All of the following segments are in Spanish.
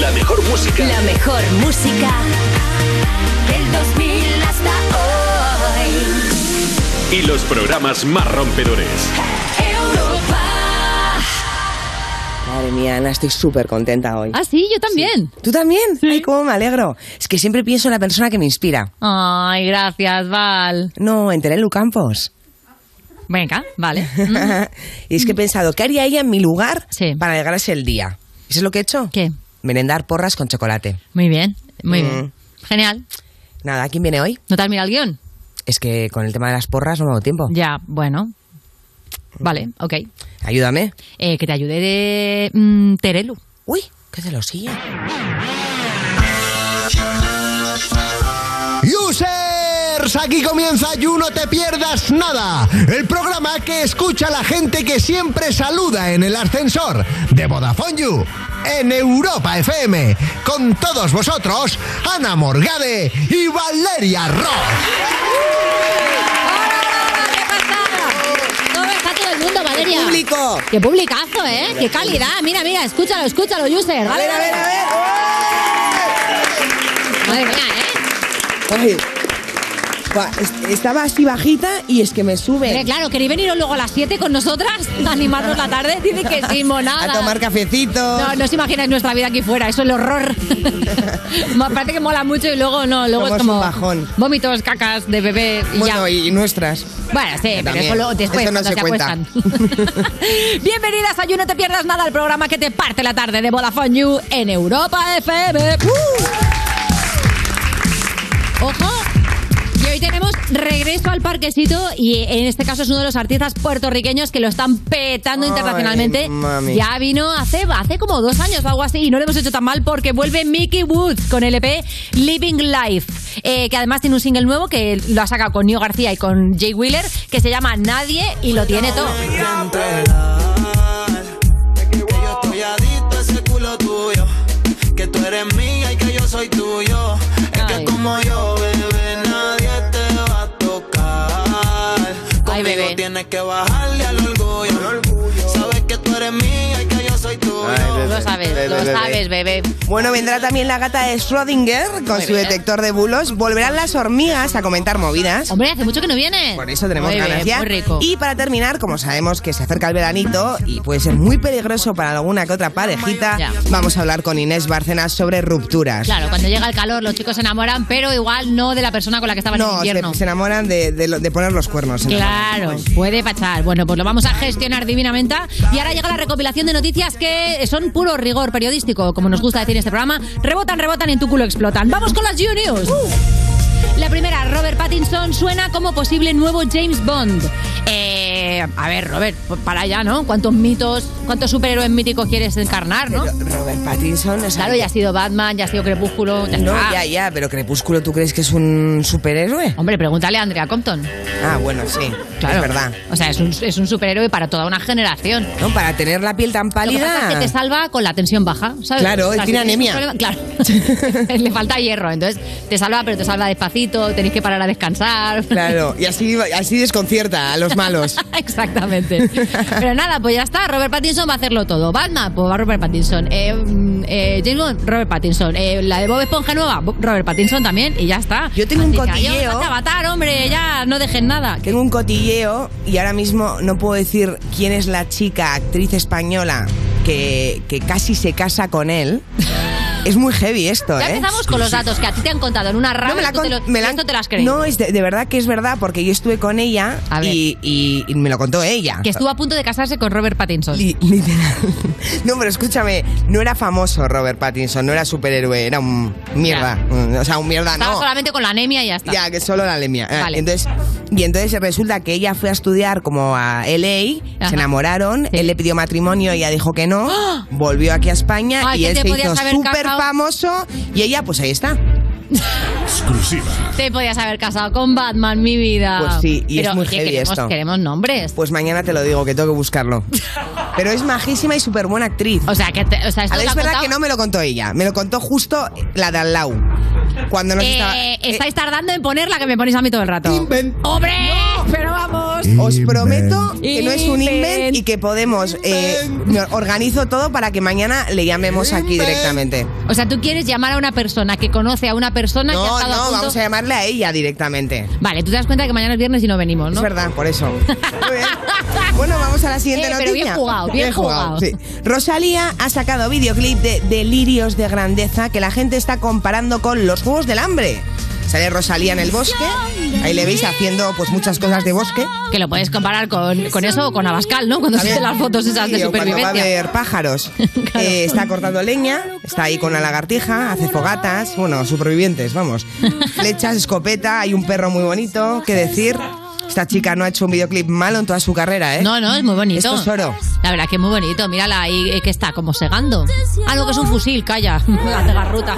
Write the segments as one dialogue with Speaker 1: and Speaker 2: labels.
Speaker 1: La mejor música.
Speaker 2: La mejor música del 2000 hasta
Speaker 1: hoy. Y los programas más rompedores.
Speaker 2: Europa.
Speaker 3: Madre mía, Ana, estoy súper contenta hoy.
Speaker 4: Ah, sí, yo también.
Speaker 3: ¿Tú también? Sí. Ay, cómo me alegro. Es que siempre pienso en la persona que me inspira.
Speaker 4: Ay, gracias, Val.
Speaker 3: No, en Terelu Campos.
Speaker 4: Venga, vale. Mm.
Speaker 3: y es que he pensado, ¿qué haría ella en mi lugar sí. para alegrarse el día? ¿Eso es lo que he hecho?
Speaker 4: ¿Qué?
Speaker 3: Merendar porras con chocolate.
Speaker 4: Muy bien, muy mm. bien. Genial.
Speaker 3: Nada, ¿quién viene hoy?
Speaker 4: ¿No te has mirado el guión?
Speaker 3: Es que con el tema de las porras no me hago tiempo.
Speaker 4: Ya,
Speaker 3: Mm.
Speaker 4: bueno. Vale, ok.
Speaker 3: Ayúdame.
Speaker 4: Eh, que te ayude de mm, Terelu.
Speaker 3: Uy, qué celosilla.
Speaker 5: Users, aquí comienza You No Te Pierdas Nada, el programa que escucha a la gente que siempre saluda en el ascensor de Vodafone You en Europa FM. Con todos vosotros, Ana Morgade y Valeria Ross.
Speaker 4: ¿Cómo está todo el mundo, Valeria?
Speaker 3: ¡Qué público!
Speaker 4: ¡Qué publicazo, eh! ¡Qué calidad! Mira, mira, escúchalo, escúchalo, user.
Speaker 3: A ver, a ver, a ver.
Speaker 4: Madre mía, eh.
Speaker 3: Ay. Estaba así bajita y es que me sube.
Speaker 4: Pero claro, ¿queréis veniros luego a las 7 con nosotras a animarnos la tarde? Dice que sí, monada.
Speaker 3: A tomar cafecito.
Speaker 4: No, no os imagináis nuestra vida aquí fuera, eso es el horror. Parece que mola mucho y luego no, luego
Speaker 3: Somos
Speaker 4: es como.
Speaker 3: Un bajón.
Speaker 4: Vómitos, cacas de bebé y
Speaker 3: bueno,
Speaker 4: Eh, ya.
Speaker 3: y nuestras.
Speaker 4: Bueno, sí, pero También. eso luego después
Speaker 3: eso no
Speaker 4: cuando
Speaker 3: se
Speaker 4: te
Speaker 3: cuenta.
Speaker 4: acuestan. Bienvenidas a You No Te Pierdas Nada, el programa que te parte la tarde de Vodafone You en Europa FM. ¡Uh! ¡Ojo! Y hoy tenemos regreso al parquecito y en este caso es uno de los artistas puertorriqueños que lo están petando
Speaker 3: Ay,
Speaker 4: internacionalmente.
Speaker 3: mami.
Speaker 4: Ya vino hace, hace como dos años o algo así y no lo hemos hecho tan mal porque vuelve Mickey Woods con el EP Living Life, eh, que además tiene un single nuevo que lo ha sacado con Nio García y con Jay Wheeler que se llama Nadie y lo tiene todo.
Speaker 6: Que yo estoy adicto a ese culo tuyo. Que tú eres mía y que yo soy tuyo. Es que como yo, bebé, nadie te va a tocar. Conmigo
Speaker 4: bebé.
Speaker 6: tienes que bajarle al orgullo. Sabes que tú eres mía y que yo soy tuyo.
Speaker 4: Lo sabes, lo sabes, bebé.
Speaker 3: Bueno, vendrá también la gata de Schrödinger con su
Speaker 4: bien.
Speaker 3: detector de bulos. Volverán las hormigas a comentar movidas.
Speaker 4: Hombre, hace mucho que no viene.
Speaker 3: Por eso tenemos
Speaker 4: muy bien,
Speaker 3: ganas ya.
Speaker 4: Muy rico.
Speaker 3: Y para terminar, como sabemos que se acerca el veranito y puede ser muy peligroso para alguna que otra parejita,
Speaker 4: Ya.
Speaker 3: vamos a hablar con Inés Bárcenas sobre rupturas.
Speaker 4: Claro, cuando llega el calor los chicos se enamoran, pero igual no de la persona con la que estaban en
Speaker 3: No, se,
Speaker 4: invierno.
Speaker 3: se enamoran de, de lo- de poner los cuernos. se
Speaker 4: Claro, puede pasar. Bueno, pues lo vamos a gestionar divinamente. Y ahora llega la recopilación de noticias que son puro rigor periodístico, como nos gusta decir en este programa. Rebotan, rebotan y en tu culo explotan. ¡Vamos con las Juniors! La primera, Robert Pattinson suena como posible nuevo James Bond. Eh, a ver, Robert, pues para allá, ¿no? ¿Cuántos mitos, cuántos superhéroes míticos quieres encarnar, no?
Speaker 3: enamoran. Robert Pattinson, o sea,
Speaker 4: Claro, ya ha sido Batman, ya ha sido Crepúsculo, ya
Speaker 3: No,
Speaker 4: está.
Speaker 3: ya, ya, pero Crepúsculo, ¿tú crees que es un superhéroe?
Speaker 4: Hombre, pregúntale a Andrea Compton.
Speaker 3: Ah, bueno, sí,
Speaker 4: Claro.
Speaker 3: es verdad.
Speaker 4: O sea, es un, es un superhéroe para toda una generación.
Speaker 3: No, para tener la piel tan
Speaker 4: Lo que pasa es
Speaker 3: pálida.
Speaker 4: que te salva con la tensión baja, ¿sabes?
Speaker 3: Claro, él tiene
Speaker 4: si tienes
Speaker 3: anemia.
Speaker 4: un problema- claro, le falta hierro, entonces te salva, pero te salva despacito, tenéis que parar a descansar.
Speaker 3: Claro, y así, así desconcierta a los malos.
Speaker 4: Exactamente. Pero nada, pues ya está. Robert Pattinson va a hacerlo todo. Batman, pues va Robert Pattinson. Eh, mm, eh, James Bond, Robert Pattinson. Eh, la de Bob Esponja nueva, Bo- Robert Pattinson también. Y ya está.
Speaker 3: Yo tengo un
Speaker 4: Así que
Speaker 3: cotilleo.
Speaker 4: adiós, falta Avatar, hombre, ya no dejen nada.
Speaker 3: Tengo un cotilleo y ahora mismo no puedo decir quién es la chica actriz española que, que casi se casa con él. Es muy heavy esto,
Speaker 4: Ya
Speaker 3: ¿eh?
Speaker 4: empezamos con los datos que a ti te han contado en una rama.
Speaker 3: No, me la
Speaker 4: tú te
Speaker 3: con-
Speaker 4: lo-
Speaker 3: me la-
Speaker 4: esto te las crees.
Speaker 3: No, es de, de verdad que es verdad, porque yo estuve con ella
Speaker 4: A ver.
Speaker 3: y, y- y me lo contó ella.
Speaker 4: Que estuvo a punto de casarse con Robert Pattinson.
Speaker 3: Li- literal. No, pero escúchame, no era famoso Robert Pattinson, no era superhéroe, era un mierda. O sea, un mierda
Speaker 4: Estaba
Speaker 3: no.
Speaker 4: solamente con la anemia y ya está.
Speaker 3: Ya, que solo la alemia. Eh,
Speaker 4: Ah. Vale.
Speaker 3: Entonces, y entonces resulta que ella fue a estudiar como a LA,
Speaker 4: Ajá. ¡Ah!
Speaker 3: se enamoraron, él le pidió matrimonio, ella dijo que no, volvió aquí a España
Speaker 4: Ay,
Speaker 3: y
Speaker 4: que
Speaker 3: él
Speaker 4: te
Speaker 3: se
Speaker 4: podías
Speaker 3: hizo
Speaker 4: haber
Speaker 3: súper
Speaker 4: casado.
Speaker 3: famoso y ella, pues ahí está.
Speaker 1: Exclusiva.
Speaker 4: Te podías haber casado con Batman, mi vida.
Speaker 3: Pues sí, y es
Speaker 4: Pero,
Speaker 3: muy
Speaker 4: oye,
Speaker 3: heavy
Speaker 4: queremos,
Speaker 3: esto.
Speaker 4: queremos nombres.
Speaker 3: Pues mañana te lo digo, que tengo que buscarlo. Pero es majísima y súper buena actriz.
Speaker 4: o sea, que te- o sea, esto
Speaker 3: A ver,
Speaker 4: te
Speaker 3: es
Speaker 4: ha
Speaker 3: verdad
Speaker 4: contado-
Speaker 3: que no me lo contó ella, me lo contó justo la de al lado. Cuando nos
Speaker 4: Eh,
Speaker 3: estaba... eh,
Speaker 4: estáis tardando en poner la que me ponéis a mí todo el rato. ¡Hombre! ¡Pero vamos!
Speaker 3: Os, os prometo que no es un invent y que podemos. eh, organizo todo para que mañana le llamemos aquí directamente.
Speaker 4: O sea, tú quieres llamar a una persona que conoce a una persona que ha
Speaker 3: No,
Speaker 4: estado a
Speaker 3: no,
Speaker 4: punto-
Speaker 3: vamos a llamarle a ella directamente.
Speaker 4: Vale, tú te das cuenta que mañana es viernes y no venimos, ¿no?
Speaker 3: Es verdad, por eso. Bueno, vamos a la siguiente
Speaker 4: Eh, pero
Speaker 3: noticia.
Speaker 4: bien jugado, bien jugado.
Speaker 3: sí. Rosalía ha sacado videoclip de Delirios de Grandeza que la gente está comparando con los Juegos del Hambre. Sale Rosalía en el bosque, ahí le veis haciendo pues muchas cosas de bosque.
Speaker 4: Que lo puedes comparar con, con eso o con Abascal, ¿no? Cuando se hacen las fotos esas de
Speaker 3: Sí, o cuando va a
Speaker 4: supervivencia.
Speaker 3: ver pájaros. Eh, está cortando leña, está ahí con la lagartija, hace fogatas, bueno, supervivientes, vamos. Flechas, escopeta, hay un perro muy bonito, qué decir. Esta chica no ha hecho un videoclip malo en toda su carrera, ¿eh?
Speaker 4: No, no, es muy bonito.
Speaker 3: Esto es oro.
Speaker 4: La verdad que es muy bonito. Mírala ahí eh, que está como segando. Algo que es un fusil, calla. La cegarruta.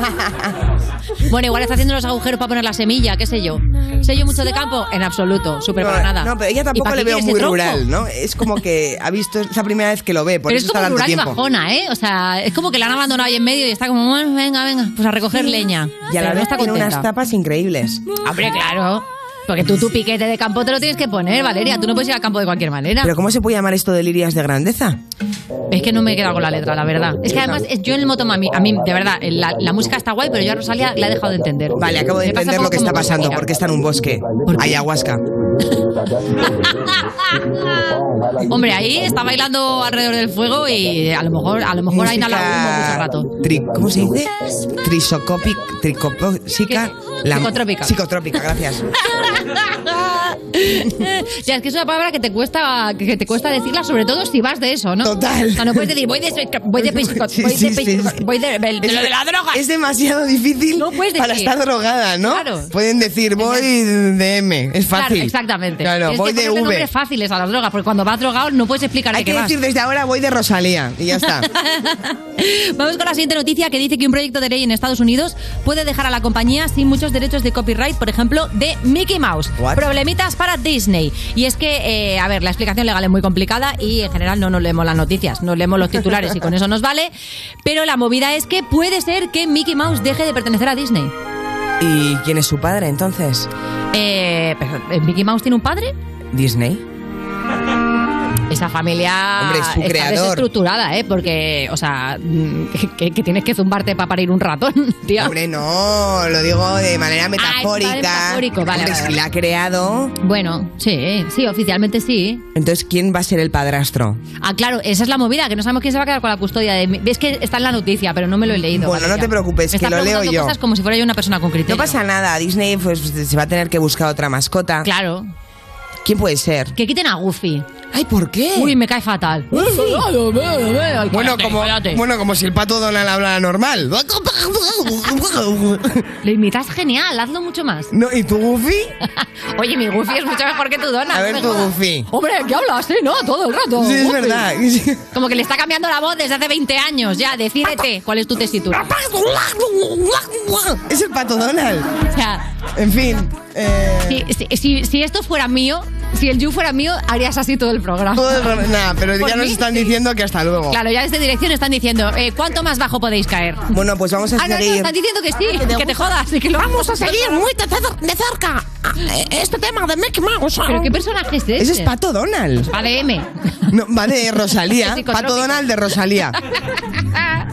Speaker 4: Bueno, igual está haciendo los agujeros para poner la semilla, qué sé yo. ¿Sé yo mucho de campo? En absoluto, súper
Speaker 3: No,
Speaker 4: para nada.
Speaker 3: No, pero ella
Speaker 4: ¿Y
Speaker 3: tampoco
Speaker 4: para
Speaker 3: le
Speaker 4: qué
Speaker 3: veo
Speaker 4: quiere ese
Speaker 3: muy
Speaker 4: tronco?
Speaker 3: rural, ¿no? Es como que ha visto, es la primera vez que lo ve, por
Speaker 4: pero
Speaker 3: eso
Speaker 4: es como
Speaker 3: está tanto
Speaker 4: rural y
Speaker 3: tiempo.
Speaker 4: bajona, ¿eh? O sea, es como que la han abandonado ahí en medio y está como, "Bueno, venga, venga, pues a recoger leña.
Speaker 3: Y a
Speaker 4: Pero
Speaker 3: la vez
Speaker 4: no está
Speaker 3: tiene
Speaker 4: contenta.
Speaker 3: unas tapas increíbles.
Speaker 4: Hombre, claro. Porque tú tu piquete de campo te lo tienes que poner, Valeria. Tú no puedes ir al campo de cualquier manera.
Speaker 3: Pero ¿cómo se puede llamar esto de lirias de grandeza?
Speaker 4: Es que no me he quedado con la letra, la verdad. Es que además, es- yo en el Motomami, a mí, de verdad, la, la música está guay, pero yo a Rosalia la he dejado de entender.
Speaker 3: Vale, acabo de
Speaker 4: Me pasa
Speaker 3: entender
Speaker 4: un
Speaker 3: lo
Speaker 4: poco
Speaker 3: que está
Speaker 4: como con
Speaker 3: pasando,
Speaker 4: Shakira.
Speaker 3: porque está en un bosque. Ayahuasca.
Speaker 4: Hombre, ahí está bailando alrededor del fuego y a lo mejor, a lo mejor ha inhalado humo mucho rato.
Speaker 3: Tri- ¿Cómo se dice? Trisocopic, tricopóxica. la-
Speaker 4: Psicotrópica.
Speaker 3: Psicotrópica, gracias.
Speaker 4: ya, es que es una palabra que te cuesta que te cuesta decirla, sobre todo si vas de eso, ¿no?
Speaker 3: Total.
Speaker 4: O sea, no puedes decir, voy de voy de pisco-
Speaker 3: Sí,
Speaker 4: voy
Speaker 3: sí,
Speaker 4: de
Speaker 3: sí,
Speaker 4: pisco-
Speaker 3: sí.
Speaker 4: voy de de- de lo de la droga.
Speaker 3: Es demasiado difícil
Speaker 4: No puedes
Speaker 3: para
Speaker 4: decir.
Speaker 3: estar drogada, ¿no?
Speaker 4: Claro.
Speaker 3: Pueden decir, voy de M, es fácil.
Speaker 4: Claro, exactamente.
Speaker 3: Claro,
Speaker 4: Tienes
Speaker 3: voy
Speaker 4: que
Speaker 3: de
Speaker 4: ponerle
Speaker 3: V.
Speaker 4: nombres fáciles a las drogas, porque cuando vas drogado no puedes explicar de
Speaker 3: Hay
Speaker 4: qué
Speaker 3: que
Speaker 4: vas.
Speaker 3: decir desde ahora voy de Rosalía y ya está.
Speaker 4: Vamos con la siguiente noticia que dice que un proyecto de ley en Estados Unidos puede dejar a la compañía sin muchos derechos de copyright, por ejemplo, de Mickey Mouse.
Speaker 3: What?
Speaker 4: Problemitas para Disney. Y es que, eh, a ver, la explicación legal es muy complicada y en general no nos leemos las noticias, nos leemos los titulares y con eso nos vale. Pero la movida es que puede ser que Mickey Mouse deje de pertenecer a Disney.
Speaker 3: ¿Y quién es su padre entonces?
Speaker 4: Eh, pero, ¿eh, ¿Mickey Mouse tiene un padre?
Speaker 3: Disney.
Speaker 4: Esa familia
Speaker 3: Hombre, es su
Speaker 4: está
Speaker 3: creador.
Speaker 4: desestructurada, ¿eh? Porque, o sea, mm, que, que tienes que zumbarte para parir un ratón, tío.
Speaker 3: Hombre, no, lo digo de manera metafórica.
Speaker 4: Ah, metafórico, vale,
Speaker 3: Hombre,
Speaker 4: vale,
Speaker 3: si
Speaker 4: vale.
Speaker 3: la ha creado,
Speaker 4: Bueno, sí, sí, oficialmente sí.
Speaker 3: entonces ¿quién va a ser el padrastro?
Speaker 4: Ah, claro, esa es la movida, que no sabemos quién se va a quedar con la custodia de mi- Es que está en la noticia, pero no me lo he leído.
Speaker 3: Bueno, no te preocupes,
Speaker 4: Me está
Speaker 3: que lo leo
Speaker 4: preguntando
Speaker 3: yo.
Speaker 4: cosas como si fuera yo una persona con criterio.
Speaker 3: No pasa nada, Disney pues se va a tener que buscar otra mascota.
Speaker 4: Claro.
Speaker 3: ¿Quién puede ser?
Speaker 4: Que quiten a Goofy.
Speaker 3: Ay, ¿por qué?
Speaker 4: Uy, me cae fatal.
Speaker 3: bueno, como, bueno, como si el pato Donald hablara normal.
Speaker 4: Lo imitas genial, hazlo mucho más.
Speaker 3: No, ¿y tu Goofy?
Speaker 4: Oye, mi Goofy es mucho mejor que tu Donald.
Speaker 3: A ver
Speaker 4: no me
Speaker 3: tu
Speaker 4: jodas.
Speaker 3: Goofy.
Speaker 4: Hombre, ¿qué hablas? Sí, ¿no? Todo el rato.
Speaker 3: Sí, es
Speaker 4: Goofy.
Speaker 3: verdad.
Speaker 4: Como que le está cambiando la voz desde hace 20 años. Ya, decídete cuál es tu tesitura.
Speaker 3: Es el pato Donald.
Speaker 4: O sea,
Speaker 3: En fin, eh,
Speaker 4: Si, si- si- si esto fuera mío, si el You fuera mío, harías así todo el programa.
Speaker 3: todo el ra- nada, pero
Speaker 4: Por
Speaker 3: ya nos
Speaker 4: mí,
Speaker 3: están
Speaker 4: sí.
Speaker 3: diciendo que hasta luego.
Speaker 4: Claro, ya desde dirección están diciendo, eh, ¿cuánto más bajo podéis caer?
Speaker 3: Bueno, pues vamos a
Speaker 4: Ah, no, no,
Speaker 3: seguir.
Speaker 4: están diciendo que sí, que te jodas. y que lo vamos a seguir muy de cerca.
Speaker 3: eh,
Speaker 4: Este tema de Mickey Mouse. Pero qué personaje es este.
Speaker 3: Ese es Pato Donald.
Speaker 4: ADM.
Speaker 3: No, va de Rosalía.
Speaker 4: Es psicotrópico.
Speaker 3: Pato Donald de Rosalía.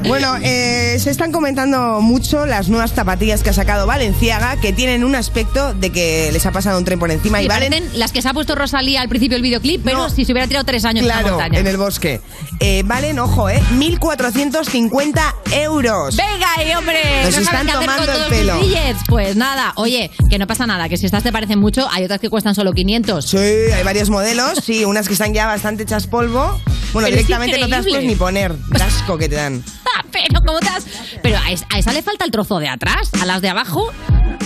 Speaker 3: Bueno, eh, se están comentando mucho las nuevas zapatillas que ha sacado Valenciaga, que tienen un aspecto de que les ha pasado un tren por encima.
Speaker 4: Y
Speaker 3: y Valen,
Speaker 4: parecen las que se ha puesto Rosalía al principio del videoclip, pero
Speaker 3: No.
Speaker 4: si se hubiera tirado tres años en la
Speaker 3: claro,
Speaker 4: montaña.
Speaker 3: en el bosque. Eh, valen, ojo, ¿eh? 1.450 euros.
Speaker 4: Venga ahí, hombre.
Speaker 3: Nos
Speaker 4: Eh, ¿No sabes
Speaker 3: están
Speaker 4: qué hacer
Speaker 3: tomando
Speaker 4: con
Speaker 3: el
Speaker 4: todos
Speaker 3: pelo.
Speaker 4: tus billets? Pues nada, oye, que no pasa nada, que si estas te parecen mucho, hay otras que cuestan solo 500.
Speaker 3: Sí, hay varios modelos, sí, unas que están ya bastante hechas polvo.
Speaker 4: Pero
Speaker 3: Bueno,
Speaker 4: es
Speaker 3: directamente no te las
Speaker 4: increíble.
Speaker 3: puedes ni poner. El asco que te dan.
Speaker 4: Ah, Pero ¿cómo te has- Pero a, es- a esa le falta el trozo de atrás, a las de abajo.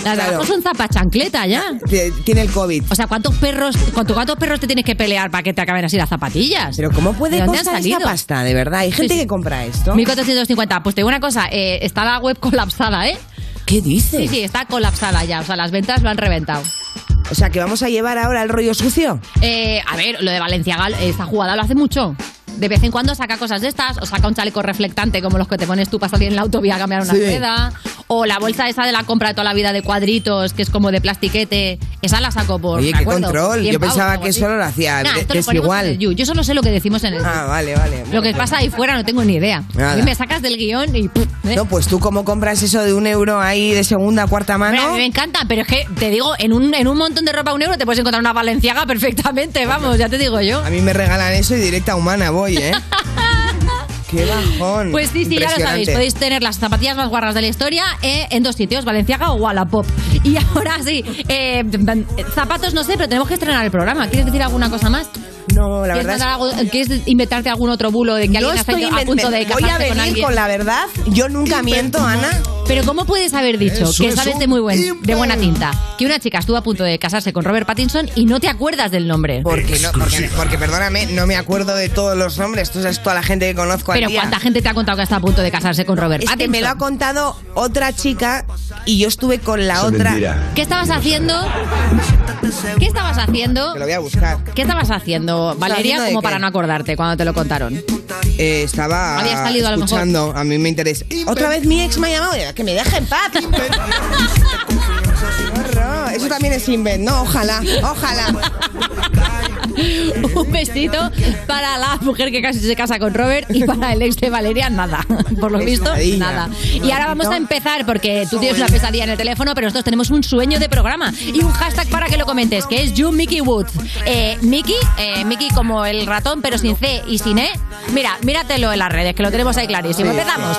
Speaker 4: Las de
Speaker 3: Claro.
Speaker 4: abajo son zapachancleta ya.
Speaker 3: Te- Tiene el COVID.
Speaker 4: O sea, ¿cuántos perros, cuánto- cuántos perros te tienes que pelear para que te acaben así las zapatillas?
Speaker 3: Pero ¿cómo
Speaker 4: ¿De
Speaker 3: puede
Speaker 4: dónde han
Speaker 3: costar esta
Speaker 4: salido?
Speaker 3: pasta, de verdad? Hay gente
Speaker 4: sí.
Speaker 3: que compra esto.
Speaker 4: 1450. Pues te digo una cosa, eh, está la web colapsada, ¿eh?
Speaker 3: ¿Qué dices?
Speaker 4: Sí, sí, está colapsada ya. O sea, las ventas lo han reventado.
Speaker 3: O sea, que vamos a llevar ahora el rollo sucio.
Speaker 4: Eh, a ver, lo de Valenciaga, esta jugada lo hace mucho. De vez en cuando saca cosas de estas, o saca un chaleco reflectante como los que te pones tú para salir en la autovía a cambiar una
Speaker 3: Sí.
Speaker 4: rueda, o la bolsa esa de la compra de toda la vida de cuadritos, que es como de plastiquete Esa la saco por. me
Speaker 3: Oye, qué
Speaker 4: acuerdo,
Speaker 3: control.
Speaker 4: 100
Speaker 3: Yo
Speaker 4: pavos,
Speaker 3: pensaba
Speaker 4: algo
Speaker 3: que
Speaker 4: así.
Speaker 3: solo lo hacía.
Speaker 4: Nah, esto
Speaker 3: que
Speaker 4: lo
Speaker 3: es
Speaker 4: ponemos
Speaker 3: igual.
Speaker 4: en el You. Yo solo sé lo que decimos en el.
Speaker 3: Ah, vale, vale.
Speaker 4: Lo que pasa ahí fuera no tengo ni idea.
Speaker 3: Nada.
Speaker 4: A mí me sacas del guión y. ¡pum! ¿eh?
Speaker 3: No, pues tú como compras eso de un euro ahí de segunda, cuarta
Speaker 4: Hombre, a
Speaker 3: mano.
Speaker 4: mí me encanta, pero es que te digo, en un, en un montón de ropa a un euro te puedes encontrar una valenciaga perfectamente, vamos, ya te digo yo.
Speaker 3: A mí me regalan eso y directa humana voy, ¿eh? qué bajón.
Speaker 4: Pues sí, sí, ya lo sabéis.
Speaker 3: Impresionante.
Speaker 4: Podéis tener las zapatillas más guarras de la historia eh, en dos sitios, Valenciaga o Wallapop. Y ahora sí, eh, zapatos no sé, pero tenemos que estrenar el programa. ¿Quieres decir alguna cosa más?
Speaker 3: No, la
Speaker 4: ¿Quieres,
Speaker 3: verdad. es
Speaker 4: mandar algo- ¿Quieres inventarte algún otro bulo de que
Speaker 3: Yo
Speaker 4: alguien ha
Speaker 3: estoy
Speaker 4: estado a
Speaker 3: inven-
Speaker 4: punto de
Speaker 3: voy
Speaker 4: casarse
Speaker 3: a venir
Speaker 4: con alguien?
Speaker 3: con la verdad. Yo nunca miento, Ana.
Speaker 4: Pero ¿cómo puedes haber dicho
Speaker 3: Eso
Speaker 4: que
Speaker 3: es
Speaker 4: sabes
Speaker 3: un
Speaker 4: de muy buen, de buena
Speaker 3: invento.
Speaker 4: tinta que una chica estuvo a punto de casarse con Robert Pattinson y no te acuerdas del nombre?
Speaker 3: Porque, no- porque, porque, perdóname, no me acuerdo de todos los nombres. Tú sabes toda la gente que conozco al
Speaker 4: Pero
Speaker 3: día.
Speaker 4: ¿cuánta gente te ha contado que está a punto de casarse con Robert
Speaker 3: Es que
Speaker 4: Pattinson?
Speaker 3: me lo ha contado otra chica y yo estuve con la otra.
Speaker 4: ¿Qué estabas haciendo? ¿Qué estabas haciendo?
Speaker 3: Te lo voy a buscar.
Speaker 4: ¿Qué estabas haciendo, Valeria,
Speaker 3: haciendo de
Speaker 4: como
Speaker 3: qué?
Speaker 4: para no acordarte cuando te lo contaron?
Speaker 3: Eh, estaba
Speaker 4: Había salido a lo mejor.
Speaker 3: escuchando, a mí me interesa. Otra vez mi ex me ha llamado, que me deje en paz. Qué horror. Eso también es invent, no, ojalá, ojalá.
Speaker 4: Un besito para la mujer que casi se casa con Robert y para el ex de Valeria, nada. Por lo visto,
Speaker 7: Pesadilla.
Speaker 4: nada. Y ahora vamos a empezar porque tú tienes una pesadilla en el teléfono, pero nosotros tenemos un sueño de programa y un hashtag para que lo comentes, que es You Mickey Woods. Eh, Mickey, eh, Mickey como el ratón, pero sin C y sin E. Mira, míratelo en las redes, que lo tenemos ahí clarísimo.
Speaker 8: Sí, sí.
Speaker 4: Empezamos.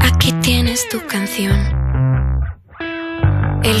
Speaker 9: Aquí tienes tu canción. El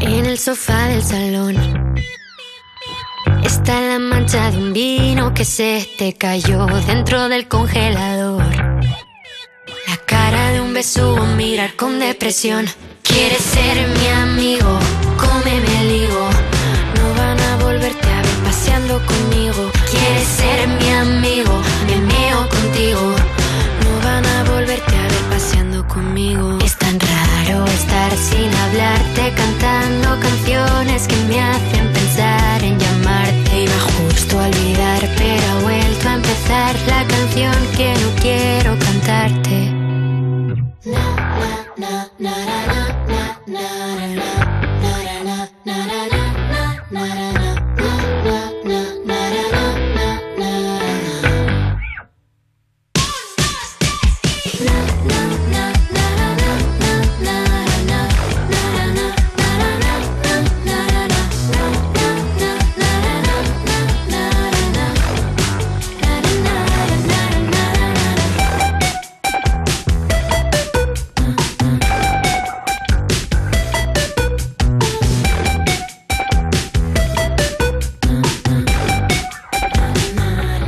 Speaker 10: En el sofá del salón está la mancha de un vino que se te cayó dentro del congelador. La cara de un besugo, mirar con depresión. Quieres ser mi amigo, cómeme el higo. No van a volverte a ver paseando conmigo. Quieres ser mi amigo, me meo contigo. No van a volverte a ver paseando conmigo. Es tan raro estar sin hablarte, cantando canciones que me hacen pensar en llamarte. Iba justo a olvidar, pero ha vuelto a empezar la canción que no quiero cantarte.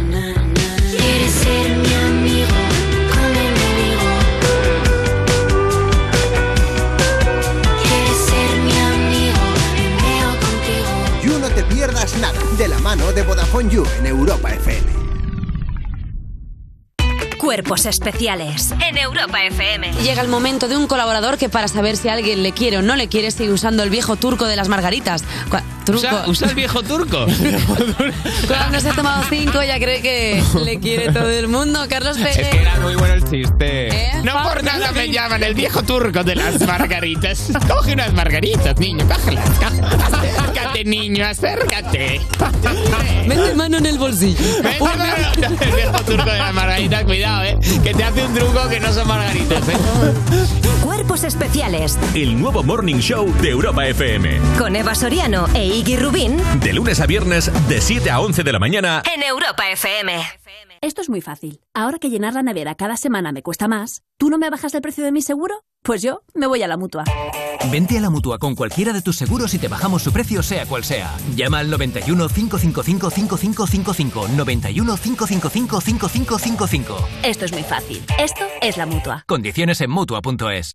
Speaker 10: Quieres ser mi amigo, cómeme el higo. Quieres ser mi amigo, me meo contigo.
Speaker 5: You No Te Pierdas Nada, de la mano de Vodafone You en Europa FM.
Speaker 11: Cuerpos especiales en Europa FM.
Speaker 12: Llega el momento de un colaborador que para saber si alguien le quiere o no le quiere sigue usando el viejo turco de las margaritas. Cua-
Speaker 13: truco.
Speaker 14: Usa, usa el viejo turco.
Speaker 13: Cuando se ha tomado cinco ya cree que le quiere todo el mundo. Carlos Pérez.
Speaker 14: Es que era muy bueno el chiste.
Speaker 15: ¿Eh?
Speaker 14: No por nada me llaman el viejo turco de las margaritas. Coge unas margaritas, niño, cájalas, cájalas. Acércate, niño, acércate.
Speaker 13: Mete mano en el bolsillo.
Speaker 14: Vete, mano. El viejo turco de las margaritas, cuidado, eh. Que te hace un truco que no son margaritas, eh.
Speaker 11: Cuerpos especiales.
Speaker 16: El nuevo Morning Show de Europa FM.
Speaker 11: Con Eva Soriano e Iggy Rubín
Speaker 16: De lunes a viernes, de 7 a 11 de la mañana.
Speaker 11: en Europa FM.
Speaker 17: Esto es muy fácil. Ahora que llenar la nevera cada semana me cuesta más, ¿tú no me bajas el precio de mi seguro? Pues yo me voy a la mutua.
Speaker 18: Vente a la mutua con cualquiera de tus seguros y te bajamos su precio, sea cual sea. Llama al 91 555 5555. 91 555 5555.
Speaker 17: Esto es muy fácil. Esto es la mutua.
Speaker 18: Condiciones en mutua.es.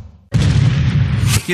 Speaker 19: Y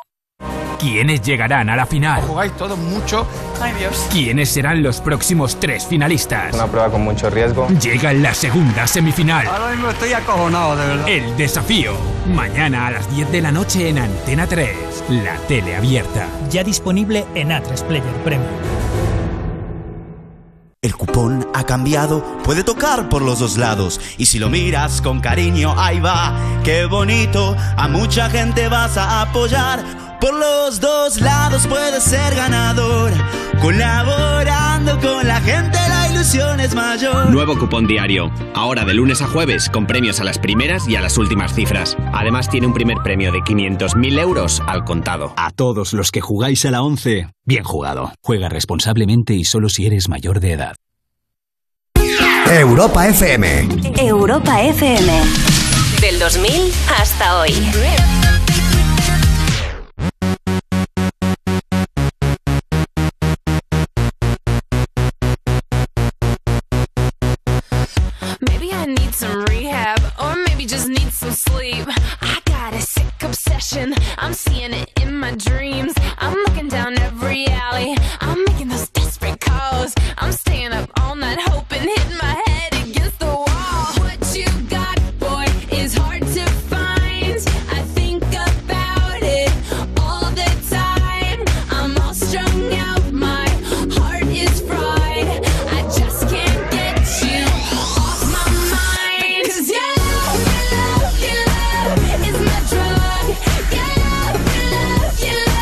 Speaker 20: ¿Quiénes llegarán a la final? Jugáis todo mucho. Ay Dios. ¿Quiénes serán los próximos tres finalistas?
Speaker 21: Una prueba con mucho riesgo.
Speaker 20: Llega la segunda semifinal.
Speaker 21: Ahora mismo estoy acojonado, de verdad.
Speaker 20: El desafío. Mañana a las 10 de la noche en Antena 3. La tele abierta.
Speaker 22: Ya disponible en A3 Player Premium.
Speaker 15: El cupón ha cambiado, puede tocar por los dos lados. Y si lo miras con cariño, ahí va, qué bonito. A mucha gente vas a apoyar. Por los dos lados puedes ser ganador. Colaborando con la gente, la ilusión es mayor.
Speaker 8: Nuevo cupón diario. Ahora de lunes a jueves con premios a las primeras y a las últimas cifras. Además tiene un primer premio de 500.000 euros al contado.
Speaker 23: A todos los que jugáis a la 11, bien jugado. Juega responsablemente y solo si eres mayor de edad.
Speaker 5: Europa FM.
Speaker 11: Europa FM. Del 2000 hasta hoy.
Speaker 24: Maybe I need some rehab, or maybe just need some sleep. I got a sick obsession, I'm seeing it in my dreams. I'm looking down every alley, I'm making those desperate calls. I'm staying up all night hoping, hitting my head against the wall. What you got, boy, is hard to find. I think about it all the time. I'm all strung out, my heart is fried. I just can't get you off my mind. Cause your love, your love, your love is my drug. Your love, your love, your love.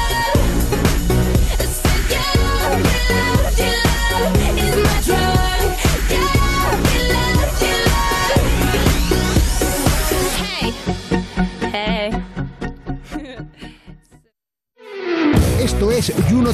Speaker 24: So your love, your love, your love is my drug. Your love, your love, your love. Hey, hey.
Speaker 5: Esto es You No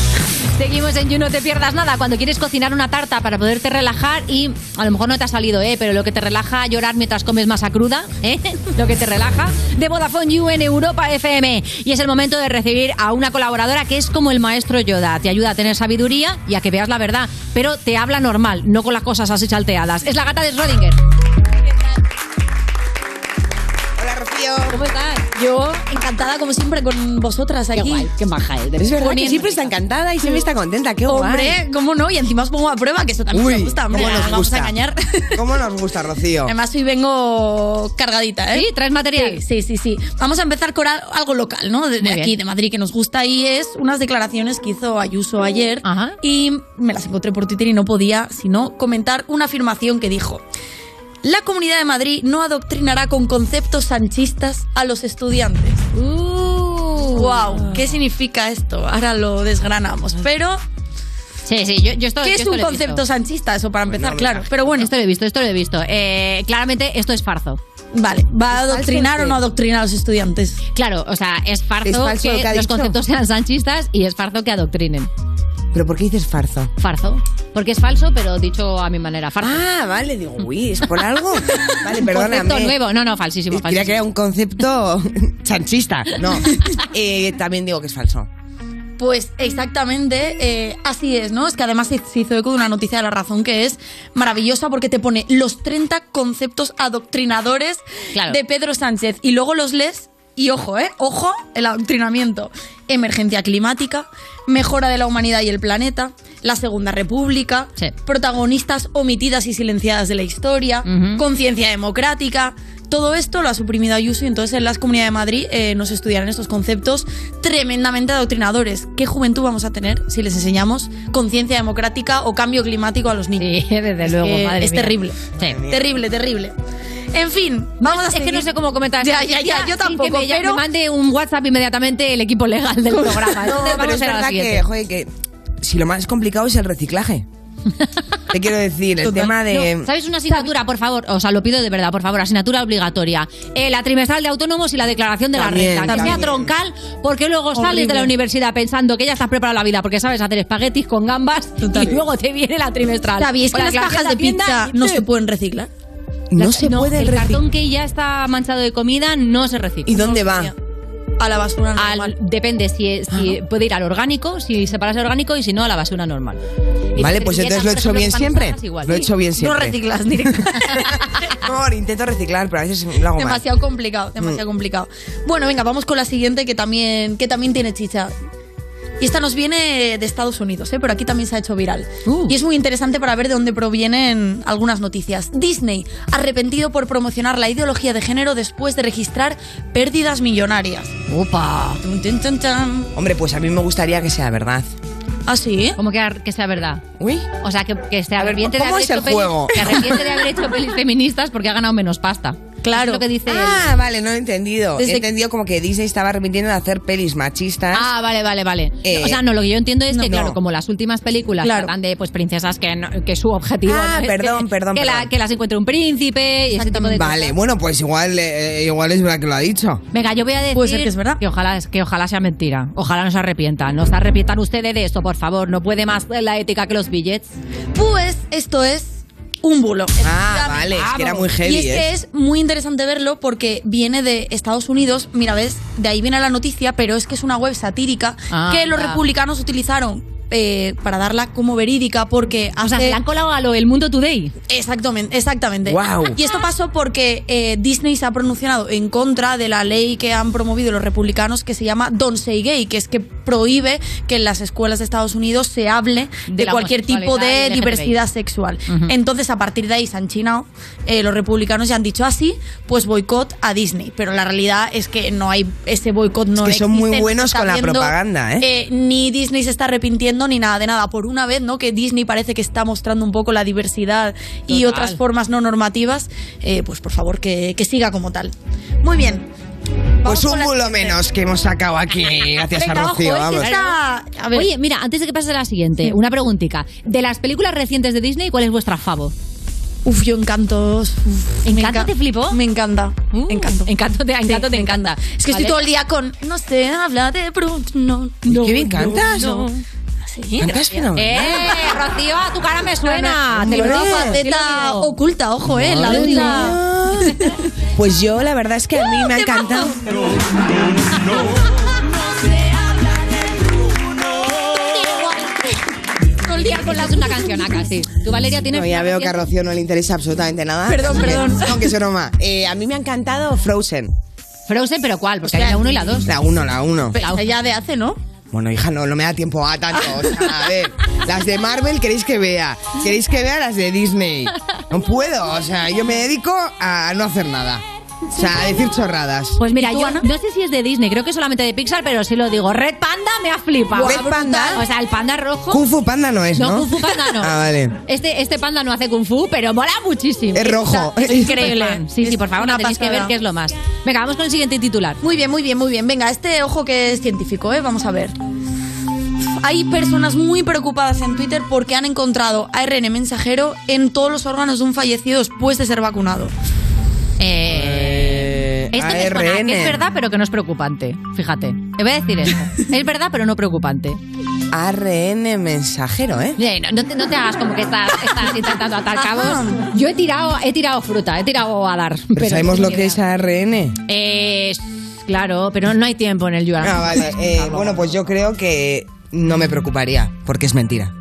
Speaker 4: Seguimos en You, no te pierdas nada. Cuando quieres cocinar una tarta para poderte relajar y a lo mejor no te ha salido, ¿eh? pero lo que te relaja llorar mientras comes masa cruda, ¿eh? lo que te relaja, de Vodafone You en Europa FM. Y es el momento de recibir a una colaboradora que es como el maestro Yoda. Te ayuda a tener sabiduría y a que veas la verdad, pero te habla normal, no con las cosas así salteadas. Es la gata de Schrödinger.
Speaker 25: Hola, Rocío. ¿Cómo estás? Yo encantada, como siempre, con vosotras aquí. Qué guay, qué maja Es verdad que siempre está encantada y siempre está contenta. Qué guay. Hombre, cómo no, y encima os pongo a prueba, que eso también
Speaker 3: Uy,
Speaker 25: me gusta, hombre.
Speaker 3: cómo nos
Speaker 25: no vamos
Speaker 3: gusta.
Speaker 25: a engañar.
Speaker 3: ¿Cómo nos gusta, Rocío?
Speaker 25: Además, hoy vengo cargadita, ¿eh? Sí,
Speaker 4: traes material.
Speaker 25: Sí, sí, sí. Vamos a empezar con al- algo local, ¿no? De, de
Speaker 4: Muy bien.
Speaker 25: aquí, de Madrid, que nos gusta. Y es unas declaraciones que hizo Ayuso ayer. Y me las encontré por Twitter y no podía, sino comentar una afirmación que dijo. La Comunidad de Madrid no adoctrinará con conceptos sanchistas a los estudiantes.
Speaker 4: Uh,
Speaker 25: ¡Wow! ¿Qué significa esto? Ahora lo desgranamos. Pero
Speaker 4: Sí, sí, yo, yo esto,
Speaker 25: ¿Qué
Speaker 4: yo
Speaker 25: es
Speaker 4: esto
Speaker 25: un
Speaker 4: lo he
Speaker 25: concepto
Speaker 4: visto.
Speaker 25: sanchista? Eso para empezar,
Speaker 4: Bueno,
Speaker 25: claro.
Speaker 4: mira.
Speaker 25: Pero bueno.
Speaker 4: Esto lo he visto, esto lo he visto. Eh, claramente esto es farzo.
Speaker 25: Vale, ¿va a adoctrinar o no adoctrinar a los estudiantes?
Speaker 4: Claro, o sea, es farzo
Speaker 25: Es falso
Speaker 4: que,
Speaker 25: lo que ha
Speaker 4: los
Speaker 25: dicho.
Speaker 4: conceptos sean sanchistas y es farzo que adoctrinen.
Speaker 3: ¿Pero por qué dices farzo?
Speaker 4: Farzo. Porque es falso, pero dicho a mi manera, farzo.
Speaker 3: Ah, vale, digo, uy, es por algo. Vale, perdóname.
Speaker 4: Concepto nuevo, no, no, falsísimo,
Speaker 3: Quería
Speaker 4: falsísimo.
Speaker 3: que era un concepto chanchista. No. Eh, también digo que es falso.
Speaker 25: Pues exactamente, eh, así es, ¿no? Es que además se se hizo eco de una noticia de La Razón que es maravillosa porque te pone los 30 conceptos adoctrinadores
Speaker 4: Claro.
Speaker 25: de Pedro Sánchez y luego los lees y ojo, ¿eh? Ojo, el adoctrinamiento. Emergencia climática, mejora de la humanidad y el planeta, la Segunda República, protagonistas omitidas y silenciadas de la historia,
Speaker 4: Ujú.
Speaker 25: conciencia democrática. Todo esto lo ha suprimido Ayuso y entonces en las Comunidades de Madrid eh, nos estudiarán estos conceptos tremendamente adoctrinadores. ¿Qué juventud vamos a tener si les enseñamos conciencia democrática o cambio climático a los niños?
Speaker 4: desde
Speaker 25: es
Speaker 4: luego,
Speaker 25: que
Speaker 4: madre
Speaker 25: es
Speaker 4: mía.
Speaker 25: terrible.
Speaker 4: Sí.
Speaker 25: Terrible, terrible. En fin, vamos a
Speaker 4: Es que no sé cómo comentar
Speaker 25: Ya,
Speaker 4: esto.
Speaker 25: ya, ya, yo
Speaker 4: sin que
Speaker 25: tampoco,
Speaker 4: me, ya-
Speaker 25: pero-
Speaker 4: me mande un WhatsApp inmediatamente el equipo legal del programa.
Speaker 3: No,
Speaker 4: Entonces,
Speaker 3: pero
Speaker 4: vamos
Speaker 3: es
Speaker 4: a la
Speaker 3: verdad
Speaker 4: siguiente.
Speaker 3: que, joder, que si lo más complicado es el reciclaje. Te quiero decir, el tema de...
Speaker 4: No, ¿Sabes una asignatura, por favor? O sea, lo pido de verdad, por favor, asignatura obligatoria. Eh, la trimestral de autónomos y la declaración de
Speaker 3: También,
Speaker 4: la renta. Que sea
Speaker 3: también.
Speaker 4: troncal, porque luego sales de la universidad pensando que ya estás preparado la vida, porque sabes hacer espaguetis con gambas y luego te viene la trimestral.
Speaker 25: Xavi, es
Speaker 4: O
Speaker 25: que las
Speaker 4: declaración
Speaker 25: cajas de
Speaker 4: Hacienda
Speaker 25: pizza
Speaker 4: y-
Speaker 25: no se pueden reciclar.
Speaker 3: No se puede
Speaker 4: el
Speaker 3: reciclar.
Speaker 4: cartón que ya está manchado de comida no se recicla.
Speaker 3: ¿Y dónde va?
Speaker 25: A la basura
Speaker 4: normal. depende si, si puede ir al orgánico, si separas el orgánico y si no a la basura normal. Y
Speaker 3: Vale,
Speaker 4: las
Speaker 3: pues
Speaker 4: servilletas,
Speaker 3: entonces lo he
Speaker 4: por ejemplo,
Speaker 3: hecho bien
Speaker 4: que están
Speaker 3: siempre.
Speaker 4: usadas igual.
Speaker 3: Lo he hecho bien siempre.
Speaker 25: directamente.
Speaker 3: No, intento reciclar, pero a veces lo hago mal.
Speaker 25: demasiado complicado, demasiado complicado. Bueno, venga, vamos con la siguiente que también, que también tiene chicha. Y esta nos viene de Estados Unidos, ¿eh? pero aquí también se ha hecho viral. Y es muy interesante para ver de dónde provienen algunas noticias. Disney, arrepentido por promocionar la ideología de género después de registrar pérdidas millonarias.
Speaker 4: ¡Opa!
Speaker 3: Hombre, pues a mí me gustaría que sea verdad.
Speaker 25: ¿Ah, sí?
Speaker 4: Como que, ar- que sea verdad.
Speaker 3: Uy.
Speaker 4: O sea, que, que se arrepiente
Speaker 3: ¿cómo
Speaker 4: de haber
Speaker 3: es
Speaker 4: hecho
Speaker 3: el juego?
Speaker 4: Pelis, se arrepiente de haber hecho pelis feministas porque ha ganado menos pasta. Claro. lo que dice
Speaker 3: Ah, vale, no he entendido.
Speaker 4: Desde-
Speaker 3: He entendido como que Disney estaba arrepintiendo de hacer pelis machistas.
Speaker 4: Ah, vale, vale, vale.
Speaker 3: Eh,
Speaker 4: o sea, no, lo que yo entiendo es que,
Speaker 3: no.
Speaker 4: claro, como las últimas películas
Speaker 3: Claro.
Speaker 4: tratan de pues princesas que, no- que su objetivo
Speaker 3: Ah,
Speaker 4: no es
Speaker 3: perdón,
Speaker 4: que,
Speaker 3: perdón,
Speaker 4: que, La,
Speaker 3: perdón.
Speaker 4: que las encuentre un príncipe y ese tipo de cosas.
Speaker 3: Vale, bueno, pues igual, eh, igual es verdad que lo ha dicho.
Speaker 4: Venga, yo voy a decir
Speaker 25: Puede ser que es
Speaker 4: ojalá que ojalá sea mentira. Ojalá no se arrepientan. No se arrepientan ustedes de esto, por favor. No puede más la ética que los billets.
Speaker 25: Pues esto es un bulo.
Speaker 3: Ah, vale, es que era muy heavy,
Speaker 25: Y es que
Speaker 3: ¿eh?
Speaker 25: es muy interesante verlo porque viene de Estados Unidos. Mira, ves, de ahí viene la noticia, pero es que es una web satírica
Speaker 4: Ah,
Speaker 25: que los
Speaker 4: anda.
Speaker 25: republicanos utilizaron eh, para darla como verídica porque
Speaker 4: O sea, se la han colado a lo El Mundo Today.
Speaker 25: Exactamente, exactamente.
Speaker 4: Guau.
Speaker 25: Y esto pasó porque eh, Disney se ha pronunciado en contra de la ley que han promovido los republicanos que se llama Don't Say Gay, que es que prohíbe que en las escuelas de Estados Unidos se hable
Speaker 4: De
Speaker 25: de,
Speaker 4: la
Speaker 25: cualquier tipo
Speaker 4: homosexualidad y
Speaker 25: de
Speaker 4: LGTBI.
Speaker 25: diversidad sexual.
Speaker 4: Ujú.
Speaker 25: Entonces, a partir de ahí se han chinado, eh, los republicanos ya han dicho así, pues boicot a Disney. Pero la realidad es que no hay ese boicot, no
Speaker 3: que son muy
Speaker 25: existe, no se
Speaker 3: buenos
Speaker 25: está
Speaker 3: con la
Speaker 25: viendo,
Speaker 3: propaganda, ¿eh?
Speaker 25: Ni Disney se está arrepintiendo ni nada de nada. Por una vez, ¿no? Que Disney parece que está mostrando un poco la diversidad y
Speaker 4: Total.
Speaker 25: otras formas no normativas, eh, pues por favor que, que siga como tal. Muy bien.
Speaker 3: Pues un bulo menos que hemos sacado aquí, gracias a Rocío,
Speaker 4: este
Speaker 3: vamos.
Speaker 4: Oye, mira, antes de que pase a la siguiente, una preguntica. De las películas recientes de Disney, ¿cuál es vuestra favo?
Speaker 25: Uf, yo encantos.
Speaker 4: ¿Encanto te flipó?
Speaker 25: Me encanta.
Speaker 3: Uh,
Speaker 4: encanto. Encanto te, encanto te encanta.
Speaker 25: Es que estoy todo el día con no sé, habla de Bruno. No,
Speaker 4: no,
Speaker 3: qué bien cantas.
Speaker 25: no, no. Sí,
Speaker 3: Cantas
Speaker 25: gracias.
Speaker 3: fenomenal.
Speaker 4: ¡Eh, Rocío, a tu cara me suena!
Speaker 25: Te
Speaker 4: Te lo
Speaker 25: una
Speaker 4: digo, te lo
Speaker 25: faceta
Speaker 4: digo.
Speaker 25: oculta, ojo, eh, la
Speaker 3: Madre
Speaker 25: otra.
Speaker 3: Pues yo, la verdad es que a mí me ha encantado.
Speaker 4: Todo el día con las una canción acá, sí. Tú, Valeria, tienes...
Speaker 3: No, ya
Speaker 4: una
Speaker 3: veo que a
Speaker 4: reciente?
Speaker 3: Rocío no le interesa absolutamente nada.
Speaker 4: Perdón,
Speaker 3: Así que-
Speaker 4: perdón.
Speaker 3: No, que eso no más. Eh, a mí me ha encantado Frozen.
Speaker 4: Frozen, pero ¿cuál? Porque hay la 1 y la 2.
Speaker 3: La 1, la 1.
Speaker 25: ya de hace, ¿no?
Speaker 3: Bueno, hija, no, no me da tiempo a tanto. O sea, a ver, las de Marvel queréis que vea. Queréis que vea las de Disney. No puedo, o sea, yo me dedico a no hacer nada. O sea, a decir chorradas.
Speaker 4: Pues mira, yo no sé si es de Disney, creo que solamente de Pixar, pero sí lo digo. Red Panda me ha flipado.
Speaker 3: Red Panda.
Speaker 4: O sea, el panda rojo.
Speaker 3: Kung Fu Panda no es, ¿no?
Speaker 4: No, Kung Fu Panda no.
Speaker 3: Ah, vale.
Speaker 4: Este, este panda no hace kung fu, pero mola muchísimo.
Speaker 3: Es rojo.
Speaker 4: Es increíble.
Speaker 25: Superfan.
Speaker 4: Sí, sí, por favor,
Speaker 25: Una
Speaker 4: no tenéis que
Speaker 25: pasada.
Speaker 4: ver qué es lo más. Venga, vamos con el siguiente titular.
Speaker 25: Muy bien, muy bien, muy bien. Venga, este ojo que es científico, ¿eh? Vamos a ver. Hay personas muy preocupadas en Twitter porque han encontrado ARN mensajero en todos los órganos de un fallecido después de ser vacunado.
Speaker 3: Eh,
Speaker 4: Esto me suena, es verdad, pero que no es preocupante. Fíjate. Te voy a decir esto. Es verdad, pero no preocupante.
Speaker 3: ARN mensajero, ¿eh?
Speaker 4: Eh, No, no te, no te hagas como que estás, estás intentando atar cabos. Yo he tirado, he tirado fruta, he tirado a dar.
Speaker 3: Pero sabemos lo que es ARN.
Speaker 4: Eh, claro, pero no hay tiempo en el Yuan.
Speaker 3: Ah, vale. Eh, bueno, pues yo creo que no me preocuparía, porque es mentira.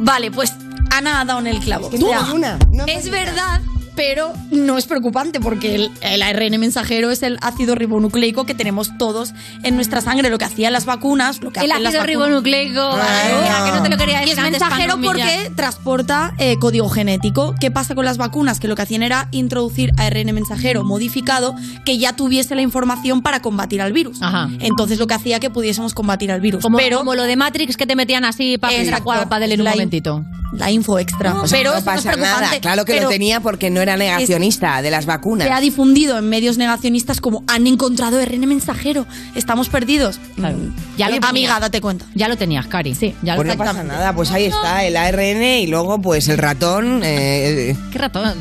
Speaker 25: Vale, pues Ana ha dado en el clavo.
Speaker 3: no hay una,
Speaker 25: es verdad, pero no es preocupante porque el, el ARN mensajero es el ácido ribonucleico que tenemos todos en nuestra sangre. Lo que hacían las vacunas, lo que
Speaker 4: El
Speaker 25: hacen las
Speaker 4: ácido
Speaker 25: vacunas.
Speaker 4: ribonucleico. vale, mira, que no te lo quería
Speaker 25: Y
Speaker 4: decir
Speaker 25: es
Speaker 4: antes para no
Speaker 25: mensajero
Speaker 4: humillar.
Speaker 25: porque transporta eh, código genético. ¿Qué pasa con las vacunas? Que lo que hacían era introducir ARN mensajero modificado que ya tuviese la información para combatir al virus. Entonces lo que hacía que pudiésemos combatir al virus.
Speaker 4: Como,
Speaker 25: pero
Speaker 4: como lo de Matrix que te metían así para
Speaker 25: Exacto.
Speaker 4: para del en un
Speaker 25: La in-
Speaker 4: momentito.
Speaker 25: La info extra.
Speaker 3: O sea,
Speaker 25: pero
Speaker 3: no
Speaker 25: eso no es
Speaker 3: pasa nada.
Speaker 25: preocupante,
Speaker 3: Claro que lo
Speaker 25: pero-
Speaker 3: tenía porque no era negacionista de las vacunas.
Speaker 25: Se ha difundido en medios negacionistas como han encontrado RN mensajero. Estamos perdidos.
Speaker 4: Ya lo
Speaker 25: Oye,
Speaker 4: tenía.
Speaker 25: Amiga, date cuenta.
Speaker 4: Ya lo tenías, Cari. Sí, ya
Speaker 3: Pues no pasa nada, pues ahí está el ARN y luego pues el ratón. eh,
Speaker 4: ¿Qué ratón?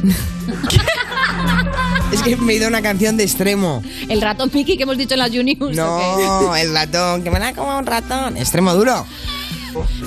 Speaker 3: es que me he ido a una canción de extremo.
Speaker 4: El ratón Mickey que hemos dicho en las Juniors.
Speaker 3: No, el ratón, que me la como un ratón. Extremo duro.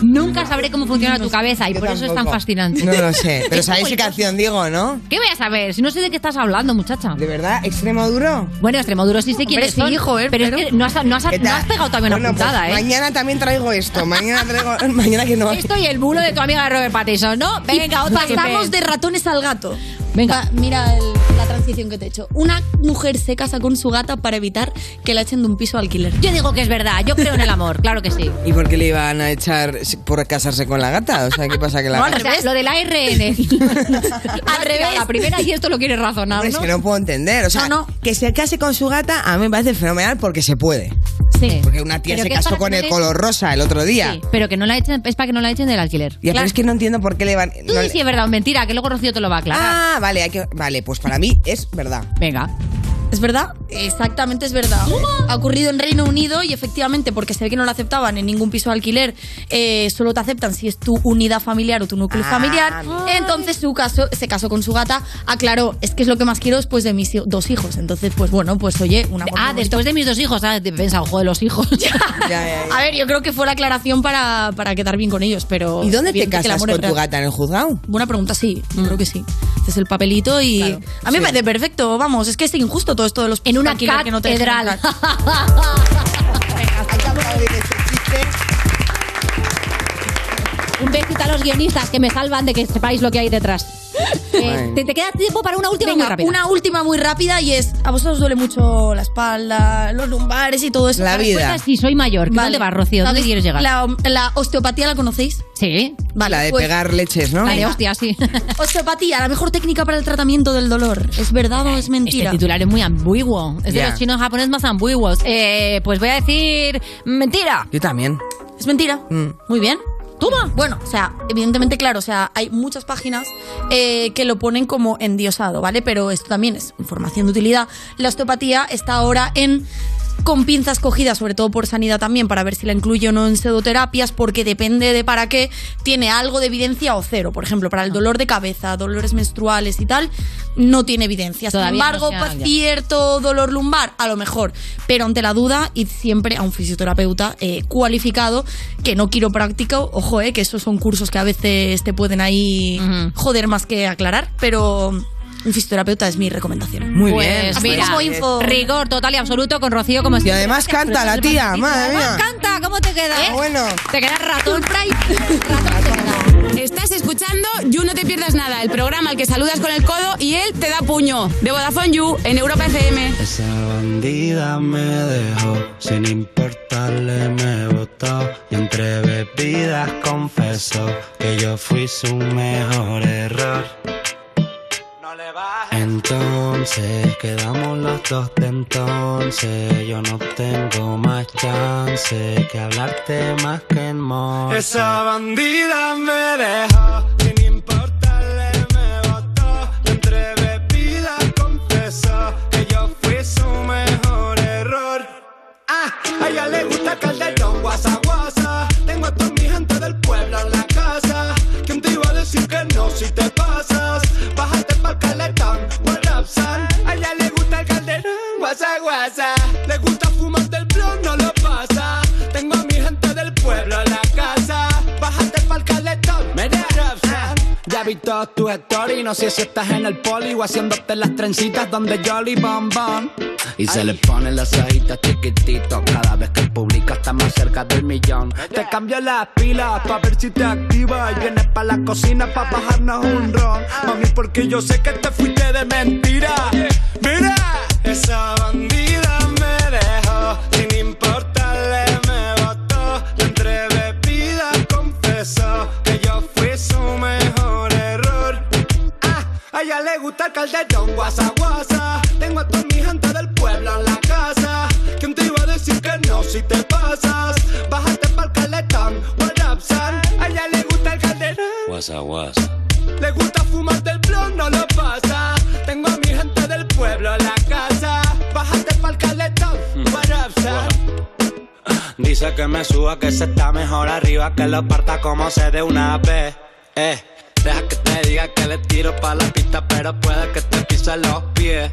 Speaker 4: Nunca sabré cómo funciona tu cabeza y por eso es tan
Speaker 3: tampoco.
Speaker 4: fascinante.
Speaker 3: No lo sé, pero
Speaker 4: Es
Speaker 3: sabéis
Speaker 4: como
Speaker 3: qué
Speaker 4: el-
Speaker 3: canción digo, ¿no?
Speaker 4: ¿Qué voy a saber? Si no sé de qué estás hablando, muchacha. ¿De
Speaker 3: verdad? ¿Extremo duro?
Speaker 4: Bueno, extremo duro sí sé quién
Speaker 25: Hombre,
Speaker 4: es.
Speaker 25: sí, joder,
Speaker 4: pero, es
Speaker 25: pero-
Speaker 4: que no has, no has-
Speaker 25: ¿Qué
Speaker 4: no
Speaker 25: tal?
Speaker 4: has pegado todavía una
Speaker 3: Bueno, pues,
Speaker 4: puntada, ¿eh?
Speaker 3: Mañana también traigo esto. Mañana traigo. Mañana que no.
Speaker 4: Esto y el bulo de tu amiga Robert Pattinson, ¿no? Venga, otra que
Speaker 25: Pasamos
Speaker 4: pe-
Speaker 25: de ratones al gato.
Speaker 4: Venga.
Speaker 25: Va, mira el- la transición que te he hecho. Una mujer se casa con su gata para evitar que la echen de un piso de alquiler.
Speaker 4: Yo digo que es verdad, yo creo en el amor, claro que sí.
Speaker 3: ¿Y por qué le iban a echar por casarse con la gata? O sea, ¿qué pasa que la
Speaker 4: No,
Speaker 3: gata-
Speaker 4: o sea, lo del ARN. al revés. La primera y esto lo quieres razonar,
Speaker 3: Es
Speaker 4: ¿no?
Speaker 3: que no puedo entender. O sea, que se case con su gata a mí me parece fenomenal porque se puede.
Speaker 4: Sí.
Speaker 3: Porque una tía
Speaker 4: Pero
Speaker 3: se
Speaker 4: que es
Speaker 3: casó
Speaker 4: para
Speaker 3: con
Speaker 4: que no
Speaker 3: el
Speaker 4: le-
Speaker 3: color rosa el otro día.
Speaker 4: Sí, pero que no la echen, es para que no la echen del alquiler.
Speaker 3: Ya, pero
Speaker 4: Claro.
Speaker 3: es que no entiendo por qué le van.
Speaker 4: Tú
Speaker 3: no
Speaker 4: di
Speaker 3: le-
Speaker 4: si es verdad o mentira, que luego Rocío te lo va a aclarar.
Speaker 3: Ah, vale, hay que- vale, pues para mí es verdad.
Speaker 4: Venga.
Speaker 25: ¿Es verdad? Exactamente es verdad. Ha ocurrido en Reino Unido y efectivamente, porque se ve que no lo aceptaban en ningún piso de alquiler, eh, solo te aceptan si es tu unidad familiar o tu núcleo
Speaker 4: Ah,
Speaker 25: familiar.
Speaker 4: mira.
Speaker 25: Entonces su caso, se casó con su gata. Aclaró, es que es lo que más quiero después de mis hi- dos hijos. Entonces, pues bueno, pues oye, una
Speaker 4: Ah, después de mis dos hijos, ah, he pensado, joder, los hijos.
Speaker 25: A ver, yo creo que fue la aclaración para, para quedar bien con ellos, pero...
Speaker 3: ¿Y dónde te
Speaker 25: evidente que el
Speaker 3: casas
Speaker 25: amor
Speaker 3: con
Speaker 25: es
Speaker 3: tu
Speaker 25: real.
Speaker 3: gata en el juzgado?
Speaker 25: Buena pregunta, sí, creo que sí. Este es el papelito y... a mí me parece perfecto, vamos, es que es injusto todo esto de los... En
Speaker 4: una
Speaker 25: que no te dejan
Speaker 4: catedral.
Speaker 25: entrar.
Speaker 4: Un besito a los guionistas que me salvan de que sepáis lo que hay detrás. Eh, te, te queda tiempo para una última
Speaker 25: Venga,
Speaker 4: muy rápida.
Speaker 25: una última muy rápida y es, ¿a vosotros os duele mucho la espalda, los lumbares y todo eso?
Speaker 4: La vida. respuesta es sí, soy mayor. ¿Qué- dónde vas, Rocío? ¿Dónde
Speaker 25: ¿Sabéis
Speaker 4: quieres llegar?
Speaker 25: La, la osteopatía la conocéis?
Speaker 4: Sí.
Speaker 25: Vale,
Speaker 3: La de
Speaker 25: pues-
Speaker 3: pegar leches, ¿no?
Speaker 25: La de
Speaker 4: hostia, sí.
Speaker 25: Osteopatía, la mejor técnica para el tratamiento del dolor. ¿Es verdad o es mentira?
Speaker 4: Este titular es muy ambiguo. Es
Speaker 3: Ya.
Speaker 4: de los chinos japoneses más ambiguos. Eh, pues voy a decir mentira.
Speaker 3: Yo también.
Speaker 25: Es mentira.
Speaker 3: Mm.
Speaker 25: Muy bien. Toma. Bueno, o sea, evidentemente, claro, o sea, hay muchas páginas eh, que lo ponen como endiosado, ¿vale? Pero esto también es información de utilidad. La osteopatía está ahora en con pinzas cogidas, sobre todo por sanidad también, para ver si la incluye o no en pseudoterapias, porque depende de para qué tiene algo de evidencia o cero. Por ejemplo,
Speaker 4: Ah.
Speaker 25: para el dolor de cabeza, dolores menstruales y tal, no tiene evidencia. Sin
Speaker 4: Todavía no
Speaker 25: embargo,
Speaker 4: se ha- ya.
Speaker 25: cierto dolor lumbar, a lo mejor, pero ante la duda y siempre a un fisioterapeuta eh, cualificado que no quiropráctico, ojo, eh, que esos son cursos que a veces te pueden ahí joder más que aclarar, pero un fisioterapeuta es mi recomendación.
Speaker 3: Muy
Speaker 4: Pues
Speaker 3: bien. pues
Speaker 4: mira,
Speaker 3: bien.
Speaker 4: rigor total y absoluto con Rocío como
Speaker 3: Y
Speaker 4: siempre.
Speaker 3: además canta la tía, madre mía.
Speaker 4: Canta, ¿cómo te queda?
Speaker 3: Bueno.
Speaker 4: Te quedas ratón.
Speaker 6: Estás escuchando You No Te Pierdas Nada, el programa al que saludas con el codo y él te da puño. De Vodafone You en Europa FM.
Speaker 26: Esa bandida me dejó, sin importarle me botó. Y entre bebidas confesó que yo fui su mejor error. Entonces quedamos los dos de entonces. Yo no tengo más chance que hablarte más que en amor.
Speaker 27: Esa bandida me dejó, sin importarle me botó. Y entre bebidas confesó que yo fui su mejor error. Ah, a ella le gusta el calderón, guasa guasa.
Speaker 25: y todos tus stories. No sé si estás en el poli o haciéndote las trencitas donde Jolly Bon Bon.
Speaker 26: Y se le ponen las hojitas chiquititos Cada vez que publica está más cerca del millón
Speaker 25: Te cambio las pilas pa' ver si te activa Y vienes pa' la cocina pa' bajarnos un ron Mami, porque yo sé que te fuiste de mentira Mira,
Speaker 15: Esa bandida me dejó, sin importarle me votó. La entre bebidas confesó que yo fui su mejor error. Ah, a ella le gusta el calderón, guasa guasa. Tengo a toda mi gente del pueblo en la casa. ¿Quién te iba a decir que no si te pasas? Bájate pa'l calentón, WhatsApp, son. A ella le gusta el calderón.
Speaker 28: Guasa, guasa.
Speaker 15: Le gusta fumar del blon, no lo pasa. Tengo a mi gente del pueblo en la casa. Bájate pa'l caleta, guarapsa.
Speaker 26: Dice que me suba, que se está mejor arriba, que lo parta como se de una vez. Eh, deja que te diga que le tiro pa' la pista, pero puede que te pise los pies.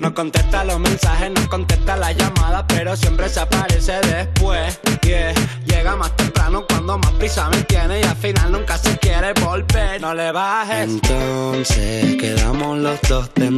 Speaker 26: No contesta los mensajes, no contesta las llamadas, pero siempre se aparece después. Yeah. Llega más temprano cuando más prisa me tiene y al final nunca se quiere volver. No le bajes.
Speaker 28: Entonces
Speaker 26: quedamos los dos de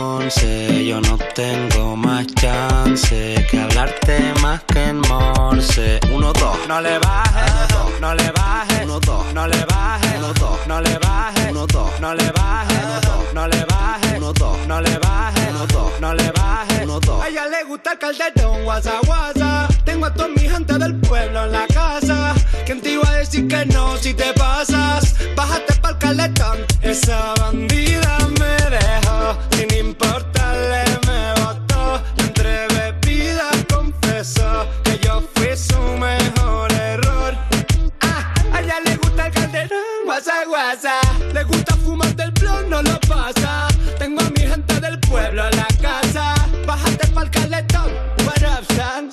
Speaker 26: entonces. Yo no tengo más chance que hablarte más que en morse. Uno, dos. No le bajes. No le bajes. Uno, dos. No le bajes. Uno, dos. No le bajes. Uno, dos. No le bajes. Uno, dos. No le bajes. Uno, dos. No le bajes. Uno, dos. No le bajes. Uno, dos.
Speaker 15: A ella le gusta el calderón, guasa guasa. Tengo a toda mi gente del pueblo en la casa. ¿Quién te iba a decir que no si te pasas? Bájate pa'l calentón. Esa bandida me dejó, sin importarle me votó. Y entre bebidas confesó que yo fui su mejor error. Ah, a ella le gusta el calderón, guasa guasa. Le gusta fumar del blon, no lo pasa. Tengo a mi gente del pueblo en la casa. Bájate pa'l calentón, what up, son?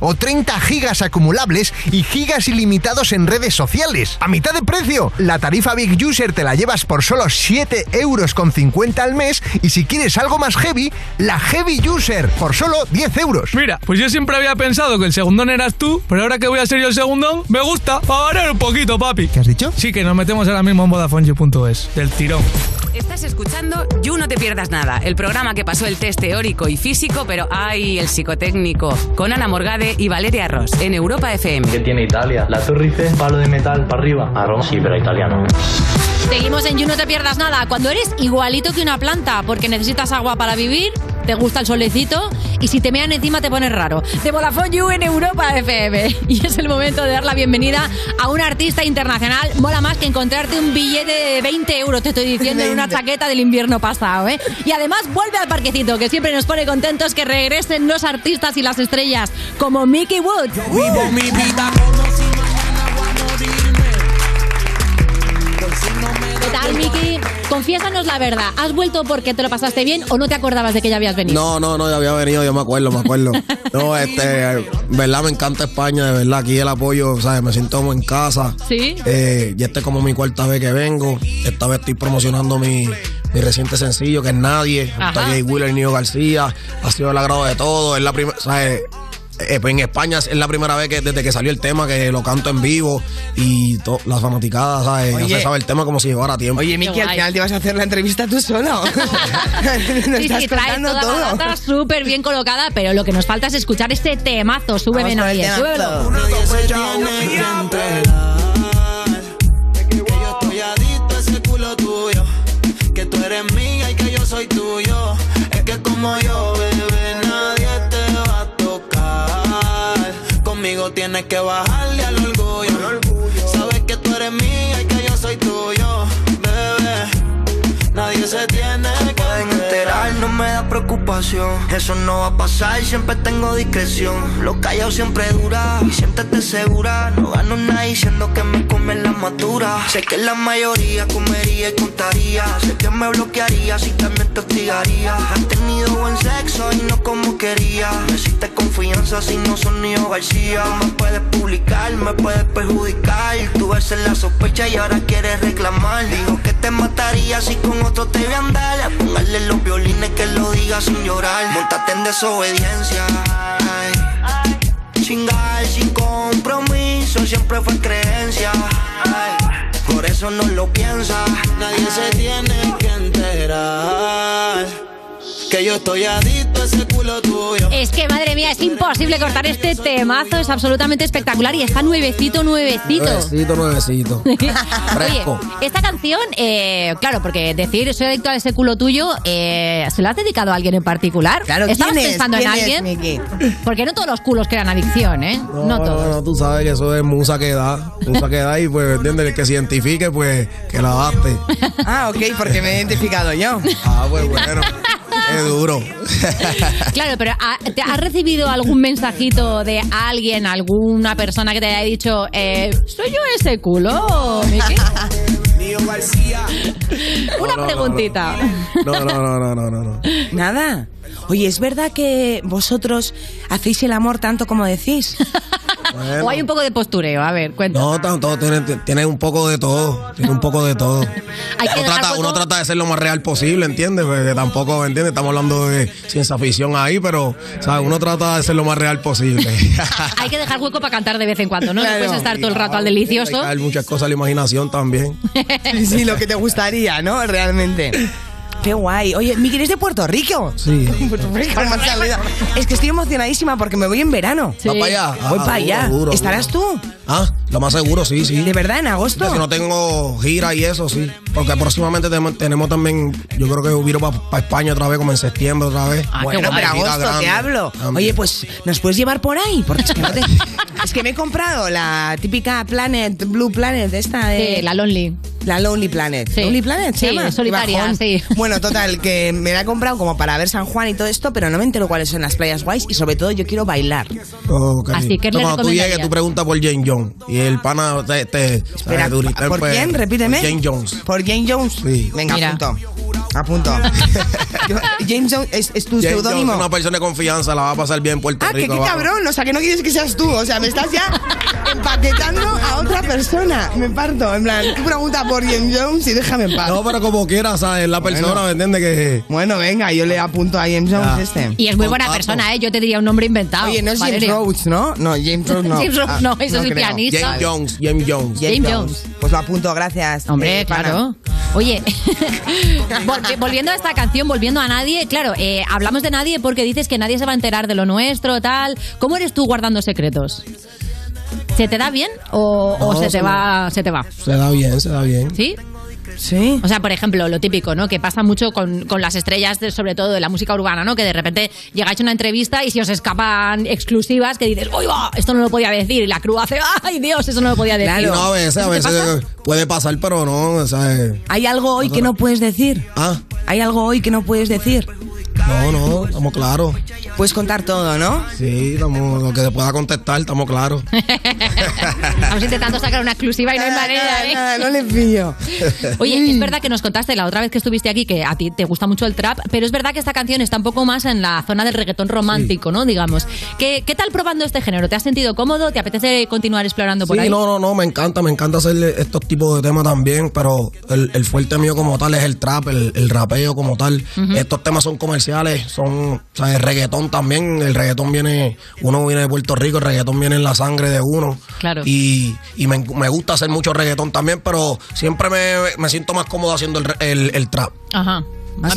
Speaker 5: o 30 gigas acumulables y gigas ilimitados en redes sociales. A mitad de precio, la tarifa Big User te la llevas por solo 7 euros con 50 al mes y si quieres algo más heavy, la Heavy User por solo 10 euros.
Speaker 29: Mira, pues yo siempre había pensado que el segundón eras tú, pero ahora que voy a ser yo el segundón, me gusta, para variar un poquito, papi. ¿Qué
Speaker 5: has dicho?
Speaker 29: Sí, que nos metemos ahora mismo en VodafoneYou.es, del tirón.
Speaker 12: Estás escuchando You No Te Pierdas Nada, el programa que pasó el test teórico y físico, pero ¡ay! el psicotécnico, con Ana Morgade y Valeria Ross, en Europa FM.
Speaker 30: ¿Qué tiene Italia? La torrice, palo de metal para arriba. A Roma sí, pero italiano.
Speaker 4: Seguimos en You, no te pierdas nada. Cuando eres igualito que una planta, porque necesitas agua para vivir, te gusta el solecito y si te mean encima te pones raro. De Vodafone You en Europa FM. Y es el momento de dar la bienvenida a un artista internacional. Mola más que encontrarte un billete de 20 euros, te estoy diciendo, en una chaqueta del invierno pasado. ¿eh? Y además vuelve al parquecito, que siempre nos pone contentos que regresen los artistas y las estrellas, como Mickey Wood. ¡Uh!
Speaker 15: Vivo mi vida como si mañana voy a morirme. Por si no me
Speaker 4: ¿Qué tal, Miki? Confiésanos la verdad. ¿Has vuelto porque te lo pasaste bien o no te acordabas de que ya habías venido?
Speaker 31: No, no, no, ya había venido, yo me acuerdo, me acuerdo. No, este, eh, verdad, me encanta España, de verdad, aquí el apoyo, ¿sabes? Me siento como en casa.
Speaker 4: Sí.
Speaker 31: Eh, ya este es como mi cuarta vez que vengo. Esta vez estoy promocionando mi, mi reciente sencillo, que es Nadie.
Speaker 4: Ajá.
Speaker 31: Está Jay Wheeler, Nio García. Ha sido el agrado de todo. Es la primera, ¿sabes? Eh, pues en España es la primera vez que desde que salió el tema que lo canto en vivo y to- las fanaticadas, ¿sabes?
Speaker 3: Oye.
Speaker 31: Ya se sabe el tema como si llevara tiempo.
Speaker 3: Oye, Miki, al final te vas a hacer la entrevista tú solo. Nos
Speaker 4: Sí,
Speaker 3: estás
Speaker 4: sí, traes
Speaker 3: contando
Speaker 4: toda
Speaker 3: todo.
Speaker 4: la data súper bien colocada, pero lo que nos falta es escuchar este temazo. Súbeme nadie, súbelo.
Speaker 15: Nadie se tiene que entregar. Que yo estoy adicto a ese culo tuyo. Que tú eres mía y que yo soy tuyo. Es que como yo, bebé, nadie te va a tocar. Conmigo tienes que bajarle al orgullo. Sabes que tú eres mía y que yo soy tuyo, bebé. Nadie se tiene que enterar.
Speaker 32: no me da preocupación. Eso no va a pasar, siempre tengo discreción. Lo callado siempre dura, y siéntete segura. No gano nada diciendo que me comen la matura. Sé que la mayoría comería y contaría. Sé que me bloquearía si también te hostigaría. Has tenido buen sexo y no como quería. No existe confianza si no son Nio García. Me puedes publicar, me puedes perjudicar. Tú verse la sospecha y ahora quieres reclamar. Dijo que te mataría si con otro te voy a andar. Póngale los violines que lo diga sin llorar. Montate en desobediencia. ay. Chingar sin compromiso siempre fue creencia. ay. Por eso no lo piensa.
Speaker 12: Nadie se tiene que enterar que yo estoy adicto a ese culo tuyo.
Speaker 4: Es que, madre mía, es imposible cortar este temazo. Es absolutamente espectacular y está nuevecito, nuevecito.
Speaker 31: Nuevecito, nuevecito. Fresco.
Speaker 4: Oye, esta canción, eh, claro, porque decir soy adicto a ese culo tuyo, eh, ¿se lo has dedicado a alguien en particular? Claro, ¿Estabas
Speaker 3: ¿quién es?
Speaker 4: pensando en
Speaker 3: ¿Quién es,
Speaker 4: alguien? porque no todos los culos crean adicción, ¿eh? No, todos.
Speaker 31: no, tú sabes que eso es musa que da. Musa que da y pues, ¿entiendes? El que se identifique, pues, que la adapte.
Speaker 3: Ah, ok, porque me he identificado yo.
Speaker 31: Ah, pues bueno. Es duro.
Speaker 4: Claro, pero ¿ha- te- ¿has recibido algún mensajito de alguien, alguna persona que te haya dicho, eh, soy yo ese culo, Miki? Una
Speaker 31: No, no, no, no.
Speaker 4: preguntita.
Speaker 31: No, no, no, no, no, no, no.
Speaker 3: Nada. Oye, ¿es verdad que vosotros hacéis el amor tanto como decís?
Speaker 31: Bueno.
Speaker 4: O hay un poco de postureo, a ver, cuenta.
Speaker 31: No, tanto, tiene, tiene un poco de todo. Tiene un poco de todo.
Speaker 4: Hay que
Speaker 31: Uno trata,
Speaker 4: dejar
Speaker 31: uno trata de ser lo más real posible, ¿entiendes? Porque tampoco, ¿entiendes? Estamos hablando de ciencia ficción ahí, pero, ¿sabes? Uno trata de ser lo más real posible.
Speaker 4: Hay que dejar hueco para cantar de vez en cuando, ¿no?
Speaker 31: Claro.
Speaker 4: No puedes estar todo el rato al delicioso.
Speaker 31: Hay muchas cosas a la imaginación también.
Speaker 3: Sí, sí, lo que te gustaría, ¿no? Realmente. Qué guay. Oye, Miki, ¿eres de Puerto Rico?
Speaker 31: Sí.
Speaker 3: Puerto Rico, me ha salido. es que estoy emocionadísima porque me voy en verano.
Speaker 31: ¿Vas para allá? Ah,
Speaker 3: Voy para allá.
Speaker 31: duro, duro,
Speaker 3: ¿Estarás tú?
Speaker 31: Ah, lo más seguro, sí, sí. ¿De
Speaker 3: verdad, en agosto?
Speaker 31: Si no tengo gira y eso, sí. Porque próximamente tem- tenemos también, yo creo que viro para España otra vez, como en septiembre otra vez.
Speaker 3: bueno, pero Ah, agosto te hablo. Oye, pues, ¿nos puedes llevar por ahí? Porque es que, no te- es que me he comprado la típica Planet, Blue Planet, esta de...
Speaker 4: Sí, la Lonely.
Speaker 3: La Lonely Planet. ¿Lonely Planet se
Speaker 4: Sí,
Speaker 3: llama?
Speaker 4: solitaria,
Speaker 3: Bajón.
Speaker 4: sí.
Speaker 3: Bueno, total, que me la he comprado como para ver San Juan y todo esto, pero no me entero cuáles son las playas guays y sobre todo yo quiero bailar.
Speaker 31: Oh,
Speaker 3: Así que le
Speaker 31: Cuando tú
Speaker 3: recomendaría.
Speaker 31: llegues, tú preguntas por Jane Jones. Y el pana te. te eh, pues,
Speaker 3: Espera, ¿por quién? Repíteme.
Speaker 31: Jane Jones.
Speaker 3: ¿Por Jane Jones?
Speaker 31: Sí.
Speaker 3: Venga, apunto. Apunto. Yo- James Jones es, es tu
Speaker 31: Jane Jones
Speaker 3: seudónimo.
Speaker 31: es una persona de confianza, la va a pasar bien en Puerto
Speaker 3: Ah, que
Speaker 31: Rico.
Speaker 3: qué
Speaker 31: va.
Speaker 3: cabrón, o sea, que no quieres que seas tú, o sea, me estás ya empaquetando a otra persona. Me parto, en plan, tú pregunta por James Jones y déjame en paz.
Speaker 31: No, pero como quieras, ¿sabes? La persona, ¿me entiendes? Que.
Speaker 3: Bueno, venga, yo le apunto a James Jones este.
Speaker 4: Y es muy buena persona, ¿eh? Yo te diría un nombre inventado.
Speaker 3: Oye, no es James
Speaker 4: Valeria.
Speaker 3: Rhodes, ¿no? No, James Rhodes no.
Speaker 4: James Rhodes no,
Speaker 3: Ah,
Speaker 4: eso es el
Speaker 3: creo.
Speaker 4: pianista. James
Speaker 31: Jones, James Jones.
Speaker 4: James Jones.
Speaker 3: Pues lo apunto, gracias.
Speaker 4: Hombre,
Speaker 3: eh, pana.
Speaker 4: claro. Oye, vol- volviendo a esta canción, volviendo a nadie, claro, eh, hablamos de nadie porque dices que nadie se va a enterar de lo nuestro, tal. ¿Cómo eres tú guardando secretos? ¿Se te da bien o, o
Speaker 31: No,
Speaker 4: se te
Speaker 31: se me-
Speaker 4: va? Se te va.
Speaker 31: Se da bien, se da bien.
Speaker 4: ¿Sí?
Speaker 3: Sí.
Speaker 4: O sea, por ejemplo, lo típico, ¿no? Que pasa mucho con, con las estrellas, de- sobre todo de la música urbana, ¿no? Que de repente llegáis a una entrevista y se os escapan exclusivas que dices, ¡oiga! Esto no lo podía decir. Y la cruz hace, ¡ay Dios! Eso no lo podía decir.
Speaker 31: Y no, a veces, a
Speaker 4: ¿Eso te
Speaker 31: veces
Speaker 4: pasa?
Speaker 31: puede pasar, pero no, o sea, eh,
Speaker 3: ¿Hay algo hoy que no puedes decir?
Speaker 31: Ah.
Speaker 3: ¿Hay algo hoy que no puedes decir?
Speaker 31: No, no, estamos claros.
Speaker 3: Puedes contar todo, ¿no?
Speaker 31: Sí, estamos, lo que se pueda contestar, estamos claros.
Speaker 4: Estamos intentando sacar una exclusiva y no hay manera, ¿eh?
Speaker 3: no le pillo.
Speaker 4: Oye, es verdad que nos contaste la otra vez que estuviste aquí que a ti te gusta mucho el trap, pero es verdad que esta canción está un poco más en la zona del reggaetón romántico, ¿no? Digamos. ¿Qué, qué tal probando este género? ¿Te has sentido cómodo? ¿Te apetece continuar explorando por
Speaker 31: Sí,
Speaker 4: ahí?
Speaker 31: no, no, no, me encanta, me encanta hacer estos tipos de temas también, pero el, el fuerte mío como tal es el trap, el, el rapeo como tal.
Speaker 12: Ujú.
Speaker 31: Estos temas son comerciales, son, o sea, el reggaetón también, el reggaetón viene, uno viene de Puerto Rico, el reggaetón viene en la sangre de uno.
Speaker 12: Claro.
Speaker 31: Y, y me, me gusta hacer mucho reggaetón también, pero siempre me, me siento más cómodo haciendo el, re- el- el trap.
Speaker 4: Ajá.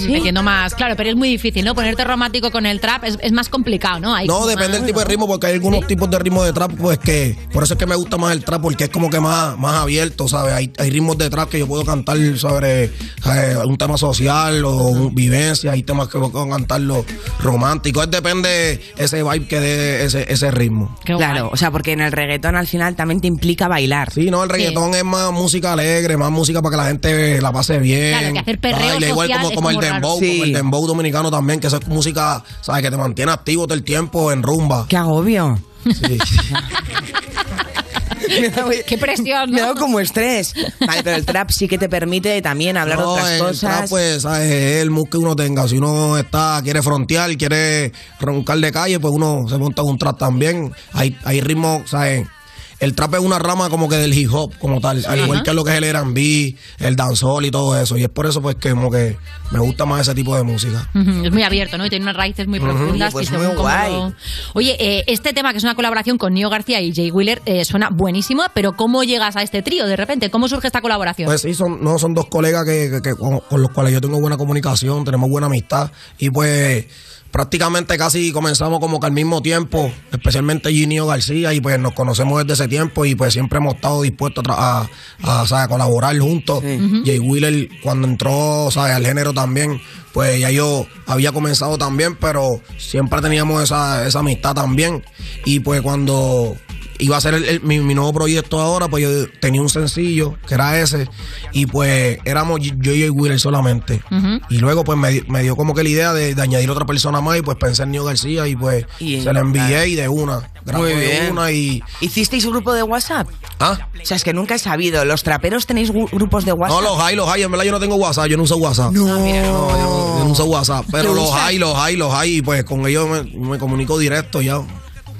Speaker 4: Metiendo más, claro, pero es muy difícil, ¿no? Ponerte romántico con el trap es, es más complicado, ¿no? Hay
Speaker 31: No,
Speaker 4: como
Speaker 31: depende
Speaker 4: más-
Speaker 31: del tipo de ritmo, porque hay algunos tipos de ritmos de trap, pues que. Por eso es que me gusta más el trap, porque es como que más, más abierto, ¿sabes? Hay, hay ritmos de trap que yo puedo cantar sobre eh, un tema social o un- vivencia, hay temas que puedo cantarlo romántico. Es depende ese vibe que dé ese, ese ritmo.
Speaker 3: Claro, o sea, porque en el reggaetón al final también te implica bailar.
Speaker 31: Sí, no, el reggaetón es más música alegre, más música para que la gente la pase bien.
Speaker 4: Claro, que hacer perreo
Speaker 31: Baila, igual
Speaker 4: social
Speaker 31: como,
Speaker 4: es
Speaker 31: como como el dembow, como el dembow dominicano también, que esa es música, ¿sabes? Que te mantiene activo todo el tiempo en rumba.
Speaker 3: Qué agobio.
Speaker 31: Sí.
Speaker 4: Qué presión.
Speaker 3: Me da como estrés. Vale, pero el trap sí que te permite también hablar de
Speaker 31: No,
Speaker 3: otras
Speaker 31: el
Speaker 3: cosas.
Speaker 31: trap, pues, ¿sabes? Es el mood que uno tenga. Si uno está, quiere frontear, quiere roncar de calle, pues uno se monta un trap también. Hay, hay ritmos, ¿sabes? eh, El trap es una rama como que del hip hop, como tal. Al
Speaker 5: Ajá.
Speaker 31: igual que lo que es el R&B, el dancehall y todo eso. Y es por eso, pues, que como que me gusta más ese tipo de música.
Speaker 4: Ujú, Es muy abierto, ¿no? Y tiene unas raíces muy
Speaker 31: Ujú,
Speaker 4: profundas.
Speaker 31: pues
Speaker 4: y según
Speaker 31: muy
Speaker 4: cómo
Speaker 31: guay.
Speaker 4: lo- Oye, eh, este tema que es una colaboración con Nio García y Jay Wheeler eh, suena buenísimo, pero ¿cómo llegas a este trío de repente? ¿Cómo surge esta colaboración?
Speaker 31: Pues sí, son, no, son dos colegas que, que- que con, con los cuales yo tengo buena comunicación, tenemos buena amistad. Y pues prácticamente casi comenzamos como que al mismo tiempo, especialmente Ginio García, y pues nos conocemos desde ese tiempo y pues siempre hemos estado dispuestos a, tra- a- a, ¿sabes? a colaborar juntos. Jay Wheeler cuando entró ¿sabes? al género también, pues ya yo había comenzado también, pero siempre teníamos esa, esa amistad también. Y pues cuando iba a ser el- el- mi, mi nuevo proyecto ahora, pues yo tenía un sencillo, que era ese, y pues éramos yo y Jay Wheeler solamente.
Speaker 5: Ujú.
Speaker 31: Y luego pues me, di- me dio como que la idea de, de añadir otra persona más y pues pensé en Nio García y pues
Speaker 3: Y-
Speaker 31: se la envié
Speaker 3: claro.
Speaker 31: y de una. Grabo
Speaker 3: Muy
Speaker 31: de
Speaker 3: bien.
Speaker 31: una y...
Speaker 3: ¿Hicisteis un grupo de WhatsApp?
Speaker 31: ¿Ah?
Speaker 3: O sea, es que nunca he sabido. ¿Los traperos tenéis gu- grupos de WhatsApp?
Speaker 31: No, los hay, los hay. En verdad yo no tengo WhatsApp, yo no uso WhatsApp. Ah, No, yo, no- yo no uso WhatsApp. Pero los
Speaker 3: usas?
Speaker 31: hay, los hay, los hay. Y pues con ellos me, me comunico directo ya.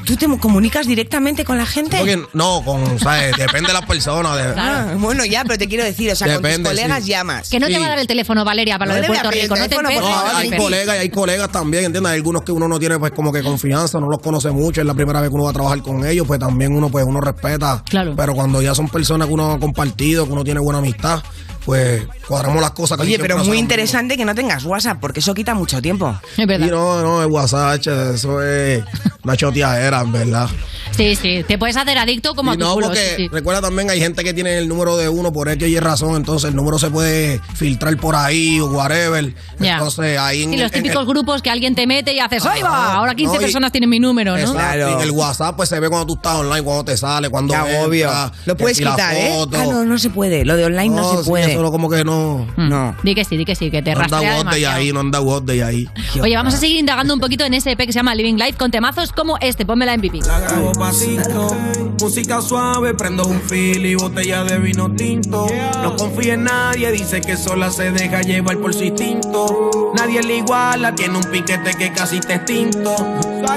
Speaker 3: ¿Tú te comunicas directamente con la gente?
Speaker 31: Porque- no, con, ¿sabes? Depende de las personas. de-
Speaker 3: Ah, bueno, ya, pero te quiero decir, o sea, con
Speaker 31: Depende,
Speaker 3: tus colegas
Speaker 31: sí.
Speaker 3: llamas.
Speaker 4: Que no te
Speaker 31: Sí.
Speaker 4: va a dar el teléfono, Valeria, para lo
Speaker 31: No
Speaker 4: de
Speaker 31: le voy a
Speaker 4: Puerto
Speaker 31: pedir el
Speaker 4: Rico. No te Ah,
Speaker 31: teléfono,
Speaker 4: empeñes,
Speaker 31: por favor,
Speaker 4: no te
Speaker 31: Ah, hay
Speaker 4: empeñes.
Speaker 31: colegas y hay colegas también, ¿entiendes? Hay algunos que uno no tiene pues como que confianza, no los conoce mucho, es la primera vez que uno va a trabajar con ellos, pues también uno pues uno respeta. Claro. Pero cuando ya son personas que uno ha compartido, que uno tiene buena amistad, pues cuadramos las cosas. casi
Speaker 3: Oye, pero
Speaker 31: siempre
Speaker 3: muy
Speaker 31: hacemos-
Speaker 3: interesante que no tengas WhatsApp, porque eso quita mucho tiempo.
Speaker 31: Y no, no, es WhatsApp, che, eso es una choteadera, en verdad.
Speaker 4: Sí, sí, te puedes hacer adicto como
Speaker 31: Y
Speaker 4: a tu
Speaker 31: no,
Speaker 4: culo,
Speaker 31: porque
Speaker 4: sí, sí.
Speaker 31: recuerda también hay gente que tiene el número de uno por X y razón, entonces el número se puede filtrar por ahí o whatever.
Speaker 4: Ya.
Speaker 31: Entonces ahí en-
Speaker 4: Sí, los
Speaker 31: en-
Speaker 4: típicos grupos que alguien te mete y haces, ¡ay va!
Speaker 31: Ajá,
Speaker 4: Ahora 15
Speaker 31: no, y-
Speaker 4: personas tienen mi número, ¿no?
Speaker 31: Exacto, y en el WhatsApp pues se ve cuando tú estás online, cuando te sale, cuando
Speaker 3: Qué agobio. ah, Lo puedes quitar, ¿eh? Ah, no, no se puede. Lo de online no, se puede.
Speaker 31: Solo como que no.
Speaker 3: No.
Speaker 4: Di que sí, di que sí, que te
Speaker 31: No anda
Speaker 4: rastrea
Speaker 31: Word de
Speaker 4: demasiado.
Speaker 31: ahí, no anda Word de ahí.
Speaker 4: Oye, vamos a seguir indagando un poquito en ese EP que se llama Living Life con temazos como este. Ponme la MVP.
Speaker 33: Hago pasito, música suave, prendo un fil y botella de vino tinto. No confía en nadie, dice que sola se deja llevar por su instinto. Nadie le iguala, tiene un piquete que casi te extinto.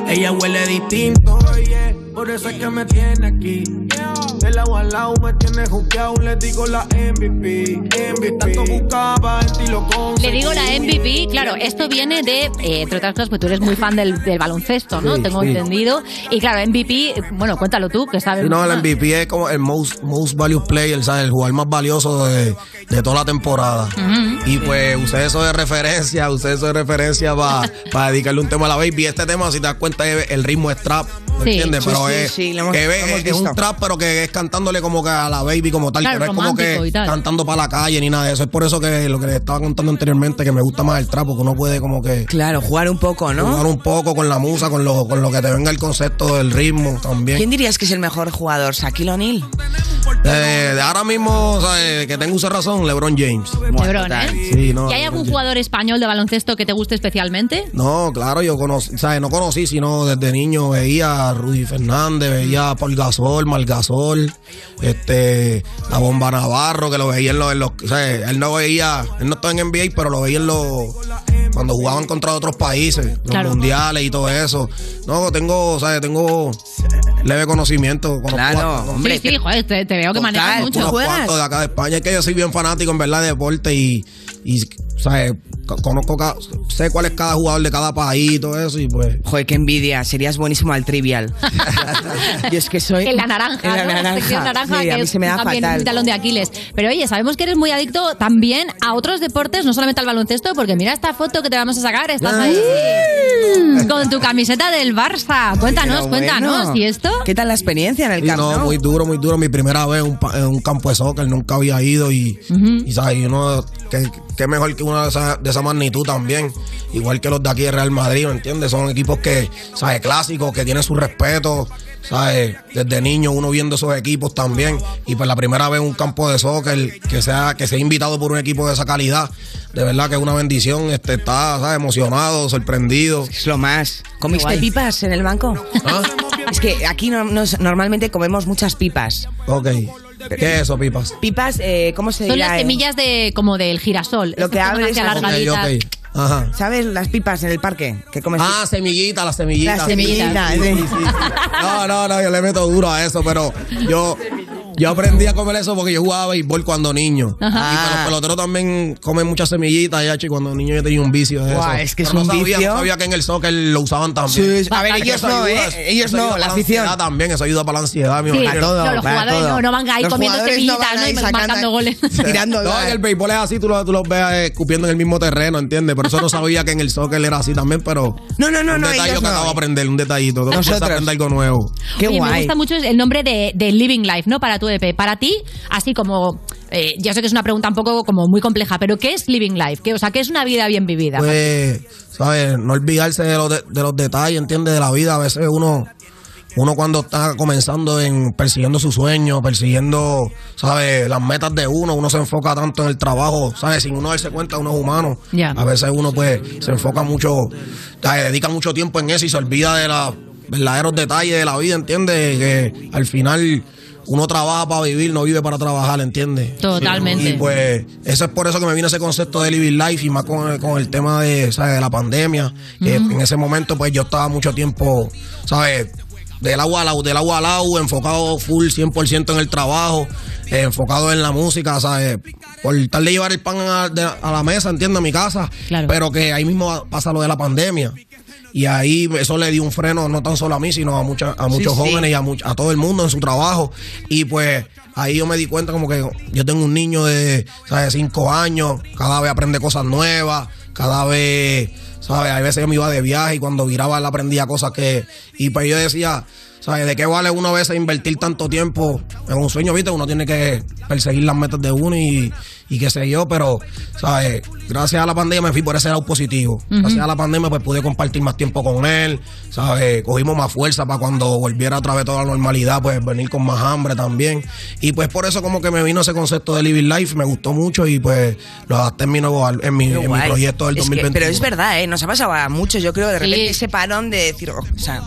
Speaker 33: Ella huele distinto, oye, por eso es que me tiene aquí. Del agua al lado me tiene juqueado, le digo la MVP, MVP. Tanto buscaba en ti lo conseguí.
Speaker 4: Le digo la MVP, claro, esto viene de, eh, entre otras cosas, pues tú eres muy fan del, del baloncesto, ¿no?
Speaker 31: Sí,
Speaker 4: Tengo
Speaker 31: sí.
Speaker 4: entendido. Y claro, MVP, bueno, cuéntalo tú, que sabes.
Speaker 31: Sí, no, el MVP es como el most, most value player, ¿sabes? El jugador más valioso de, de toda la temporada. Y pues usé eso de referencia, usé eso de referencia para dedicarle un tema a la baby. Este tema, si te das cuenta, es- el ritmo es trap, ¿me
Speaker 5: Sí.
Speaker 31: entiendes?
Speaker 5: Sí,
Speaker 31: Pero
Speaker 5: sí,
Speaker 31: es,
Speaker 5: sí, lo hemos-
Speaker 31: que
Speaker 5: lo
Speaker 31: ves,
Speaker 5: hemos
Speaker 31: es- es un
Speaker 5: visto.
Speaker 31: trap, pero que es cantándole como que a la baby como tal,
Speaker 5: Claro,
Speaker 31: pero es como
Speaker 5: romántico
Speaker 31: que
Speaker 5: y tal.
Speaker 31: cantando para la calle ni nada de eso. Es por eso que lo que les estaba contando anteriormente, que me gusta más el trap, porque uno puede como que...
Speaker 3: Claro, jugar un poco, ¿no?
Speaker 31: Jugar un poco con la musa, con lo, con lo que te venga el concepto del ritmo también.
Speaker 3: ¿Quién dirías que es el mejor jugador? ¿Shaquille O'Neal?
Speaker 31: Eh, de ahora mismo, o sea, eh, que tengo uso de razón, LeBron James.
Speaker 4: LeBron, ¿eh?
Speaker 31: Sí, no.
Speaker 4: ¿Y hay algún jugador español de baloncesto que te guste especialmente?
Speaker 31: No, claro, yo conocí, ¿sabes? No conocí, sino desde niño veía a Rudy Fernández, veía a Paul Gasol, Malgasol, este, la Bomba Navarro, que lo veía en los, en los- ¿sabes? Él no veía, él no estaba en NBA, pero lo veía en los, cuando jugaban contra otros países, los
Speaker 5: Claro.
Speaker 31: mundiales y todo eso. No, tengo, ¿sabes? Tengo leve conocimiento. Conozco a-
Speaker 4: sí, sí, joder, te, te veo que manejas mucho.
Speaker 31: unos cuantos de acá de España. Es que yo soy bien fanático en verdad de deporte y, y ¿sabes? Co- Conozco, ca- sé cuál es cada jugador de cada país y todo eso y pues...
Speaker 3: Joder, qué envidia. Serías buenísimo al trivial. Yo es que soy.
Speaker 4: En la naranja,
Speaker 3: En la
Speaker 4: ¿no?
Speaker 3: naranja.
Speaker 4: sección naranja,
Speaker 3: Sí, a
Speaker 4: que
Speaker 3: mí se me da
Speaker 4: también es
Speaker 3: fatal.
Speaker 4: un talón de Aquiles. Pero oye, sabemos que eres muy adicto también a otros deportes, no solamente al baloncesto, porque mira esta foto que te vamos a sacar, estás ahí sí, con tu camiseta del Barça. Cuéntanos,
Speaker 31: Pero bueno.
Speaker 4: cuéntanos, ¿y esto?
Speaker 3: ¿Qué tal la experiencia en el
Speaker 31: Y
Speaker 3: Camp
Speaker 31: no,
Speaker 3: Nou?
Speaker 31: muy duro, muy duro. Mi primera vez en un, pa- en un campo de soccer, nunca había ido y, y, ¿sabes? Y uno, qué, qué mejor que una de esa, de esa magnitud también. Igual que los de aquí de Real Madrid, ¿me entiendes? Son equipos que, ¿sabes? Clásicos, que tienen su respeto. ¿sabes? Desde niño uno viendo esos equipos también. Y pues la primera vez en un campo de soccer que sea, que sea invitado por un equipo de esa calidad, de verdad que es una bendición. Este, está, ¿sabes? Emocionado, sorprendido.
Speaker 34: Es lo más. ¿Comiste pipas en el banco?
Speaker 31: ¿Ah?
Speaker 34: Es que aquí no- nos- normalmente comemos muchas pipas.
Speaker 31: Ok. ¿Qué es eso, pipas?
Speaker 34: Pipas, eh, ¿cómo se
Speaker 4: Son
Speaker 34: dirá?
Speaker 4: las
Speaker 34: en-
Speaker 4: semillas de como del girasol.
Speaker 34: Lo que
Speaker 4: Estas
Speaker 34: abres
Speaker 4: son así alargaditas.
Speaker 31: Ajá.
Speaker 34: ¿Sabes las pipas en el parque? que comes
Speaker 31: Ah, semillita, las semillitas.
Speaker 34: Las semillitas,
Speaker 31: Sí, sí,
Speaker 34: sí.
Speaker 31: sí, sí. No, no, no, yo le meto duro a eso, pero yo, yo aprendí a comer eso porque yo jugaba béisbol cuando niño.
Speaker 34: Ajá. Ah.
Speaker 31: Y que los peloteros también comen muchas semillitas, ya, chico. Cuando niño yo tenía un vicio de eso.
Speaker 34: Guau, es que es
Speaker 31: Pero
Speaker 34: un
Speaker 31: no sabía,
Speaker 34: vicio.
Speaker 31: No sabía que en el soccer lo usaban también.
Speaker 34: Sí, sí. A ver,
Speaker 31: Es que
Speaker 34: ellos
Speaker 31: eso
Speaker 34: no,
Speaker 31: ayuda,
Speaker 34: ¿eh? Ellos
Speaker 31: eso
Speaker 34: no,
Speaker 31: ayuda
Speaker 34: la
Speaker 31: para
Speaker 34: afición.
Speaker 31: ansiedad también, eso ayuda para la ansiedad, mi
Speaker 4: Sí,
Speaker 31: imagino.
Speaker 4: no, los jugadores no, no van ahí
Speaker 31: Los
Speaker 4: comiendo
Speaker 31: jugadores
Speaker 4: semillitas,
Speaker 31: van
Speaker 4: no,
Speaker 31: ahí
Speaker 4: Y
Speaker 31: sacando-
Speaker 4: marcando goles.
Speaker 31: No, en el béisbol es así, tú los, tú los ves eh, escupiendo en el mismo terreno, ¿entiendes? Por eso no sabía que en el soccer era así también, pero.
Speaker 34: No, no, no,
Speaker 31: Un
Speaker 34: no,
Speaker 31: detalle
Speaker 34: ellos
Speaker 31: que
Speaker 34: no.
Speaker 31: acabo de aprender, un detallito. Todo
Speaker 34: Nosotros.
Speaker 31: Nosotros. aprende algo nuevo.
Speaker 4: Oye, Me gusta mucho el nombre de, de Living Life, ¿no? Para tu EP. Para ti, así como. eh, ya sé que es una pregunta un poco como muy compleja, pero ¿qué es Living Life? ¿Qué, o sea, ¿qué es una vida bien vivida?
Speaker 31: Pues, ¿sabes? No olvidarse de los, de, de los detalles, ¿entiendes? De la vida. A veces uno, uno cuando está comenzando en persiguiendo su sueño, persiguiendo, ¿sabes? Las metas de uno, uno se enfoca tanto en el trabajo, ¿sabes? Sin uno darse cuenta, uno es humano.
Speaker 35: Ya.
Speaker 31: A veces uno, pues, se enfoca mucho, ¿sabes? dedica mucho tiempo en eso y se olvida de los verdaderos detalles de la vida, ¿entiendes? Que al final. Uno trabaja para vivir, no vive para trabajar, ¿entiendes?
Speaker 4: Totalmente.
Speaker 31: Y pues eso es por eso que me vino ese concepto de living life y más con, con el tema de, ¿sabes? de la pandemia. que
Speaker 4: Ujú.
Speaker 31: en ese momento pues yo estaba mucho tiempo, ¿sabes? Del agua al agua, del agua al agua, enfocado full 100% en el trabajo, eh, enfocado en la música, ¿sabes? Por tal de llevar el pan a, de- a la mesa, entiendo, a mi casa. Pero que ahí mismo pasa lo de la pandemia. Y ahí eso le dio un freno no tan solo a mí, sino a, mucha- a
Speaker 35: Sí,
Speaker 31: muchos
Speaker 35: sí.
Speaker 31: jóvenes y a, much- a todo el mundo en su trabajo. Y pues ahí yo me di cuenta como que yo tengo un niño de, ¿sabes? Cinco años, cada vez aprende cosas nuevas, cada vez, ¿sabes? Hay veces yo me iba de viaje y cuando viraba él aprendía cosas que... Y pues yo decía, ¿sabes? ¿De qué vale uno a veces invertir tanto tiempo en un sueño, viste? Uno tiene que perseguir las metas de uno y, y qué sé yo, pero, ¿sabes? Gracias a la pandemia me fui por ese lado positivo. Gracias a la pandemia pues pude compartir más tiempo con él, ¿sabes? Cogimos más fuerza para cuando volviera otra vez toda la normalidad, pues venir con más hambre también. Y pues por eso como que me vino ese concepto de Living Life, me gustó mucho y pues lo adapté en mi nuevo al- en mi, en Eh, mi
Speaker 34: Guay.
Speaker 31: proyecto del
Speaker 34: Es que-
Speaker 31: 2021.
Speaker 34: pero es verdad, ¿eh? nos ha pasado a muchos, yo creo, de repente ese parón de decir, oh, o sea,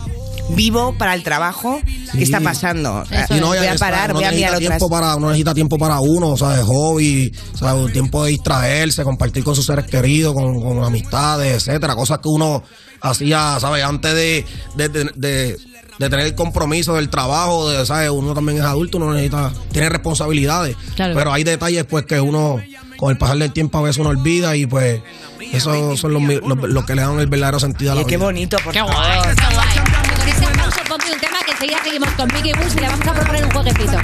Speaker 34: vivo para el trabajo,
Speaker 31: Sí.
Speaker 34: ¿qué está pasando?
Speaker 3: Ah,
Speaker 31: Y no,
Speaker 34: voy
Speaker 31: ya
Speaker 34: a
Speaker 31: está,
Speaker 34: parar,
Speaker 31: uno
Speaker 34: voy a
Speaker 31: necesita
Speaker 34: mirar otras.
Speaker 31: tiempo para, uno necesita tiempo para uno, ¿sabes? Hobby, ¿sabes? Tiempo de distraerse, compartir con sus seres queridos, con, con amistades, etcétera. Cosas que uno hacía, ¿sabes? Antes de, de, de- de- de tener el compromiso del trabajo, de, ¿sabes? Uno también es adulto, uno necesita, tiene responsabilidades.
Speaker 35: Claro.
Speaker 31: Pero hay detalles, pues, que uno, con el pasar del tiempo, a veces uno olvida y, pues, esos son los, mi- los- los que le dan el verdadero sentido a la vida.
Speaker 34: Qué bonito, por favor.
Speaker 4: Con este aplauso ponte un tema que enseguida seguimos con Mickey Bulls y le vamos a proponer un jueguecito.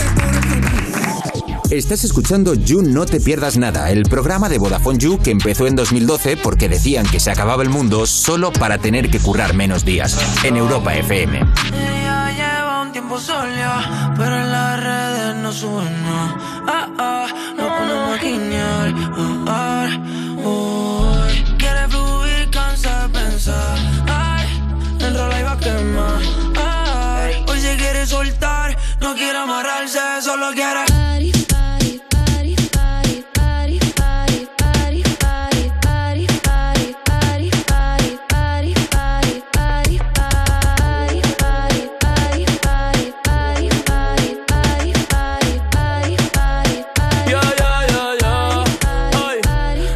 Speaker 8: Estás escuchando You No Te Pierdas Nada, el programa de Vodafone You que empezó en 2012 porque decían que se acababa el mundo solo para tener que currar menos días. En Europa FM.
Speaker 36: Ella lleva un tiempo sola, pero en las redes no suben nada. Ah, ah, no ponemos a guiñar. Ah, ah, uy. Quiere fluir, cansa de pensar. Ay, enrola y va a quemar. Ay, hoy se quiere soltar, no quiere amarrarse, solo quiere.
Speaker 13: Yo, yo, yo, yo. Ay.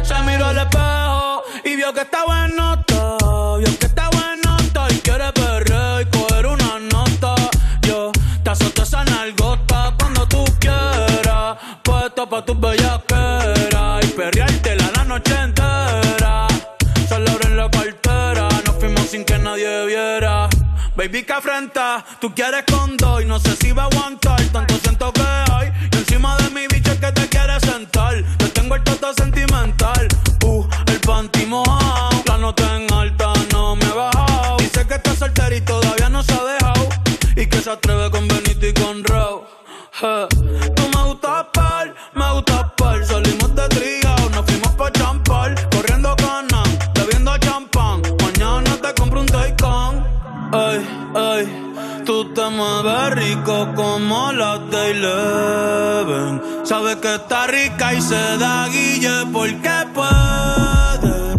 Speaker 13: Se miró al espejo y vio que estaba en nota. Vio que estaba en nota y quiere perrear y coger una nota. Yo te azoto esa nalgota cuando tú quieras. Puesto pa' tus bellaqueras y perreártela la noche entera. Solo en la cartera, nos fuimos sin que nadie viera. Baby, que afrenta, tú quieres con dos y no sé si va a aguantar. Tanto siento que hay, y encima de mi bicho es que te quieres sentar. Te tengo el toto sentimental, uh, el panty mojado. La nota en alta no me he bajado. Dice que está soltera y todavía no se ha dejado. Y que se atreve con Benito y con Rao. Eh, Tú me gustas par, me gustas par. Salimos de trío, nos fuimos pa' champar. Corriendo canas, bebiendo champán. Mañana te compro un Taycan. Ey, ey, tú te mueves rico como las de Eleven. Sabe que está rica y se da guille porque puede.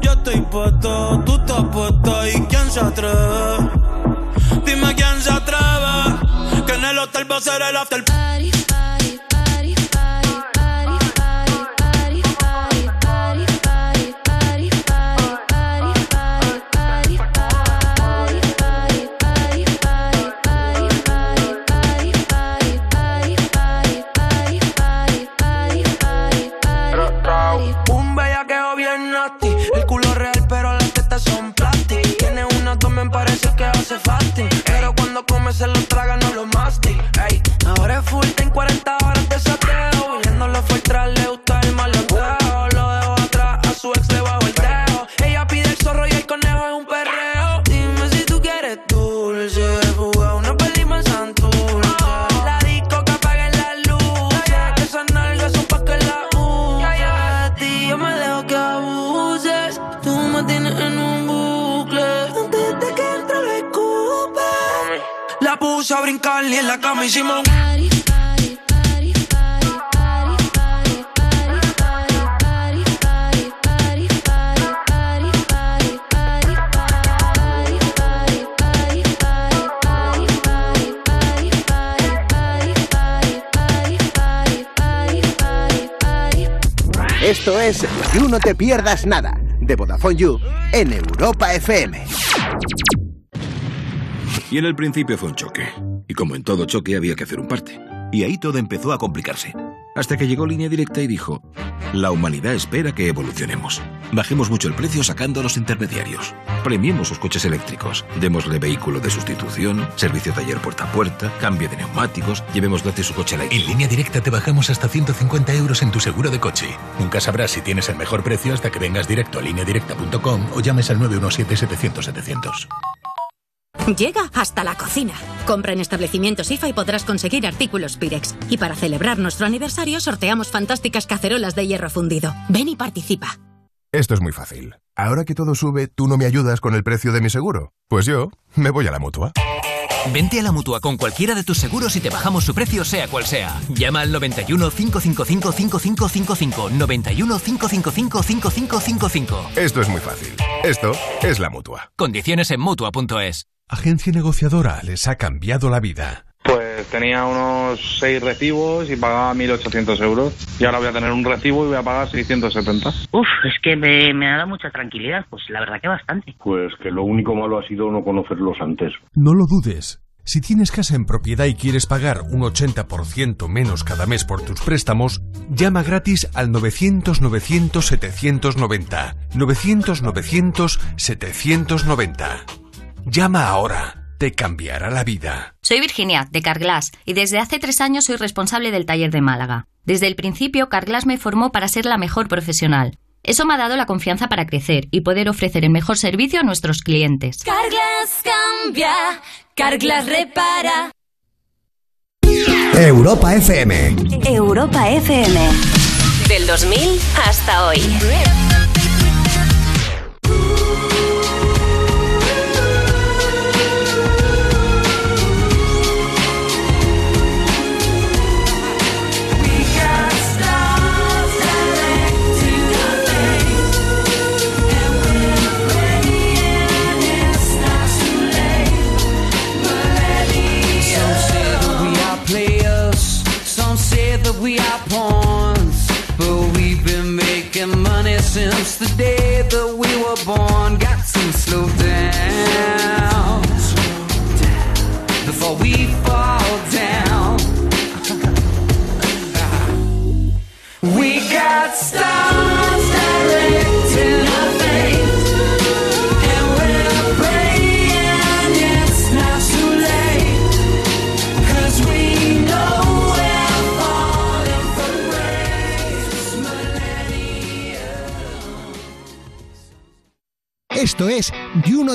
Speaker 13: Yo estoy puesto, tú estás puesto y quién se atreve. Dime quién se atreve. Que en el hotel va a ser el after party.
Speaker 36: Un bellaqueo bien nasty. El culo real, pero las tetas son plastic. Tiene una me parece que hace fasting. Pero cuando come se lo traga, no lo masti. Ey, ahora es full, en 40 horas de sateo. Viéndolo fue tras, le gusta el maloteo. Lo dejo atrás, a su ex le bajo el dedo. Ella pide el zorro y el conejo es un perreo. Dime si tú quieres dulce. Fuga una peli más santurce. La disco que apaguen las luces. Que esas nalgas son pa' que la uses. De ti yo me dejo que abuses. Tú me tienes en un bucle. Antes de que entre lo escupe. La puse a brincar y en la cama hicimos un-
Speaker 5: Esto es You No Te Pierdas Nada de Vodafone You en Europa FM.
Speaker 19: Y en el principio fue un choque. Y como en todo choque había que hacer un parte. Y ahí todo empezó a complicarse. Hasta que llegó Línea Directa y dijo, la humanidad espera que evolucionemos. Bajemos mucho el precio sacando a los intermediarios. Premiemos sus coches eléctricos. Démosle vehículo de sustitución, servicio taller puerta a puerta, cambio de neumáticos, llevemos desde su coche eléctrico.
Speaker 35: En línea directa te bajamos hasta 150 euros en tu seguro de coche. Nunca sabrás si tienes el mejor precio hasta que vengas directo a lineadirecta.com o llames al 917-700-700.
Speaker 12: Llega hasta la cocina. Compra en establecimientos IFA y podrás conseguir artículos Pirex. Y para celebrar nuestro aniversario sorteamos fantásticas cacerolas de hierro fundido. Ven y participa.
Speaker 37: Esto es muy fácil. Ahora que todo sube, ¿tú no me ayudas con el precio de mi seguro? Pues yo me voy a la mutua.
Speaker 18: Vente a la mutua con cualquiera de tus seguros y te bajamos su precio, sea cual sea. Llama al 91 555 5555. 91 555 5555.
Speaker 37: Esto es muy fácil. Esto es la mutua.
Speaker 18: Condiciones en mutua.es.
Speaker 38: Agencia negociadora les ha cambiado la vida.
Speaker 39: Pues tenía unos seis recibos y pagaba 1.800 euros. Y ahora voy a tener un recibo y voy a pagar 670.
Speaker 40: Uf, es que me, me ha dado mucha tranquilidad, pues la verdad que bastante. Pues que lo único malo ha sido no conocerlos antes.
Speaker 38: No lo dudes. Si tienes casa en propiedad y quieres pagar un 80% menos cada mes por tus préstamos, llama gratis al 900-900-790. 900-900-790. Llama ahora. Te cambiará la vida.
Speaker 4: Soy Virginia, de Carglass, y desde hace tres años soy responsable del taller de Málaga. Desde el principio, Carglass me formó para ser la mejor profesional. Eso me ha dado la confianza para crecer y poder ofrecer el mejor servicio a nuestros clientes.
Speaker 11: Carglass cambia, Carglass repara.
Speaker 5: Europa FM.
Speaker 4: Europa FM.
Speaker 9: Del 2000 hasta hoy. Some say that we are players, some say that we are pawns. But we've been making money since the day that we were born. Got some slow down before we fall down. We got stars directing our fate, and we're praying it's not too late. Cause we know we're falling from grace.
Speaker 5: Esto es You No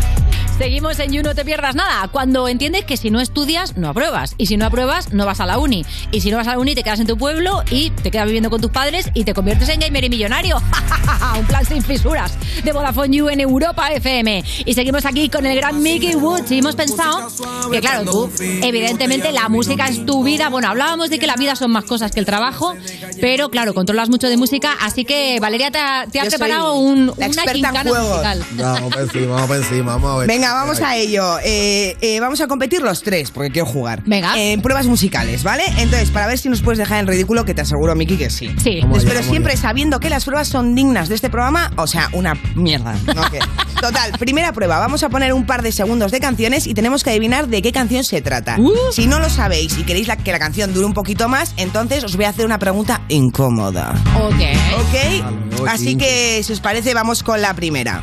Speaker 4: Seguimos en You No Te Pierdas Nada. Cuando entiendes que si no estudias, no apruebas. Y si no apruebas, no vas a la uni. Y si no vas a la uni, te quedas en tu pueblo y te quedas viviendo con tus padres y te conviertes en gamer y millonario. Un plan sin fisuras de Vodafone You en Europa FM. Y seguimos aquí con el gran Mickey Woods. Y hemos pensado que, claro, tú, evidentemente, la música es tu vida. Bueno, hablábamos de que la vida son más cosas que el trabajo, pero claro, controlas mucho de música. Así que, Valeria, te ha, te ha
Speaker 3: Yo soy
Speaker 4: preparado un,
Speaker 3: la
Speaker 4: una
Speaker 3: experta en
Speaker 4: gincana
Speaker 3: juegos.
Speaker 4: musical.
Speaker 31: Vamos para encima, vamos para encima, vamos a ver.
Speaker 3: Venga, vamos a ello. Eh, eh, vamos a competir los tres, porque quiero jugar.
Speaker 4: Venga.
Speaker 3: En pruebas musicales, ¿vale? Entonces, para ver si nos puedes dejar en ridículo, que te aseguro, Miki, que sí.
Speaker 4: Sí.
Speaker 3: Entonces,
Speaker 31: allá,
Speaker 3: pero
Speaker 31: vamos
Speaker 3: siempre sabiendo que las pruebas son dignas de este programa, o sea, una mierda. ¿no? Que- Total, primera prueba. Vamos a poner un par de segundos de canciones y tenemos que adivinar de qué canción se trata. Si no lo sabéis y queréis la- que la canción dure un poquito más, entonces os voy a hacer una pregunta incómoda.
Speaker 4: Ok.
Speaker 3: ¿Ok? Así que, si os parece, vamos con la primera.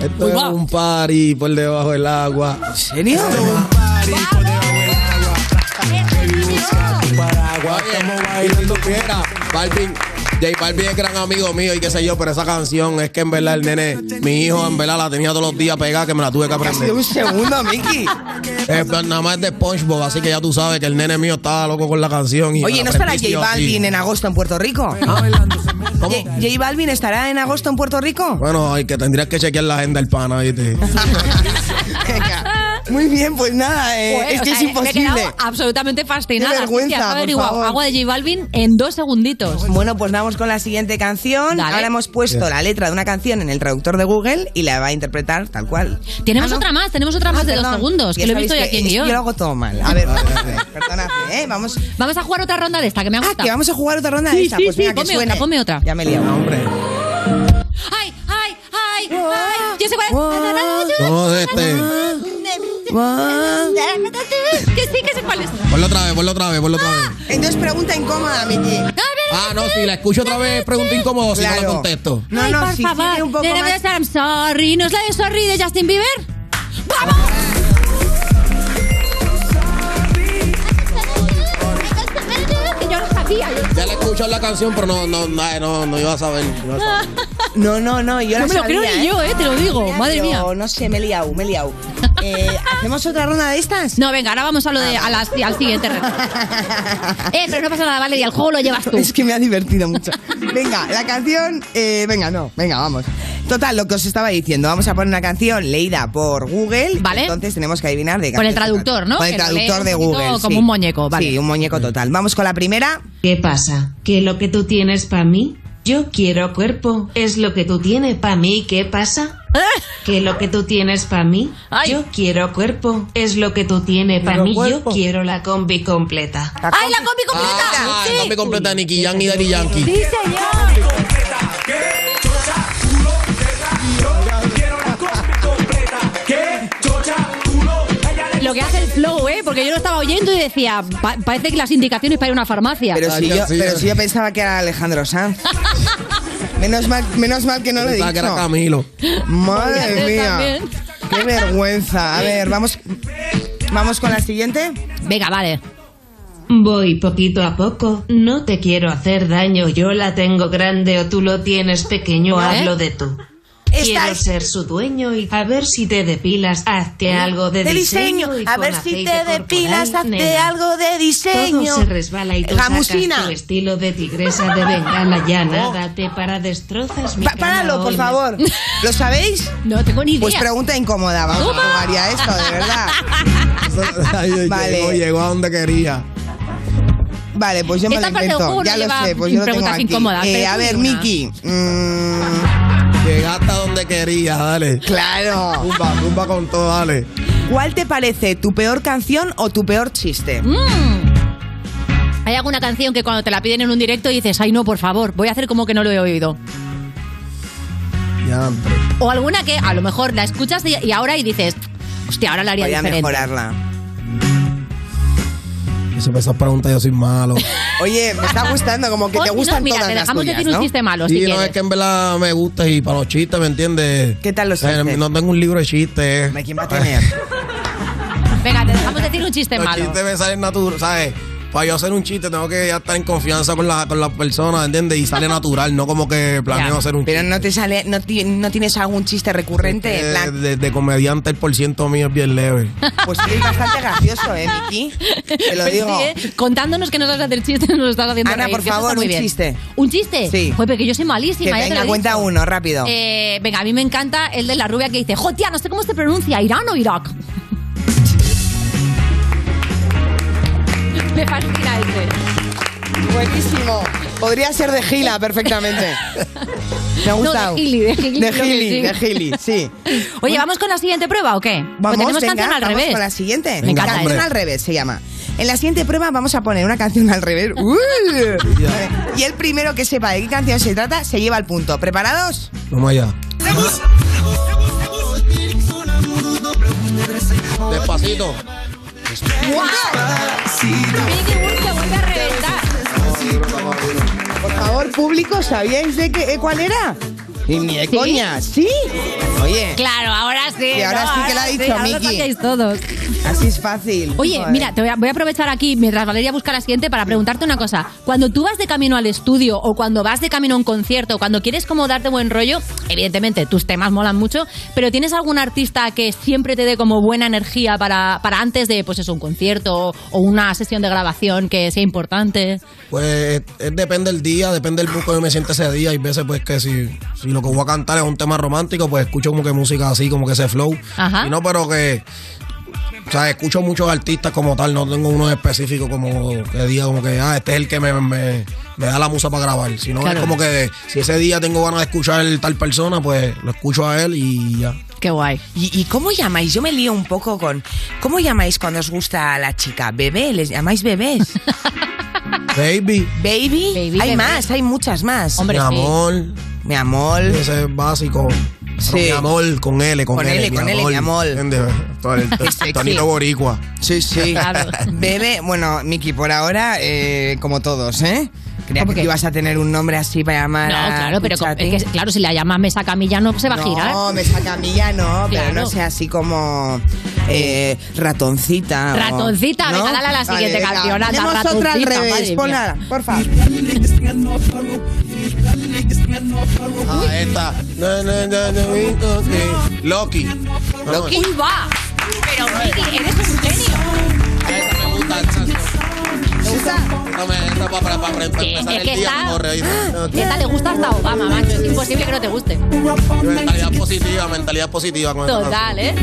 Speaker 31: Esto es un party por debajo del agua. ¿En
Speaker 3: serio?
Speaker 31: Paraguay, estamos bailando fiera. Balvin, J Balvin es gran amigo mío y qué sé yo, pero esa canción es que en verdad el nene, mi hijo en verdad la tenía todos los días pegada que me la tuve que aprender.
Speaker 3: un segundo, Miki.
Speaker 31: Eh, pero nada más de SpongeBob, así que ya tú sabes que el nene mío estaba loco con la canción. Y me
Speaker 3: Oye,
Speaker 31: la
Speaker 3: ¿no estará
Speaker 31: aprendí sí
Speaker 3: J
Speaker 31: o sí.
Speaker 3: Balvin en agosto en Puerto Rico? J J Balvin estará en agosto en Puerto Rico?
Speaker 31: Bueno, hay que tendrías que chequear la agenda del pana, ¿viste?
Speaker 3: Venga. Muy bien, pues nada, eh,
Speaker 4: Joder,
Speaker 3: es
Speaker 4: o
Speaker 3: que
Speaker 4: sea,
Speaker 3: es
Speaker 4: me he
Speaker 3: imposible.
Speaker 4: quedado absolutamente fascinada.
Speaker 3: Qué vergüenza,
Speaker 4: Cintia,
Speaker 3: por
Speaker 4: averiguado
Speaker 3: favor.
Speaker 4: Agua de J Balvin en dos segunditos.
Speaker 3: Bueno, pues vamos con la siguiente canción. Ahora hemos puesto
Speaker 4: Bien.
Speaker 3: la letra de una canción en el traductor de Google y la va a interpretar tal cual. Ah,
Speaker 4: Tenemos otra más, tenemos otra más Ah, de dos segundos,
Speaker 3: Ya
Speaker 4: que lo he
Speaker 3: sabéis
Speaker 4: visto ya aquí en
Speaker 3: es que
Speaker 4: guión.
Speaker 3: Yo lo hago todo mal. A ver, perdonad, eh, vamos. Ah,
Speaker 4: Vamos a jugar otra ronda de esta, que me ha gustado.
Speaker 3: que vamos a jugar otra ronda de
Speaker 4: Sí,
Speaker 3: esta,
Speaker 4: sí,
Speaker 3: pues
Speaker 4: sí,
Speaker 3: venga, que
Speaker 4: ponme
Speaker 3: suene.
Speaker 4: otra, ponme otra.
Speaker 3: Ya me he liado.
Speaker 31: Hombre.
Speaker 4: ¡Ay, ay, ay, ay! ¡Yo sé cuál es!
Speaker 31: No, de este.
Speaker 4: Ah. Que sí, que sé cuál es.
Speaker 31: Ponlo otra vez, ponlo otra vez, ponlo otra vez.
Speaker 3: Entonces pregunta incómoda, Miki.
Speaker 31: Ah, no, si la escucho otra vez, pregunto incómodo si no la
Speaker 3: Claro.
Speaker 31: contesto.
Speaker 3: No,
Speaker 4: ay,
Speaker 3: no,
Speaker 4: por
Speaker 3: si
Speaker 4: favor.
Speaker 3: sigue un poco
Speaker 4: Debe
Speaker 3: más-
Speaker 4: de ser I'm sorry. ¿No es la de sorry de Justin Bieber? ¡Vamos! Que yo lo sabía. yo-
Speaker 31: Ya la escucho la canción, pero no, no, no, no, no iba a saber. no iba a saber.
Speaker 3: No, no, no, yo
Speaker 4: No
Speaker 3: la
Speaker 4: me lo creo
Speaker 3: sabía,
Speaker 4: ni yo, eh, te lo digo, madre
Speaker 3: Yo
Speaker 4: mía.
Speaker 3: No sé, me he liado, me he liado. Eh, ¿Hacemos otra ronda de estas? Ah,
Speaker 4: No, venga, ahora vamos a lo de, a las- al siguiente reto. Eh, pero no pasa nada, Valeria, el juego lo llevas tú.
Speaker 3: Es que me ha divertido mucho. Venga, la canción. eh, venga, no, venga, vamos. Total, lo que os estaba diciendo, vamos a poner una canción leída por Google. Vale. Entonces tenemos que adivinar de qué
Speaker 4: Por el
Speaker 3: canción se
Speaker 4: traductor,
Speaker 3: trata.
Speaker 4: ¿no?
Speaker 3: Por el
Speaker 4: Que lo lee
Speaker 3: traductor
Speaker 4: un
Speaker 3: de
Speaker 4: poquito
Speaker 3: Google.
Speaker 4: como
Speaker 3: sí.
Speaker 4: un muñeco, vale.
Speaker 3: Sí, un muñeco total. Vamos con la primera.
Speaker 1: ¿Qué pasa? ¿Que lo que tú tienes pa' mí? Yo quiero cuerpo. ¿Es lo que tú tienes pa' mí? ¿Qué pasa? ¿Que lo que tú tienes pa' mí? Yo quiero cuerpo. ¿Es lo que tú tienes pa'
Speaker 31: Quiero
Speaker 1: mí?
Speaker 31: cuerpo.
Speaker 1: Yo quiero la combi completa.
Speaker 4: ¡Ay, la combi completa!
Speaker 31: Ah, la combi completa de Nicky Jam y Daddy Yankee.
Speaker 4: ¡Sí, señor!
Speaker 33: ¿Qué? Chocha, culo.
Speaker 4: Lo que hace el flow, ¿eh? Porque yo lo estaba oyendo y decía, pa- parece que las indicaciones para ir a una farmacia.
Speaker 3: Pero si, yo, pero si yo pensaba que era Alejandro Sanz. menos, mal, menos mal que no lo he
Speaker 31: Pensaba
Speaker 3: dicho.
Speaker 31: que era Camilo.
Speaker 3: Madre
Speaker 4: Yo
Speaker 3: mía.
Speaker 4: también.
Speaker 3: Qué vergüenza. A ver, vamos. Vamos con la siguiente.
Speaker 4: Venga, vale.
Speaker 1: Voy poquito a poco. No te quiero hacer daño. Yo la tengo grande o tú lo tienes pequeño.
Speaker 4: ¿Eh?
Speaker 1: Hablo de tú. Quiero ser su dueño y a ver si te depilas. Hazte algo de,
Speaker 3: de
Speaker 1: diseño.
Speaker 3: diseño.
Speaker 1: y
Speaker 3: A
Speaker 1: con
Speaker 3: ver si
Speaker 1: aceite
Speaker 3: te
Speaker 1: corporal,
Speaker 3: depilas, hazte
Speaker 1: nena.
Speaker 3: algo de diseño.
Speaker 1: Todo se resbala y tú
Speaker 3: Gamusina.
Speaker 1: sacas tu estilo de tigresa de bengala ya nada te para destrozas mi
Speaker 3: Oh. Pa-
Speaker 1: cama
Speaker 3: páralo, por
Speaker 1: hoy.
Speaker 3: favor. ¿Lo sabéis?
Speaker 4: No tengo ni idea.
Speaker 3: Pues pregunta incómoda, vamos a jugar ya esto, de verdad.
Speaker 31: Ay,
Speaker 3: Vale.
Speaker 31: Llegó, llegó a donde quería.
Speaker 3: Vale, pues yo me lo
Speaker 4: Esta parte del
Speaker 3: invento.
Speaker 4: juego
Speaker 3: Ya
Speaker 4: no
Speaker 3: lo
Speaker 4: lleva
Speaker 3: sé, pues yo lo tengo
Speaker 4: preguntas
Speaker 3: aquí.
Speaker 4: incómodas,
Speaker 3: Eh,
Speaker 4: pero
Speaker 3: a
Speaker 4: tú
Speaker 3: ver,
Speaker 4: di una.
Speaker 3: Miki. mm.
Speaker 31: Llegaste a donde quería, dale.
Speaker 3: Claro.
Speaker 31: Tumba, tumba con todo, dale.
Speaker 3: ¿Cuál te parece tu peor canción o tu peor chiste?
Speaker 4: Mm. ¿Hay alguna canción que cuando te la piden en un directo dices, ay, no, por favor, voy a hacer como que no lo he oído?
Speaker 31: Ya, hombre.
Speaker 4: O alguna que a lo mejor la escuchas y, y ahora y dices, hostia, ahora la haría
Speaker 3: Voy a
Speaker 4: diferente.
Speaker 3: mejorarla.
Speaker 31: Mm. Eso me esas preguntas yo soy malo.
Speaker 3: Oye, me está gustando, como que te
Speaker 4: Oye, no,
Speaker 3: gustan
Speaker 4: mira,
Speaker 3: todas
Speaker 4: te
Speaker 3: las
Speaker 4: dejamos
Speaker 3: tuyas,
Speaker 4: decir un
Speaker 3: ¿no?
Speaker 4: chiste malo, si
Speaker 31: Sí, no,
Speaker 4: quieres.
Speaker 31: es que en verdad me gusta y para los chistes, ¿me entiendes?
Speaker 3: ¿Qué tal los
Speaker 31: chistes? No tengo un libro de chistes.
Speaker 3: ¿Quién va a tener?
Speaker 4: Venga, te dejamos decir un chiste
Speaker 31: los
Speaker 4: malo.
Speaker 31: chistes me salen natural, ¿sabes? para yo hacer un chiste tengo que ya estar en confianza con la, con la persona, ¿entiendes? Y sale natural, no como que planeo hacer un
Speaker 3: Pero
Speaker 31: chiste.
Speaker 3: no te sale, no, ti- no tienes algún chiste recurrente. en
Speaker 31: Eh,
Speaker 3: plan,
Speaker 31: de, de comediante el por ciento mío es bien leve.
Speaker 3: pues eres bastante gracioso, ¿eh, Miki? Te lo
Speaker 4: Pues sí,
Speaker 3: digo.
Speaker 4: ¿eh? Contándonos que no sabes hacer chistes, nos lo estás haciendo
Speaker 3: Ana,
Speaker 4: reír,
Speaker 3: por
Speaker 4: que eso está
Speaker 3: favor,
Speaker 4: muy
Speaker 3: un
Speaker 4: bien.
Speaker 3: chiste.
Speaker 4: ¿Un chiste?
Speaker 3: Sí.
Speaker 4: Joder, pero que yo soy
Speaker 3: Que
Speaker 4: malísima, ya te lo
Speaker 3: venga,
Speaker 4: he
Speaker 3: cuenta
Speaker 4: dicho.
Speaker 3: uno, rápido.
Speaker 4: Eh, venga, a mí me encanta el de la rubia que dice, jo, tía, no sé cómo se pronuncia, ¿Irán o Irak? me fascina ese.
Speaker 3: Buenísimo. Podría ser de Gila perfectamente. Me ha
Speaker 4: Eh. No, de
Speaker 3: gustado.
Speaker 4: Gili, de Gili,
Speaker 3: De
Speaker 4: creo que
Speaker 3: Gili,
Speaker 4: sí.
Speaker 3: de Gili, sí.
Speaker 4: Oye, ¿vamos con la siguiente prueba o qué? Pues
Speaker 3: Vamos,
Speaker 4: tenemos
Speaker 3: venga,
Speaker 4: canción al
Speaker 3: vamos
Speaker 4: revés.
Speaker 3: con la siguiente.
Speaker 4: Me encanta.
Speaker 3: canción
Speaker 4: hombre.
Speaker 3: al revés se llama. En la siguiente prueba vamos a poner una canción al revés. ¡Uh! y el primero que sepa de qué canción se trata se lleva el punto. ¿Preparados?
Speaker 31: Vamos allá. Despacito.
Speaker 3: Por favor, público, ¿sabíais de qué, eh, cuál era? Y ni de coña, ¿sí? Oye.
Speaker 4: Claro, ahora sí.
Speaker 3: Y ahora
Speaker 4: no,
Speaker 3: sí que la ha dicho
Speaker 4: ahora lo
Speaker 3: Miki.
Speaker 4: sacáis todos.
Speaker 3: Así es fácil.
Speaker 4: Oye,
Speaker 3: Joder.
Speaker 4: mira, te voy a, voy a aprovechar aquí, mientras Valeria busca la siguiente, para preguntarte una cosa. Cuando tú vas de camino al estudio, o cuando vas de camino a un concierto, o cuando quieres como darte buen rollo, evidentemente tus temas molan mucho, pero ¿tienes algún artista que siempre te dé como buena energía para, para antes de, pues eso, un concierto o una sesión de grabación que sea importante?
Speaker 31: Pues es- depende del día, depende del busco que me siente ese día. Hay veces pues que si, si lo que voy a cantar es un tema romántico, pues escucho como que música así, como que ese flow.
Speaker 4: Ajá.
Speaker 31: Y no, pero que... O sea, escucho muchos artistas como tal, no tengo uno específico como que diga como que, ah, este es el que me, me- me da la musa para grabar. Sino
Speaker 4: Claro.
Speaker 31: es como que si ese día tengo ganas de escuchar tal persona, pues lo escucho a él y ya.
Speaker 4: Qué guay.
Speaker 3: ¿Y, y cómo llamáis? Yo me lío un poco con. ¿Cómo llamáis cuando os gusta a la chica? ¿Bebé? ¿Les llamáis bebés?
Speaker 31: Baby.
Speaker 3: ¿Baby?
Speaker 31: Baby,
Speaker 3: hay
Speaker 31: bebé.
Speaker 3: más, hay muchas más.
Speaker 31: mi amor.
Speaker 3: Mi amor.
Speaker 31: Ese es básico. Pero
Speaker 3: Sí.
Speaker 31: Mi amor, con L, con,
Speaker 3: Con L, con L, mi amor.
Speaker 31: ¿Entiendes? Todo el-
Speaker 3: Qué sexy.
Speaker 31: Tonito Boricua. Ah,
Speaker 3: Sí, sí.
Speaker 31: Claro.
Speaker 3: Bebé, bueno, Miki, por ahora, eh, como todos, ¿eh? Creía
Speaker 4: ¿Cómo
Speaker 3: que
Speaker 4: qué?
Speaker 3: ibas a tener un nombre así para
Speaker 4: No,
Speaker 3: llamar a
Speaker 4: claro, pero
Speaker 3: Cuchati.
Speaker 4: es que, claro, si la llamas Mesa Camilla no se va a girar.
Speaker 3: No, me saca a mí ya no, pero
Speaker 4: Claro.
Speaker 3: no sea así como eh, ratoncita. o-
Speaker 4: Ratoncita,
Speaker 3: ¿no?
Speaker 4: venga, dale a la
Speaker 3: Vale,
Speaker 4: siguiente
Speaker 3: venga,
Speaker 4: canción. anda,
Speaker 3: Tenemos otra al
Speaker 4: ratoncita,
Speaker 3: revés,
Speaker 4: madre mía.
Speaker 3: ponla, por favor.
Speaker 31: Ah, esta. Na, na, na, na, ok. Loki.
Speaker 4: Uy, va. Pero, Miki, eres un genio.
Speaker 31: No me esta pa- para- para- para empezar
Speaker 4: Es
Speaker 31: el
Speaker 4: que
Speaker 31: día,
Speaker 4: está.
Speaker 31: me corre ahí.
Speaker 4: ¡Ah! Esta le gusta hasta Obama, macho. Es imposible que no te guste.
Speaker 31: Mentalidad positiva, mentalidad positiva. con esta
Speaker 4: Total, ¿eh?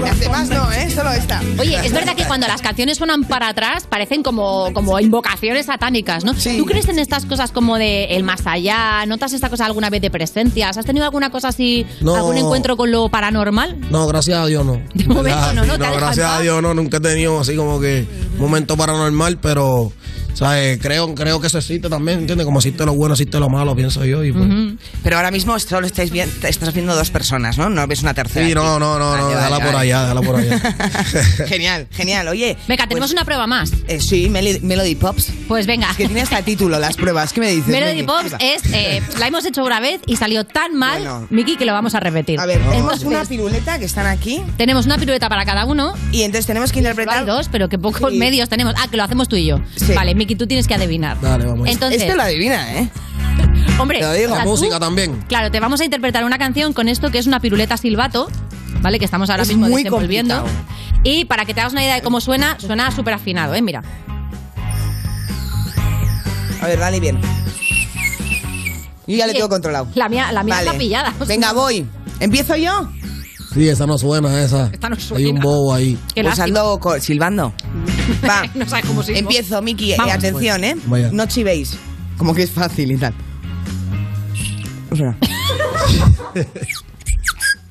Speaker 3: Las demás no, ¿eh? Solo esta.
Speaker 4: Oye, es verdad que cuando las canciones suenan para atrás parecen como, como invocaciones satánicas, ¿no? ¿Tú crees en estas cosas como de el más allá? ¿Notas esta cosa alguna vez de presencias? ¿Has tenido alguna cosa así,
Speaker 31: No.
Speaker 4: algún encuentro con lo paranormal?
Speaker 31: No, gracias a Dios no. De
Speaker 4: momento no, no, te ha dejado en
Speaker 31: gracias
Speaker 4: paz.
Speaker 31: a Dios no, nunca he tenido así como que momento paranormal, pero ¿sabes? Creo, creo que eso existe también, ¿entiendes? Como existe lo bueno, existe lo malo, pienso yo. Y pues,
Speaker 3: Pero ahora mismo solo estáis bien, estás viendo dos personas, ¿no? No ves una tercera. Ah,
Speaker 31: Sí, no,
Speaker 3: aquí.
Speaker 31: no, no,
Speaker 3: Vale,
Speaker 31: no,
Speaker 3: vale,
Speaker 31: déjala por
Speaker 3: vale.
Speaker 31: allá, déjala por allá.
Speaker 3: Genial, genial. Oye.
Speaker 4: Venga, tenemos una prueba más.
Speaker 3: Eh, sí, Meli- Melody Pops.
Speaker 4: Pues venga.
Speaker 3: Es que tiene hasta título las pruebas. ¿Qué me dices?
Speaker 4: Melody
Speaker 3: Meli?
Speaker 4: Pops
Speaker 3: Iba.
Speaker 4: es. eh, la hemos hecho una vez y salió tan mal,
Speaker 3: Bueno.
Speaker 4: Miki, que lo vamos a repetir.
Speaker 3: A ver, tenemos
Speaker 4: Entonces,
Speaker 3: una piruleta que están aquí.
Speaker 4: tenemos una pirueta para cada uno.
Speaker 3: Y entonces tenemos que interpretar.
Speaker 4: Hay dos, pero que pocos medios tenemos. Ah, que lo hacemos tú y yo. Vale, Miki, tú tienes que adivinar.
Speaker 31: Dale, vamos.
Speaker 4: Entonces,
Speaker 3: Este lo adivina, ¿eh?
Speaker 4: Hombre,
Speaker 31: Te lo digo.
Speaker 4: o sea,
Speaker 31: La
Speaker 4: tú-
Speaker 31: música también.
Speaker 4: Claro, te vamos a interpretar una canción con esto que es una piruleta silbato, ¿vale? Que estamos ahora
Speaker 3: Es
Speaker 4: mismo
Speaker 3: muy
Speaker 4: desenvolviendo. Y para que te hagas una idea de cómo suena, suena súper afinado, ¿eh? Mira.
Speaker 3: A ver, dale bien. Yo ya le tengo controlado.
Speaker 4: La mía, la mía
Speaker 3: Vale.
Speaker 4: está pillada.
Speaker 3: Venga, voy. ¿Empiezo yo?
Speaker 31: Sí, esa no suena, esa.
Speaker 4: Esta no
Speaker 31: Hay
Speaker 4: suena.
Speaker 31: un bobo ahí.
Speaker 4: Qué
Speaker 3: Pues
Speaker 4: lástima.
Speaker 3: ando co- silbando. Va.
Speaker 4: No sabes cómo silbo.
Speaker 3: Empiezo, Miki. eh,
Speaker 4: Vamos.
Speaker 3: atención, ¿eh?
Speaker 31: Vaya.
Speaker 3: No chivéis. Como que es fácil y tal. O sea.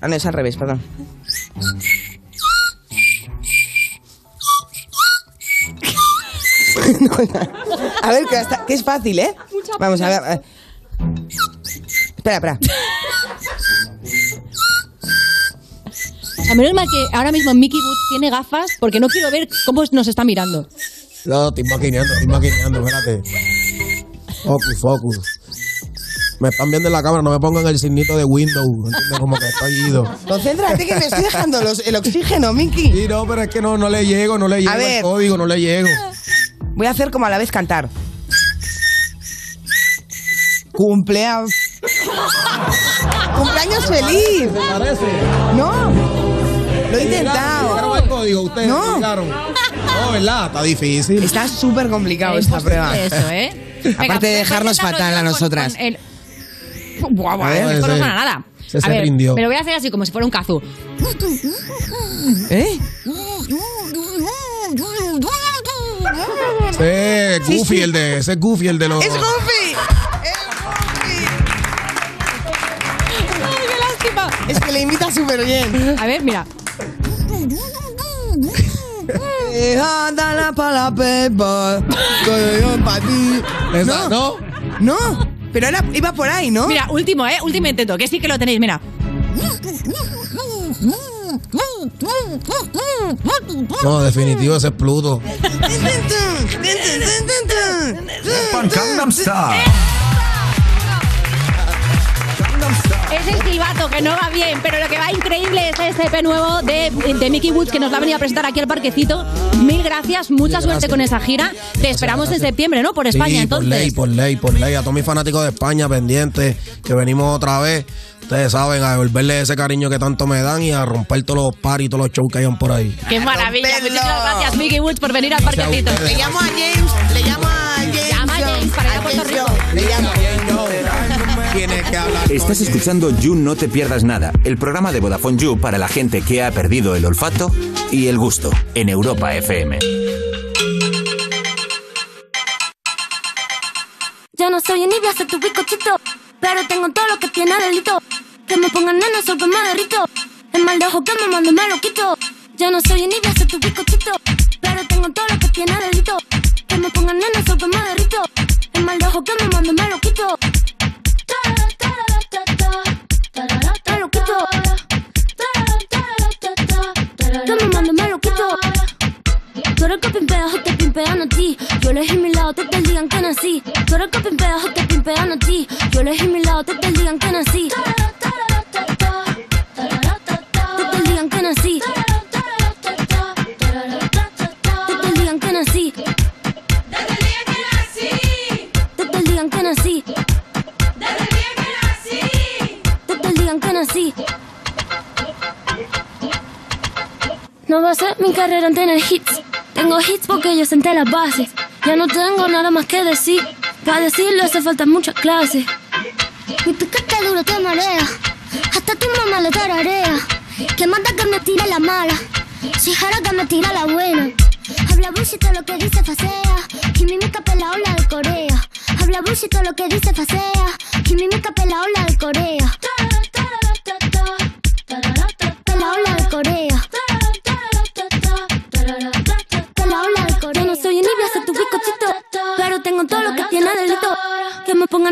Speaker 3: ah, no, es al revés, perdón. No, a ver, que, hasta- que es fácil, ¿eh? Vamos a ver. eh. Espera, espera.
Speaker 4: A menos mal que ahora mismo Mickey Wood tiene gafas porque no quiero ver cómo nos está mirando.
Speaker 31: No, estoy maquineando, estoy maquineando, espérate. Focus, focus. Me están viendo en la cámara, no me pongan el signito de Windows, ¿entiendes? Como que estoy ido.
Speaker 3: Concéntrate que me estoy dejando los- el oxígeno, Miki.
Speaker 31: Sí, no, pero es que no, no le llego, no le llego
Speaker 3: ver.
Speaker 31: el código, no le llego.
Speaker 3: Voy a hacer como a la vez cantar. Cumpleaños. ¡Cumpleaños feliz! No. Lo he intentado.
Speaker 31: el código, ustedes
Speaker 3: No.
Speaker 31: explicaron. No, ¿verdad? Está difícil.
Speaker 3: Está súper complicado esta prueba.
Speaker 4: Eso, ¿eh?
Speaker 3: Aparte de dejarnos fatal a nosotras.
Speaker 4: El... Buah, buah,
Speaker 3: A ver,
Speaker 4: esto no
Speaker 3: sí.
Speaker 4: suena a nada.
Speaker 3: Se-
Speaker 4: a
Speaker 3: se
Speaker 4: ver,
Speaker 3: rindió.
Speaker 4: me lo voy a hacer así, como si fuera un cazu.
Speaker 3: ¿Eh?
Speaker 31: Ese es
Speaker 3: Sí,
Speaker 31: Goofy,
Speaker 3: sí.
Speaker 31: el de. Ese es Goofy, el de los.
Speaker 3: ¡Es Goofy!
Speaker 4: ¡Ay, qué lástima!
Speaker 3: Es que le imita súper bien.
Speaker 4: A ver, mira.
Speaker 3: Déjala para la pepa, que yo pa' ti.
Speaker 31: Esa,
Speaker 3: no, no, pero era, iba por ahí, ¿no?
Speaker 4: Mira, último, ¿eh? Último intento, que sí que lo tenéis, mira.
Speaker 31: No, definitivo, ese es Pluto.
Speaker 4: Es el silbato que no va bien, pero lo que va increíble es este EP nuevo de, de Mickey Woods que nos la ha venido a presentar aquí al parquecito. Mil gracias, mucha suerte con esa gira. Te esperamos en
Speaker 31: gracias.
Speaker 4: septiembre, ¿no? Por España,
Speaker 31: Sí,
Speaker 4: entonces.
Speaker 31: Por ley, por ley, por ley. A todos mis fanáticos de España pendientes, que venimos otra vez. Ustedes saben, a devolverles ese cariño que tanto me dan y a romper todos los paris y todos los shows que hayan por ahí.
Speaker 4: ¡Qué maravilla! Muchísimas gracias, Mickey Woods, por venir al parquecito.
Speaker 31: ustedes. Le llamo
Speaker 3: a James, le llamo a James.
Speaker 4: Llama a James para ir a Puerto Rico.
Speaker 31: Tienes que hablar.
Speaker 8: Estás escuchando You No Te Pierdas Nada, el programa de Vodafone You para la gente que ha perdido el olfato y el gusto en Europa FM.
Speaker 2: Yo no soy un Nivea, soy tu bizcochito. Pero tengo todo lo que tiene delito. Que me pongan nena, soy que me derrito. El mal de ojo que me mando me lo quito. Yo no soy un Nivea, soy tu bizcochito. Pero tengo todo lo que tiene delito. Que me pongan nena, soy que me derrito. El mal de ojo que me mando me lo quito. Tarara, tarara, ta, ta. Tarara, ta, Me lo quito. Tarara, tarara, ta, ta. Que me mando me lo quito. Tú eres que pimpeas o te pimpean a ti. Yo elegí mi lado, te te digan que nací. Tú eres que pimpeas o te pimpean a ti. Yo elegí mi lado, te te digan que nací. Te te digan que nací. Te te digan que nací. Te te digan que nací. Te te digan que nací. No va a ser mi carrera en tener hits. Tengo hits porque yo senté las bases. Ya no tengo nada más que decir. Para decirlo hace falta muchas clases. Mi piquete duro te marea. Hasta tu mamá lo tararea. Que manda que me tira la mala. Si jara que me tira la buena. Habla bullshit todo lo que dice facea. Química pela ola de Corea. Habla bullshit todo lo que dice facea. Química pela ola de Corea. Pela ola de Corea. Te la ola de Corea. Yo no soy envidia, soy tu bizcochito. Pero tengo todo lo que tiene delito. Que me pongan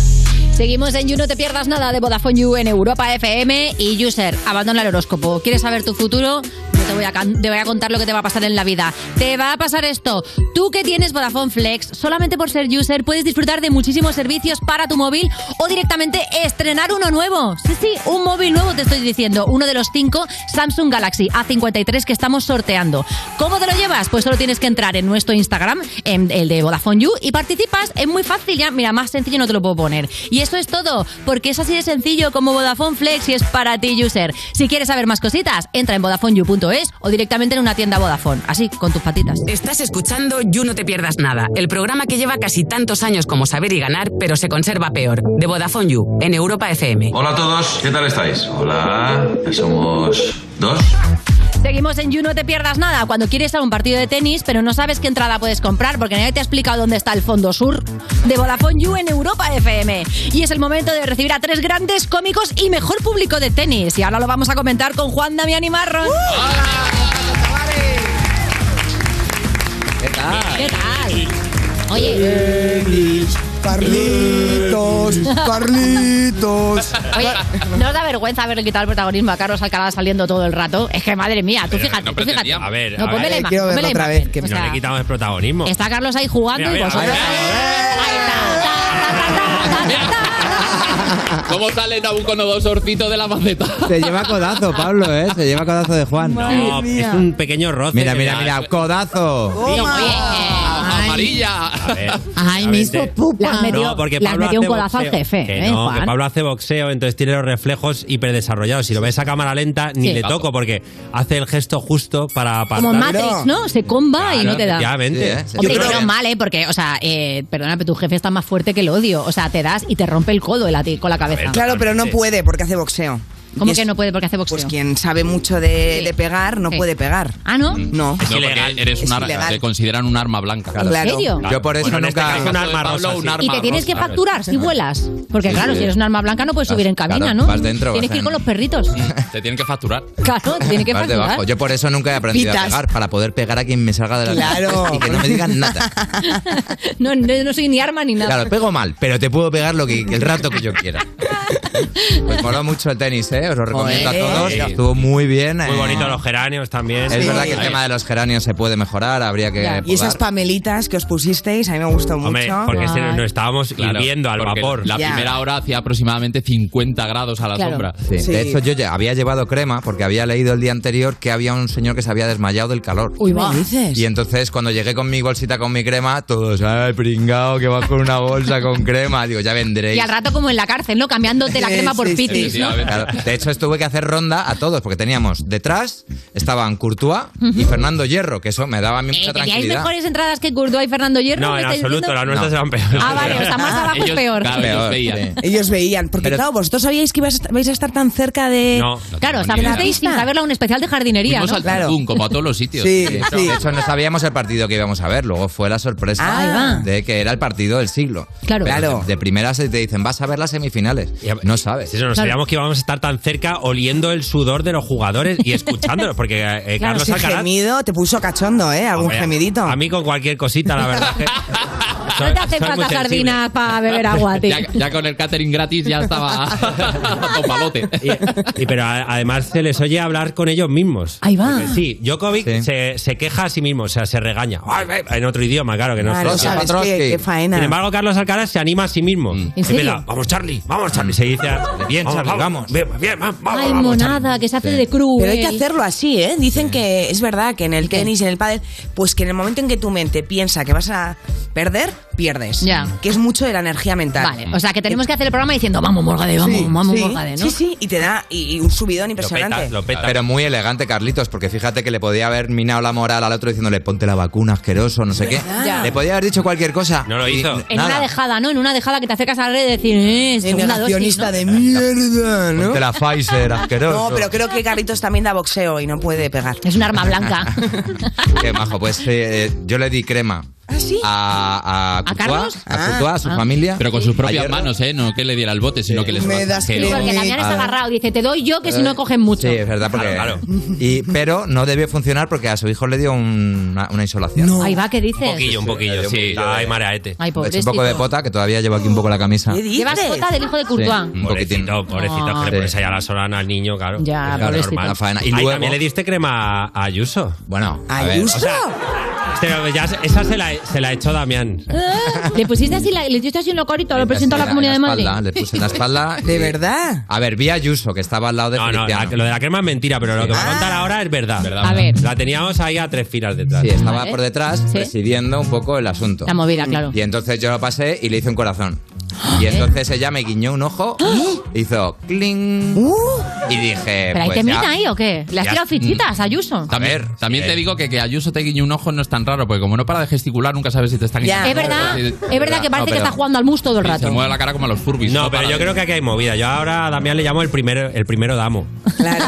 Speaker 4: Seguimos en You No Te Pierdas Nada de Vodafone You en Europa FM y User, abandona el horóscopo. ¿Quieres saber tu futuro? Yo te voy, a, can- te voy a contar lo que te va a pasar en la vida. Te va a pasar esto. Tú que tienes Vodafone Flex, solamente por ser User puedes disfrutar de muchísimos servicios para tu móvil o directamente estrenar uno nuevo. Sí, sí, un móvil nuevo te estoy diciendo. Uno de los cinco Samsung Galaxy A53 que estamos sorteando. ¿Cómo te lo llevas? Pues solo tienes que entrar en nuestro Instagram, en el de Vodafone You, y participas. Es muy fácil ya. Mira, más sencillo no te lo puedo poner. Y eso es todo, porque es así de sencillo como Vodafone Flex y es para ti, user. Si quieres saber más cositas, entra en vodafoneyou.es o directamente en una tienda Vodafone. Así, con tus patitas.
Speaker 26: Estás escuchando You No Te Pierdas Nada, el programa que lleva casi tantos años como Saber y Ganar, pero se conserva peor, de Vodafone You, en Europa FM.
Speaker 27: Hola a todos, ¿qué tal estáis? Hola, somos dos.
Speaker 4: Seguimos en You, no te pierdas nada. Cuando quieres ir a un partido de tenis, pero no sabes qué entrada puedes comprar porque nadie te ha explicado dónde está el fondo sur de Vodafone You en Europa FM. Y es el momento de recibir a tres grandes cómicos y mejor público de tenis. Y ahora lo vamos a comentar con Juan Damián y Marrón.
Speaker 41: ¿Qué tal?
Speaker 4: ¿Qué tal? Oye,
Speaker 3: Carlitos, Carlitos.
Speaker 4: Oye, ¿no os da vergüenza haberle quitado el protagonismo a Carlos Alcalá saliendo todo el rato? Es que madre mía, tú fíjate,
Speaker 41: Ah, no
Speaker 4: tú fíjate.
Speaker 41: pretendíamos. A ver,
Speaker 4: no,
Speaker 41: a
Speaker 4: ponme
Speaker 41: ver.
Speaker 4: la imagen,
Speaker 41: Quiero verlo
Speaker 4: ponme la
Speaker 41: otra
Speaker 4: imagen.
Speaker 41: no
Speaker 4: O sea,
Speaker 41: le quitamos el protagonismo.
Speaker 4: está Carlos ahí
Speaker 41: Mira,
Speaker 4: jugando y
Speaker 41: mira,
Speaker 4: vosotros.
Speaker 15: ¿Cómo sale Nabucodonosorcito de la maceta?
Speaker 14: Se lleva codazo, Pablo, ¿eh? Se lleva codazo de Juan.
Speaker 41: No, es un pequeño roce.
Speaker 14: Mira,
Speaker 41: que
Speaker 14: mira,
Speaker 41: da-
Speaker 14: mira, codazo.
Speaker 15: Amarilla.
Speaker 41: A ver,
Speaker 4: Ay,
Speaker 41: a
Speaker 4: mis
Speaker 41: ver, te-
Speaker 4: pupa. Le has metido,
Speaker 41: No, porque
Speaker 4: le has
Speaker 41: Pablo
Speaker 4: metido un
Speaker 41: hace
Speaker 4: codazo al
Speaker 41: boxeo.
Speaker 4: jefe,
Speaker 41: Que
Speaker 4: ¿eh,
Speaker 41: no, que
Speaker 4: Juan?
Speaker 41: Pablo hace boxeo, entonces tiene los reflejos hiperdesarrollados. Si lo ves a cámara lenta, ni
Speaker 4: Sí.
Speaker 41: le toco porque hace el gesto justo para
Speaker 4: Como
Speaker 41: apartar.
Speaker 4: Matrix, ¿no? Se comba y
Speaker 41: Claro,
Speaker 4: no te da.
Speaker 41: efectivamente. Sí, sí.
Speaker 4: Hombre,
Speaker 41: Yo creo
Speaker 4: pero
Speaker 41: que-
Speaker 4: mal, ¿eh? Porque, o sea, eh, perdona, pero tu jefe está más fuerte que el odio. O sea, te das y te rompe el codo el a ti con la cabeza.
Speaker 3: Claro, pero no puede porque hace boxeo.
Speaker 4: ¿Cómo que no puede porque hace boxeo?
Speaker 3: Pues quien sabe mucho de, de pegar no puede pegar.
Speaker 4: Ah, ¿no?
Speaker 15: No,
Speaker 3: No.
Speaker 15: porque eres un
Speaker 3: Es
Speaker 15: arma,
Speaker 3: ilegal.
Speaker 15: te consideran un arma blanca.
Speaker 3: Claro. ¿En serio?
Speaker 15: Yo por eso
Speaker 14: Bueno, en este
Speaker 15: nunca...
Speaker 14: caso un arma
Speaker 15: Pablo,
Speaker 14: rosa,
Speaker 15: un
Speaker 14: sí.
Speaker 15: arma
Speaker 4: Y te tienes que
Speaker 15: rosa.
Speaker 4: facturar si vuelas. Porque
Speaker 15: Sí,
Speaker 4: claro,
Speaker 15: sí.
Speaker 4: si eres un arma blanca no puedes subir en cabina,
Speaker 15: claro,
Speaker 4: ¿no?
Speaker 15: vas dentro,
Speaker 4: Tienes
Speaker 15: vas
Speaker 4: que ir
Speaker 15: en-
Speaker 4: con los perritos.
Speaker 15: Te tienen que facturar.
Speaker 4: Claro, te tienes que
Speaker 15: Vas
Speaker 4: facturar.
Speaker 14: Debajo. Yo por eso nunca he aprendido a
Speaker 4: Pitas.
Speaker 14: pegar, para poder pegar a quien me salga de la
Speaker 4: Claro.
Speaker 14: Y que no me digan nada.
Speaker 4: No, no, no soy ni arma ni nada.
Speaker 14: Claro, pego mal, pero te puedo pegar lo que, el rato que yo quiera. Pues mola mucho el tenis, ¿eh? Os lo recomiendo a
Speaker 41: Joder.
Speaker 14: todos.
Speaker 41: Sí.
Speaker 14: Estuvo muy bien.
Speaker 41: Muy
Speaker 14: eh.
Speaker 41: bonito los geráneos también.
Speaker 14: Es verdad que el tema de los geranios se puede mejorar, habría que.
Speaker 3: Y esas pamelitas que os pusisteis, a mí me gustó
Speaker 14: Hombre,
Speaker 3: mucho.
Speaker 14: porque
Speaker 15: se nos- nos estábamos hirviendo al porque vapor. La
Speaker 3: Ya.
Speaker 15: primera hora hacía aproximadamente 50 grados a la
Speaker 3: Claro.
Speaker 15: sombra.
Speaker 14: Sí, De hecho, yo ya había llevado crema porque había leído el día anterior que había un señor que se había desmayado del calor.
Speaker 4: Uy, va.
Speaker 14: Y entonces, cuando llegué con mi bolsita con mi crema, todos, ay, pringao, que vas con una bolsa con crema. Digo, ya vendréis.
Speaker 4: Y al rato como en la cárcel, ¿no? Cambiándote la crema por pitis, ¿no?
Speaker 14: Claro. De hecho, estuve que hacer ronda a todos, porque teníamos detrás, estaban Courtois y Fernando Hierro, que eso me daba a mí mucha
Speaker 4: Eh, ¿Teníais
Speaker 14: tranquilidad.
Speaker 4: mejores entradas que Courtois y Fernando Hierro? ¿Me estáis diciendo?
Speaker 14: eran
Speaker 4: peores. Ah, vale, o sea, más abajo es Ellos- peor. claro, ellos veían.
Speaker 3: Ellos veían, porque
Speaker 14: Pero-
Speaker 3: claro, vosotros sabíais que ibas a estar- vais a estar tan cerca de...
Speaker 14: No, no tengo
Speaker 4: Claro, o sea,
Speaker 14: ni idea.
Speaker 4: fuisteis sin saberla a un especial de jardinería, ¿no?
Speaker 14: como a todos los sitios.
Speaker 4: Sí, sí.
Speaker 14: De hecho, no sabíamos el partido que íbamos a ver. Luego fue la
Speaker 4: Ah, Ahí
Speaker 14: sorpresa
Speaker 4: va.
Speaker 14: de que era el partido del siglo. Pero
Speaker 4: Claro. Claro.
Speaker 14: De, de primera se te dicen, vas a ver las semifinales. No sabes.
Speaker 41: Pues Eso, nos
Speaker 14: Claro.
Speaker 41: sabíamos que íbamos a estar tan cerca oliendo el sudor de los jugadores y escuchándolos, porque eh,
Speaker 3: Claro,
Speaker 41: Carlos
Speaker 3: ese
Speaker 41: Alcaraz
Speaker 3: gemido te puso cachondo, ¿eh? Algún
Speaker 41: Hombre,
Speaker 3: gemidito.
Speaker 41: A mí con cualquier cosita, la verdad. que-
Speaker 4: No te hace falta sardinas para beber agua, tío.
Speaker 15: Ya, ya con el catering gratis ya estaba con palote.
Speaker 41: Y, pero a- además se les oye hablar con ellos mismos.
Speaker 4: Ahí va.
Speaker 41: Porque Sí, Djokovic Se, se queja a sí mismo, o sea, se regaña. Ay, ay, En otro idioma, claro, que no
Speaker 3: Claro,
Speaker 41: es
Speaker 3: sabes qué- qué faena.
Speaker 41: Sin embargo, Carlos Alcaraz se anima a sí mismo. Es
Speaker 4: serio?
Speaker 41: verdad, vamos, Charlie, vamos, Charlie. Se dice, bien,
Speaker 14: Charlie,
Speaker 41: vamos. Bien, bien, vamos.
Speaker 14: ah,
Speaker 4: Ay, monada, que se hace de cruz.
Speaker 3: Pero hay que hacerlo así, ¿eh? Dicen que es verdad que en el tenis y en el pádel, pues que en el momento en que tu mente piensa que vas a perder, pierdes.
Speaker 4: Ya.
Speaker 3: Que es mucho de la energía mental.
Speaker 4: Vale, o sea, que tenemos que hacer el programa diciendo, vamos, Morgade, vamos,
Speaker 3: Sí,
Speaker 4: vamos,
Speaker 3: sí,
Speaker 4: Morgade, ¿no?
Speaker 3: Sí, sí, y te da y, y un subidón impresionante.
Speaker 14: Pero muy elegante, Carlitos, porque fíjate que le podía haber minado la moral al otro diciéndole, ponte la vacuna, asqueroso, no sé qué.
Speaker 4: Ya.
Speaker 14: Le podía haber dicho cualquier cosa. No lo hizo.
Speaker 4: En una dejada, ¿no? En una dejada que te acercas a la red y decir, eh, segunda dosis, ¿no?
Speaker 3: Negacionista de mierda, ¿no?
Speaker 14: Ponte la Pfizer, asqueroso.
Speaker 3: No, pero creo que Carlitos también da boxeo y no puede pegar.
Speaker 4: Es un arma blanca.
Speaker 14: Qué majo, pues eh, yo le di crema. A, a, Courtois,
Speaker 4: Carlos?
Speaker 14: a Courtois, a su
Speaker 4: Ah.
Speaker 14: familia.
Speaker 15: Pero con sus propias
Speaker 14: Ayer-
Speaker 15: manos, ¿eh? No que le diera el bote, sino que les
Speaker 4: Sí, porque Damián está agarrado. Dice, te doy yo que si no cogen mucho.
Speaker 14: Sí, es verdad, porque. Y, pero no debió funcionar porque a su hijo le dio un- una, una insolación.
Speaker 4: Ahí va, ¿qué dices?
Speaker 41: Un poquillo, un poquillo, sí. Ay, este. mareaete.
Speaker 4: Ay,
Speaker 14: He hecho un
Speaker 4: pobrecito.
Speaker 14: poco de pota, que todavía llevo aquí un poco la camisa.
Speaker 4: Llevas cota del hijo de
Speaker 14: Sí,
Speaker 4: Courtois. Ah.
Speaker 14: un poquitín.
Speaker 41: Pobrecito, que le
Speaker 14: Sí.
Speaker 41: pones ahí a la solana al niño, claro.
Speaker 4: Ya,
Speaker 41: Claro,
Speaker 4: pobrecito.
Speaker 41: normal.
Speaker 14: La faena. Y
Speaker 41: Ay,
Speaker 14: luego-
Speaker 41: también le diste crema a Ayuso.
Speaker 14: Bueno,
Speaker 41: a
Speaker 14: ver.
Speaker 41: o sea, este, ya, esa se la, se la echó Damián.
Speaker 4: Ah, Le pusiste así, la- le diste así un locorito, lo
Speaker 14: Mm. Le
Speaker 4: presentó a la
Speaker 14: puse
Speaker 4: Comunidad de
Speaker 14: en la
Speaker 4: Madrid.
Speaker 14: espalda, Le puse en la espalda. ¿De
Speaker 3: verdad?
Speaker 14: A ver, vi a Ayuso, que estaba al lado de
Speaker 41: No, no,
Speaker 14: Feliciano.
Speaker 41: la- lo de la crema es mentira, pero lo que va a contar ahora es verdad.
Speaker 4: Ah. A ver.
Speaker 41: La teníamos ahí a tres filas detrás.
Speaker 14: Sí, estaba
Speaker 4: Vale.
Speaker 14: por detrás
Speaker 4: Sí.
Speaker 14: presidiendo un poco el asunto.
Speaker 4: La movida, claro. ¿Eh?
Speaker 14: Y entonces yo lo pasé y le hice un corazón. Y entonces ella me guiñó un ojo, hizo cling y dije.
Speaker 4: Uh, ¿Pero ahí
Speaker 14: pues
Speaker 4: te
Speaker 14: ya.
Speaker 4: mita ahí o qué? ¿Le has
Speaker 15: Ya.
Speaker 4: tirado fichitas, Ayuso?
Speaker 15: También, también te digo que que Ayuso te guiñe un ojo no es tan raro, porque como no para de gesticular, nunca sabes si te están
Speaker 4: Es verdad,
Speaker 15: Sí,
Speaker 4: es verdad que
Speaker 15: No,
Speaker 4: parece que
Speaker 15: pero
Speaker 4: está jugando al mus todo el
Speaker 15: Se
Speaker 4: rato.
Speaker 15: mueve la cara como a los furbis.
Speaker 41: No, pero
Speaker 15: para
Speaker 41: yo
Speaker 15: de-
Speaker 41: creo que aquí hay movida. Yo ahora a Damián le llamo el primero, el primero damo.
Speaker 3: Claro,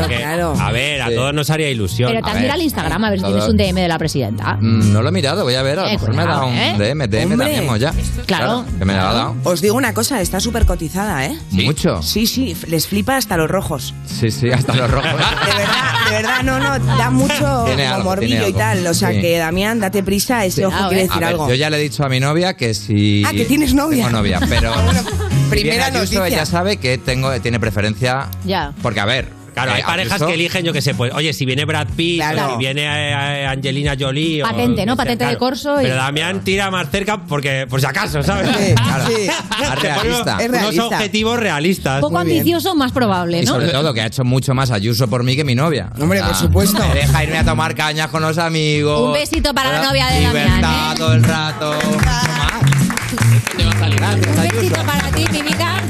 Speaker 41: Porque, A ver, a todos nos haría ilusión.
Speaker 4: Pero te has mirado el Instagram a ver si
Speaker 14: Todo.
Speaker 4: tienes un DM de la presidenta.
Speaker 14: Mm, No lo he mirado, voy a ver, a lo
Speaker 4: Eh,
Speaker 14: mejor me da
Speaker 4: cuidado,
Speaker 14: un
Speaker 4: ¿eh?
Speaker 14: DM, DM
Speaker 3: Hombre.
Speaker 14: también, ya.
Speaker 4: Claro.
Speaker 14: que me la ha dado.
Speaker 3: Os digo una cosa, está súper cotizada, ¿eh?
Speaker 14: Mucho.
Speaker 3: Sí, sí, le
Speaker 32: les flipa hasta los rojos.
Speaker 14: Sí, sí, hasta los rojos.
Speaker 32: De verdad, no, no, da mucho
Speaker 14: Tiene algo,
Speaker 32: como morbillo
Speaker 14: tiene
Speaker 32: y tal.
Speaker 14: algo,
Speaker 32: O sea
Speaker 14: sí.
Speaker 32: que, Damián, date prisa, ese
Speaker 4: Ah,
Speaker 32: ojo
Speaker 4: ¿eh?
Speaker 32: quiere decir
Speaker 14: A ver,
Speaker 32: algo.
Speaker 14: Yo ya le he dicho a mi novia que si.
Speaker 32: Ah, que tienes novia.
Speaker 14: Tengo novia, pero.
Speaker 32: primera
Speaker 14: Viene Ayuso,
Speaker 32: noticia.
Speaker 14: Ella sabe que tengo, tiene preferencia.
Speaker 4: Ya.
Speaker 14: Porque, a ver. eh,
Speaker 41: Claro, hay parejas que eligen, yo qué sé, pues, oye, si viene Brad Pitt, o si viene eh, eh, Angelina Jolie. o-
Speaker 4: Patente, ¿no? Patente de corso. y-
Speaker 41: Pero Damián tira más cerca porque, por si acaso, ¿sabes?
Speaker 14: Sí,
Speaker 41: Claro.
Speaker 14: sí.
Speaker 41: Es
Speaker 14: realista. Es
Speaker 41: Unos
Speaker 14: realista.
Speaker 41: objetivos realistas.
Speaker 4: Poco ambicioso, más probable,
Speaker 14: Y
Speaker 4: ¿no?
Speaker 14: sobre todo que ha hecho mucho más Ayuso por mí que mi novia. Ah,
Speaker 3: Hombre, por supuesto.
Speaker 14: Me deja irme a tomar cañas con los amigos.
Speaker 4: Un besito para la
Speaker 14: Hola,
Speaker 4: novia de Damián. ¿eh?
Speaker 14: Libertad todo el rato.
Speaker 4: Un besito para ti, mi vida,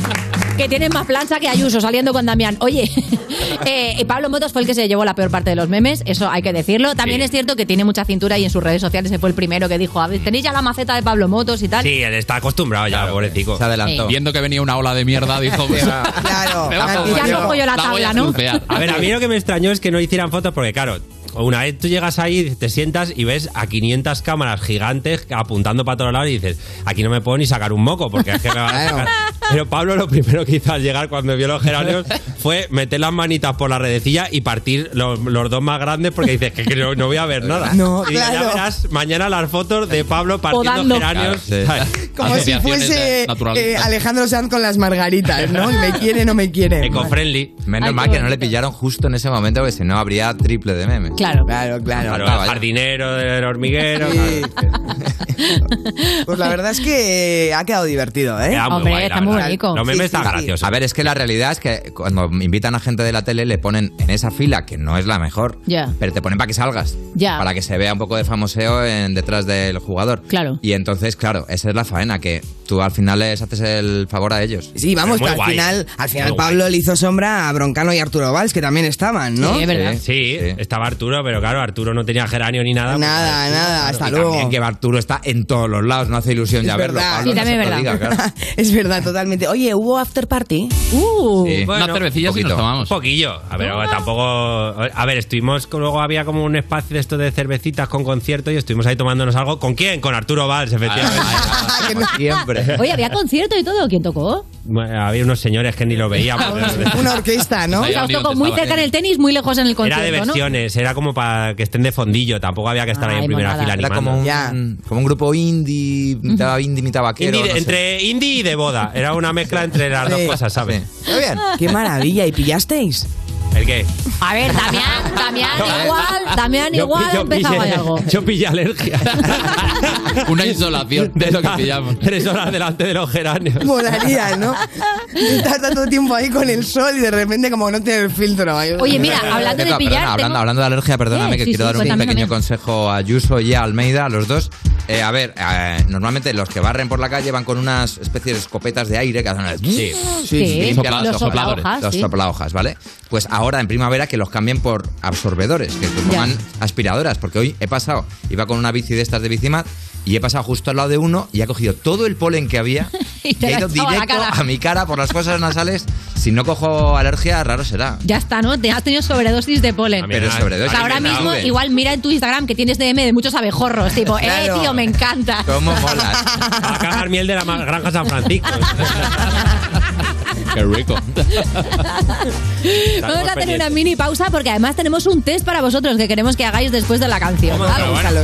Speaker 4: que tienes más plancha que Ayuso saliendo con Damián. Oye, eh, Pablo Motos fue el que se llevó la peor parte de los memes, eso hay que decirlo. También es cierto que tiene mucha cintura y en sus redes sociales se fue el primero que dijo, "A ver, tenéis ya la maceta de Pablo Motos y tal.
Speaker 41: Sí, él está acostumbrado ya, pobrecito.
Speaker 14: Se
Speaker 4: adelantó. Sí.
Speaker 15: Viendo que venía una ola de mierda, dijo. pues,
Speaker 3: Claro,
Speaker 15: me bajo,
Speaker 4: Ya cojo yo la
Speaker 15: voy a
Speaker 4: tabla, ¿no?
Speaker 15: surfear.
Speaker 41: A ver, a mí lo que me extrañó es que no hicieran fotos porque, claro, una vez tú llegas ahí, te sientas y ves a 500 cámaras gigantes apuntando para todos lados y dices, aquí no me puedo ni sacar un moco porque es que me van a sacar". Pero Pablo lo primero que hizo al llegar cuando vio los geranios fue meter las manitas por la redecilla y partir los, los dos más grandes porque dices que no, no voy a ver nada.
Speaker 3: No,
Speaker 41: y digo, ya
Speaker 3: claro.
Speaker 41: verás mañana las fotos de Pablo partiendo
Speaker 3: Podando.
Speaker 41: geranios.
Speaker 14: Claro,
Speaker 41: ¿sabes?
Speaker 3: Como si fuese eh, Alejandro Sanz con las margaritas, ¿no? Me quiere, no me quiere.
Speaker 41: Eco-friendly.
Speaker 14: Menos
Speaker 3: Ay,
Speaker 14: mal
Speaker 3: qué
Speaker 14: que no le pillaron justo en ese momento, porque si no habría triple de memes.
Speaker 4: Claro.
Speaker 3: Claro, claro.
Speaker 41: Claro, el jardinero del hormiguero.
Speaker 3: Pues la verdad es que ha quedado divertido, ¿eh?
Speaker 14: Queda muy Hombre, guay, la está muy verdad. rico.
Speaker 41: Los memes
Speaker 14: Sí, sí,
Speaker 41: están
Speaker 14: sí.
Speaker 41: graciosos.
Speaker 14: A ver, es que la realidad es que cuando invitan a gente de la tele le ponen en esa fila, que no es la mejor,
Speaker 4: Ya.
Speaker 14: pero te ponen para que salgas.
Speaker 9: Ah.
Speaker 4: Ya.
Speaker 14: Para que se vea un poco de famoseo en, detrás del jugador.
Speaker 4: Claro.
Speaker 14: Y entonces, claro, esa es la faena, que tú al final les haces el favor a ellos.
Speaker 3: Sí, vamos, que al final, al final Pablo le hizo sombra a Broncano y Arturo Valls, que también estaban, ¿no?
Speaker 41: Sí, sí, estaba Arturo, pero claro, Arturo no tenía geranio ni nada. pues
Speaker 3: Nada, nada, hasta
Speaker 14: Y
Speaker 3: luego.
Speaker 14: también que Arturo está en todos los lados, no hace ilusión ya verlo.
Speaker 3: verdad.
Speaker 14: Pablo,
Speaker 3: Sí,
Speaker 14: no
Speaker 3: también
Speaker 14: se
Speaker 3: es
Speaker 14: lo
Speaker 3: verdad.
Speaker 14: diga, claro.
Speaker 3: Es verdad, totalmente. Oye, ¿hubo after party?
Speaker 4: ¡Uh!
Speaker 14: Sí.
Speaker 41: Bueno,
Speaker 15: poquito.
Speaker 41: Un poquillo. A ver, tampoco. A ver, estuvimos. con- Luego había como un espacio de esto de cervecitas con concierto y estuvimos ahí tomándonos algo. ¿Con quién? Con Arturo Valls, efectivamente.
Speaker 14: siempre.
Speaker 4: Oye, había concierto y todo, ¿quién tocó?
Speaker 41: había unos señores que ni lo
Speaker 3: Ah,
Speaker 41: veíamos.
Speaker 3: Una orquesta, ¿no?
Speaker 4: O sea, os tocó muy cerca en el tenis, muy lejos en el
Speaker 41: Era
Speaker 4: concierto,
Speaker 41: de versiones, era como para que estén de fondillo, tampoco había que estar ahí en
Speaker 4: Ay,
Speaker 41: primera
Speaker 3: pues
Speaker 4: monada.
Speaker 41: fila
Speaker 14: Era
Speaker 41: animando.
Speaker 14: como un, como un grupo indie, mitad indie, mitad vaquero.
Speaker 41: Indie-
Speaker 14: no sé.
Speaker 41: Entre indie y de boda. Era una mezcla entre las dos cosas, ¿sabes?
Speaker 3: Muy bien. Qué maravilla, ¿y pillasteis?
Speaker 41: ¿El qué?
Speaker 4: ¿no? A ver, Damián, Damián
Speaker 41: No, eh,
Speaker 4: igual, Damián
Speaker 41: Yo-
Speaker 4: igual
Speaker 41: yo
Speaker 4: empezaba
Speaker 41: pillé-
Speaker 4: algo.
Speaker 41: Yo pillé alergia.
Speaker 15: Una insolación de lo que pillamos.
Speaker 41: Tres horas delante de los geranios.
Speaker 3: Molaría, ¿no? Estás tanto tiempo ahí con el sol y de repente como no tiene el filtro.
Speaker 4: Oye, mira, hablando de
Speaker 14: Perdona,
Speaker 4: pillar,
Speaker 14: hablando,
Speaker 4: tengo-
Speaker 14: hablando de alergia, perdóname
Speaker 4: Eh,
Speaker 14: que
Speaker 4: sí,
Speaker 14: quiero
Speaker 4: sí,
Speaker 14: dar un
Speaker 4: cuéntame,
Speaker 14: pequeño
Speaker 4: cuéntame.
Speaker 14: consejo a Ayuso y a Almeida, a los dos. Eh, a ver, eh, normalmente los que barren por la calle van con unas especies de escopetas de aire que hacen el-
Speaker 4: Sí. Sí,
Speaker 14: y
Speaker 4: sí.
Speaker 14: limpian
Speaker 4: Los soplahojas,
Speaker 14: Los
Speaker 4: sí.
Speaker 14: soplahojas, ¿vale? Pues ahora en primavera que los cambien por absorbedores, que te pongan aspiradoras, porque hoy he pasado, iba con una bici de estas de bicimat y he pasado justo al lado de uno y ha cogido todo el polen que había
Speaker 4: Y
Speaker 14: y
Speaker 4: te
Speaker 14: ha
Speaker 4: la
Speaker 14: ido
Speaker 4: echaba a la
Speaker 14: directo
Speaker 4: cara.
Speaker 14: a mi cara por las fosas nasales. Si no cojo alergia, raro será.
Speaker 4: Ya está, ¿no? Te has tenido sobredosis de polen.
Speaker 14: Pero sobredosis.
Speaker 4: O sea, ahora
Speaker 14: Ahora
Speaker 4: mismo,
Speaker 14: mismo,
Speaker 4: igual mira en tu Instagram que tienes DM de muchos abejorros. Tipo, eh,
Speaker 41: Claro.
Speaker 4: tío, me encanta.
Speaker 14: ¿Cómo mola?
Speaker 41: Va a cagar miel de la ma- granja San Francisco.
Speaker 15: Qué rico.
Speaker 4: Vamos a tener una mini pausa porque además tenemos un test para vosotros que queremos que hagáis después de la canción.
Speaker 26: Vamos,
Speaker 4: Vamos.
Speaker 26: bueno.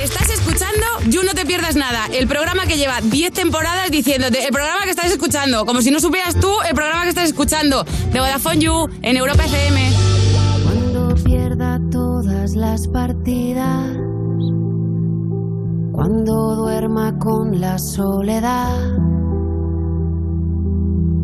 Speaker 12: Estás escuchando You No Te Pierdas Nada, el programa que lleva 10 temporadas diciéndote, el programa que estás escuchando, como si no supieras tú el programa que estás escuchando, de Vodafone You, en Europa FM.
Speaker 34: Cuando pierda todas las partidas, cuando duerma con la soledad,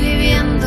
Speaker 34: viviendo.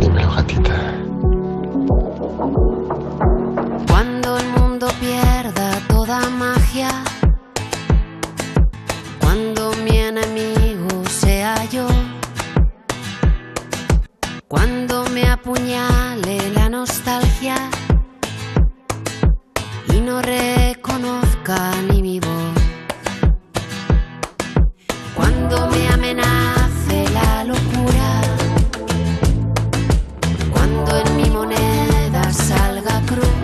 Speaker 35: Dímelo, gatita.
Speaker 34: Cuando el mundo pierda toda magia, cuando mi enemigo sea yo, cuando me apuñale la nostalgia y no reconozca ni mi voz, cuando me amenace la locura, cuando en mi moneda salga cruz.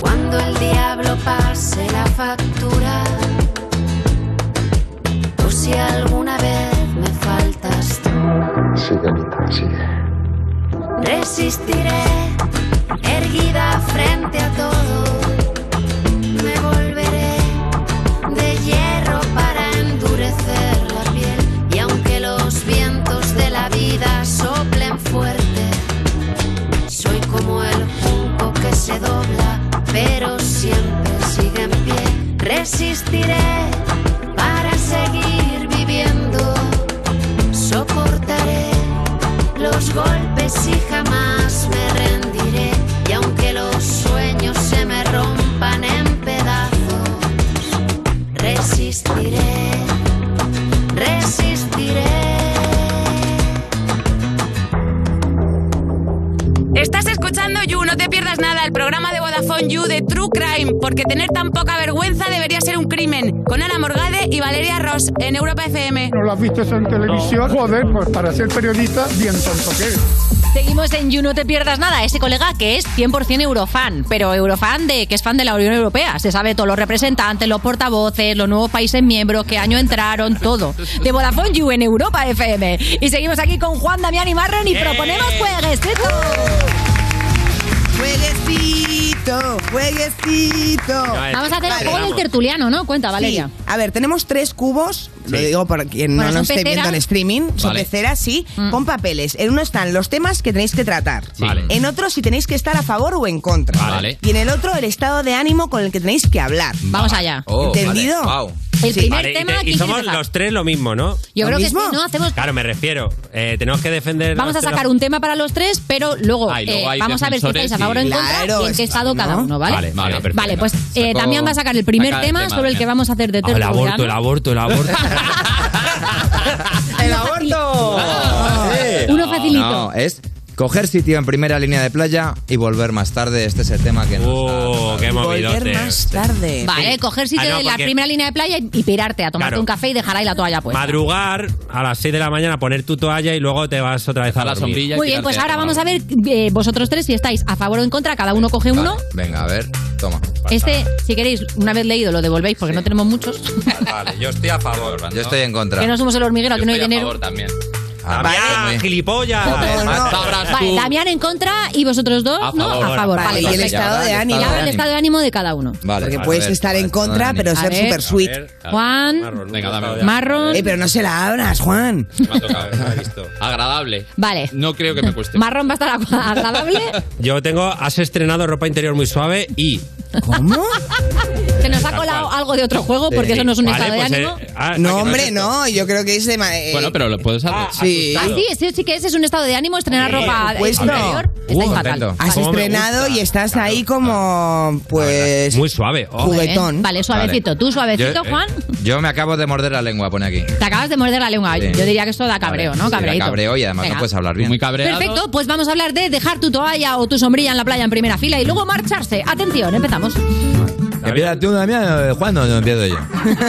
Speaker 34: Cuando el diablo pase la factura, o si alguna vez me faltas tú,
Speaker 35: Sí, gatita, sigue.
Speaker 34: resistiré, erguida frente a todo. Me volveré de hierro para endurecer la piel, y aunque los vientos de la vida soplen fuerte, soy como el junco que se dobla, pero siempre sigue en pie. Resistiré para seguir viviendo. Soportaré los golpes y jamás me rendiré. Y aunque los sueños se me rompan en pedazos, resistiré. Resistiré.
Speaker 12: Estás escuchando You, no te pierdas nada, el programa de Vodafone You de True Crime, porque tener tan poca vergüenza debería ser un crimen. Con Ana Morgade y Valeria Ross en Europa FM.
Speaker 36: ¿No lo has visto eso en televisión? Joder, pues para ser periodista, bien tonto que eres.
Speaker 4: Seguimos en You, no te pierdas nada. Ese colega que es 100% eurofan, pero eurofan de que es fan de la Unión Europea. Se sabe todos los representantes, los portavoces, los nuevos países miembros, qué año entraron, todo. De Vodafone You en Europa FM. Y seguimos aquí con Juan Damián y Marron y
Speaker 32: Yeah.
Speaker 4: proponemos jueguecitos.
Speaker 32: Jueguecito, jueguecito.
Speaker 4: Vamos a hacer el juego del tertuliano, ¿no? Cuenta, Valeria.
Speaker 32: Sí. A ver, tenemos tres cubos, lo digo para quien
Speaker 4: Bueno,
Speaker 32: no
Speaker 4: son
Speaker 32: nos esté viendo
Speaker 4: peceras. Mm.
Speaker 32: en streaming, son
Speaker 4: Vale.
Speaker 32: peceras, sí, con papeles. En uno están los temas que tenéis que tratar.
Speaker 35: Vale.
Speaker 32: En otro si tenéis que estar a favor o en contra.
Speaker 35: Vale.
Speaker 32: Y en el otro el estado de ánimo con el que tenéis que hablar.
Speaker 4: Vamos allá.
Speaker 15: Oh,
Speaker 41: Oh,
Speaker 32: ¿Entendido?
Speaker 4: El primer
Speaker 41: Vale, y
Speaker 4: tema,
Speaker 41: te-
Speaker 4: ¿quién
Speaker 41: y,
Speaker 4: quiere
Speaker 41: somos
Speaker 4: empezar?
Speaker 41: los tres lo mismo, ¿no?
Speaker 4: Yo creo que sí, ¿no? Hacemos
Speaker 41: Claro, me refiero. Eh, tenemos que defender.
Speaker 4: Vamos a
Speaker 41: los-
Speaker 4: sacar un tema para los tres, pero luego,
Speaker 41: Ah, y luego
Speaker 4: eh,
Speaker 41: hay
Speaker 4: vamos a ver si
Speaker 41: defensores
Speaker 4: estáis a favor o en
Speaker 41: y-
Speaker 4: contra
Speaker 41: Claro,
Speaker 4: y en qué estado cada uno, ¿vale?
Speaker 41: Vale, vale, perfecto.
Speaker 4: Vale, pues eh,
Speaker 41: Saco-
Speaker 4: Damián va a sacar el primer
Speaker 41: saca el
Speaker 4: tema,
Speaker 41: tema,
Speaker 4: sobre el que vamos a hacer de
Speaker 41: Ah, el aborto, el
Speaker 4: tertuliano.
Speaker 41: aborto, el aborto.
Speaker 32: ¡El aborto!
Speaker 4: Uno facilito.
Speaker 14: No, es coger sitio en primera línea de playa y volver más tarde. Este es el tema que nos ha...
Speaker 41: qué movidote. Volver más
Speaker 32: tarde.
Speaker 4: Vale, coger sitio
Speaker 41: Ah, no,
Speaker 4: de la
Speaker 41: porque-
Speaker 4: primera línea de playa y y pirarte a tomarte
Speaker 41: Claro.
Speaker 4: un café y dejar ahí la toalla puesta.
Speaker 41: Madrugar a las 6 de la mañana, poner tu toalla y luego te vas otra vez a, la sombrilla.
Speaker 4: Muy bien, pues ahora vamos a ver eh, vosotros tres si estáis a favor o en contra. Cada uno coge uno.
Speaker 14: Venga, a ver, toma.
Speaker 4: Este, si queréis, una vez leído, lo devolvéis porque no tenemos muchos.
Speaker 14: Vale, yo estoy a favor. Yo estoy en contra. Ah,
Speaker 4: Que no somos el hormiguero, que no hay dinero.
Speaker 14: también.
Speaker 41: Vale, gilipollas.
Speaker 4: Vale, Damián en contra y vosotros dos,
Speaker 14: A
Speaker 4: ¿no?
Speaker 14: favor.
Speaker 4: a favor.
Speaker 14: Vale,
Speaker 4: Vale,
Speaker 14: y el
Speaker 4: perfecto.
Speaker 14: estado de
Speaker 4: Y
Speaker 14: ánimo.
Speaker 4: ahora el estado de ánimo de cada uno.
Speaker 14: Vale,
Speaker 32: Porque
Speaker 14: a
Speaker 32: puedes
Speaker 14: ver,
Speaker 32: estar en contra, pero
Speaker 4: A
Speaker 32: ser
Speaker 4: ver.
Speaker 32: súper sweet.
Speaker 4: Juan.
Speaker 15: Venga, dame.
Speaker 4: Marrón.
Speaker 32: Eh, pero no se la abras, Juan.
Speaker 15: Me ha tocado, lo he visto. Agradable.
Speaker 4: Vale.
Speaker 15: No creo que me cueste.
Speaker 4: Marrón va a estar agu- agradable.
Speaker 41: Yo tengo, has estrenado ropa interior muy suave y.
Speaker 32: ¿Cómo?
Speaker 4: Se nos ha colado algo de otro juego porque eso no es un estado
Speaker 15: pues,
Speaker 41: pues,
Speaker 4: de ánimo.
Speaker 15: eh,
Speaker 41: eh, ah,
Speaker 32: no, hombre, no. Yo creo que es de... ma- eh,
Speaker 15: Bueno, pero lo puedes hacer.
Speaker 32: sí.
Speaker 4: Ah, sí, sí, sí que ese es un estado de ánimo, estrenar
Speaker 32: Por
Speaker 4: ropa
Speaker 32: supuesto.
Speaker 4: interior. Estáis
Speaker 32: Uh,
Speaker 4: fatal.
Speaker 32: contento. Has estrenado y estás ahí como, pues...
Speaker 41: Muy suave.
Speaker 4: Vale, Vale, suavecito. Tú suavecito,
Speaker 15: eh,
Speaker 14: Yo-
Speaker 4: Juan.
Speaker 14: Yo me acabo de morder la lengua, pone aquí.
Speaker 4: Te acabas de morder la lengua.
Speaker 14: Sí.
Speaker 4: Yo diría que esto da cabreo, ¿no?
Speaker 14: Sí,
Speaker 4: Cabreito.
Speaker 14: la cabreo y además
Speaker 4: Venga.
Speaker 14: no puedes hablar bien. Muy cabreado.
Speaker 4: Perfecto, pues vamos a hablar de dejar tu toalla o tu sombrilla en la playa en primera fila y luego marcharse. Atención, empezamos.
Speaker 14: ¿Empiezas tú, Damián? Juan, no, no empiezo yo.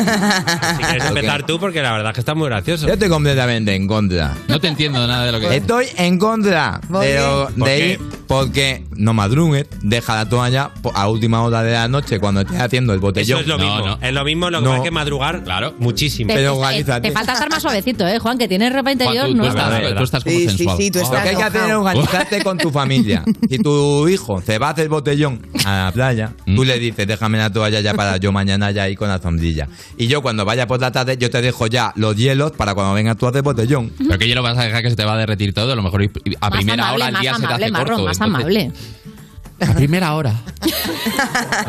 Speaker 41: Si quieres empezar tú, porque la verdad es que está muy gracioso.
Speaker 14: Yo estoy completamente en contra.
Speaker 15: No te entiendo nada de lo que
Speaker 14: Estoy en contra
Speaker 41: ¿Por
Speaker 14: de, lo-
Speaker 41: qué? ¿Por
Speaker 14: de
Speaker 41: qué?
Speaker 14: ir Porque no madrugues, deja la toalla po- a última hora de la noche cuando estés haciendo el
Speaker 41: Eso
Speaker 14: botellón.
Speaker 41: es lo mismo. Es lo mismo, lo que
Speaker 14: No.
Speaker 41: pasa es que madrugar claro. muchísimo.
Speaker 4: Te, te- eh, te falta estar más suavecito, ¿eh, Juan? Que tienes ropa interior,
Speaker 14: tú
Speaker 4: ¿no?
Speaker 14: estás-
Speaker 4: está-
Speaker 14: tú estás como Sí, sí, sensual. sí, tú estás
Speaker 4: Lo que hay que hacer
Speaker 14: hacer Pues es organizarte con tu familia. Si tu hijo se va a hacer botellón a la playa,
Speaker 15: Mm.
Speaker 14: tú le dices, déjame la toalla ya para yo mañana ya ir con la sombrilla. Y yo cuando vaya por la tarde, yo te dejo ya los hielos para cuando vengas tú a hacer botellón.
Speaker 15: Pero que yo lo vas a dejar que se te va a derretir todo. A lo mejor a
Speaker 4: más
Speaker 15: primera
Speaker 4: amable,
Speaker 15: hora el
Speaker 4: más
Speaker 15: día se te
Speaker 4: amable,
Speaker 15: hace
Speaker 4: Marro,
Speaker 15: corto.
Speaker 4: más
Speaker 15: entonces-
Speaker 4: amable.
Speaker 15: A primera hora.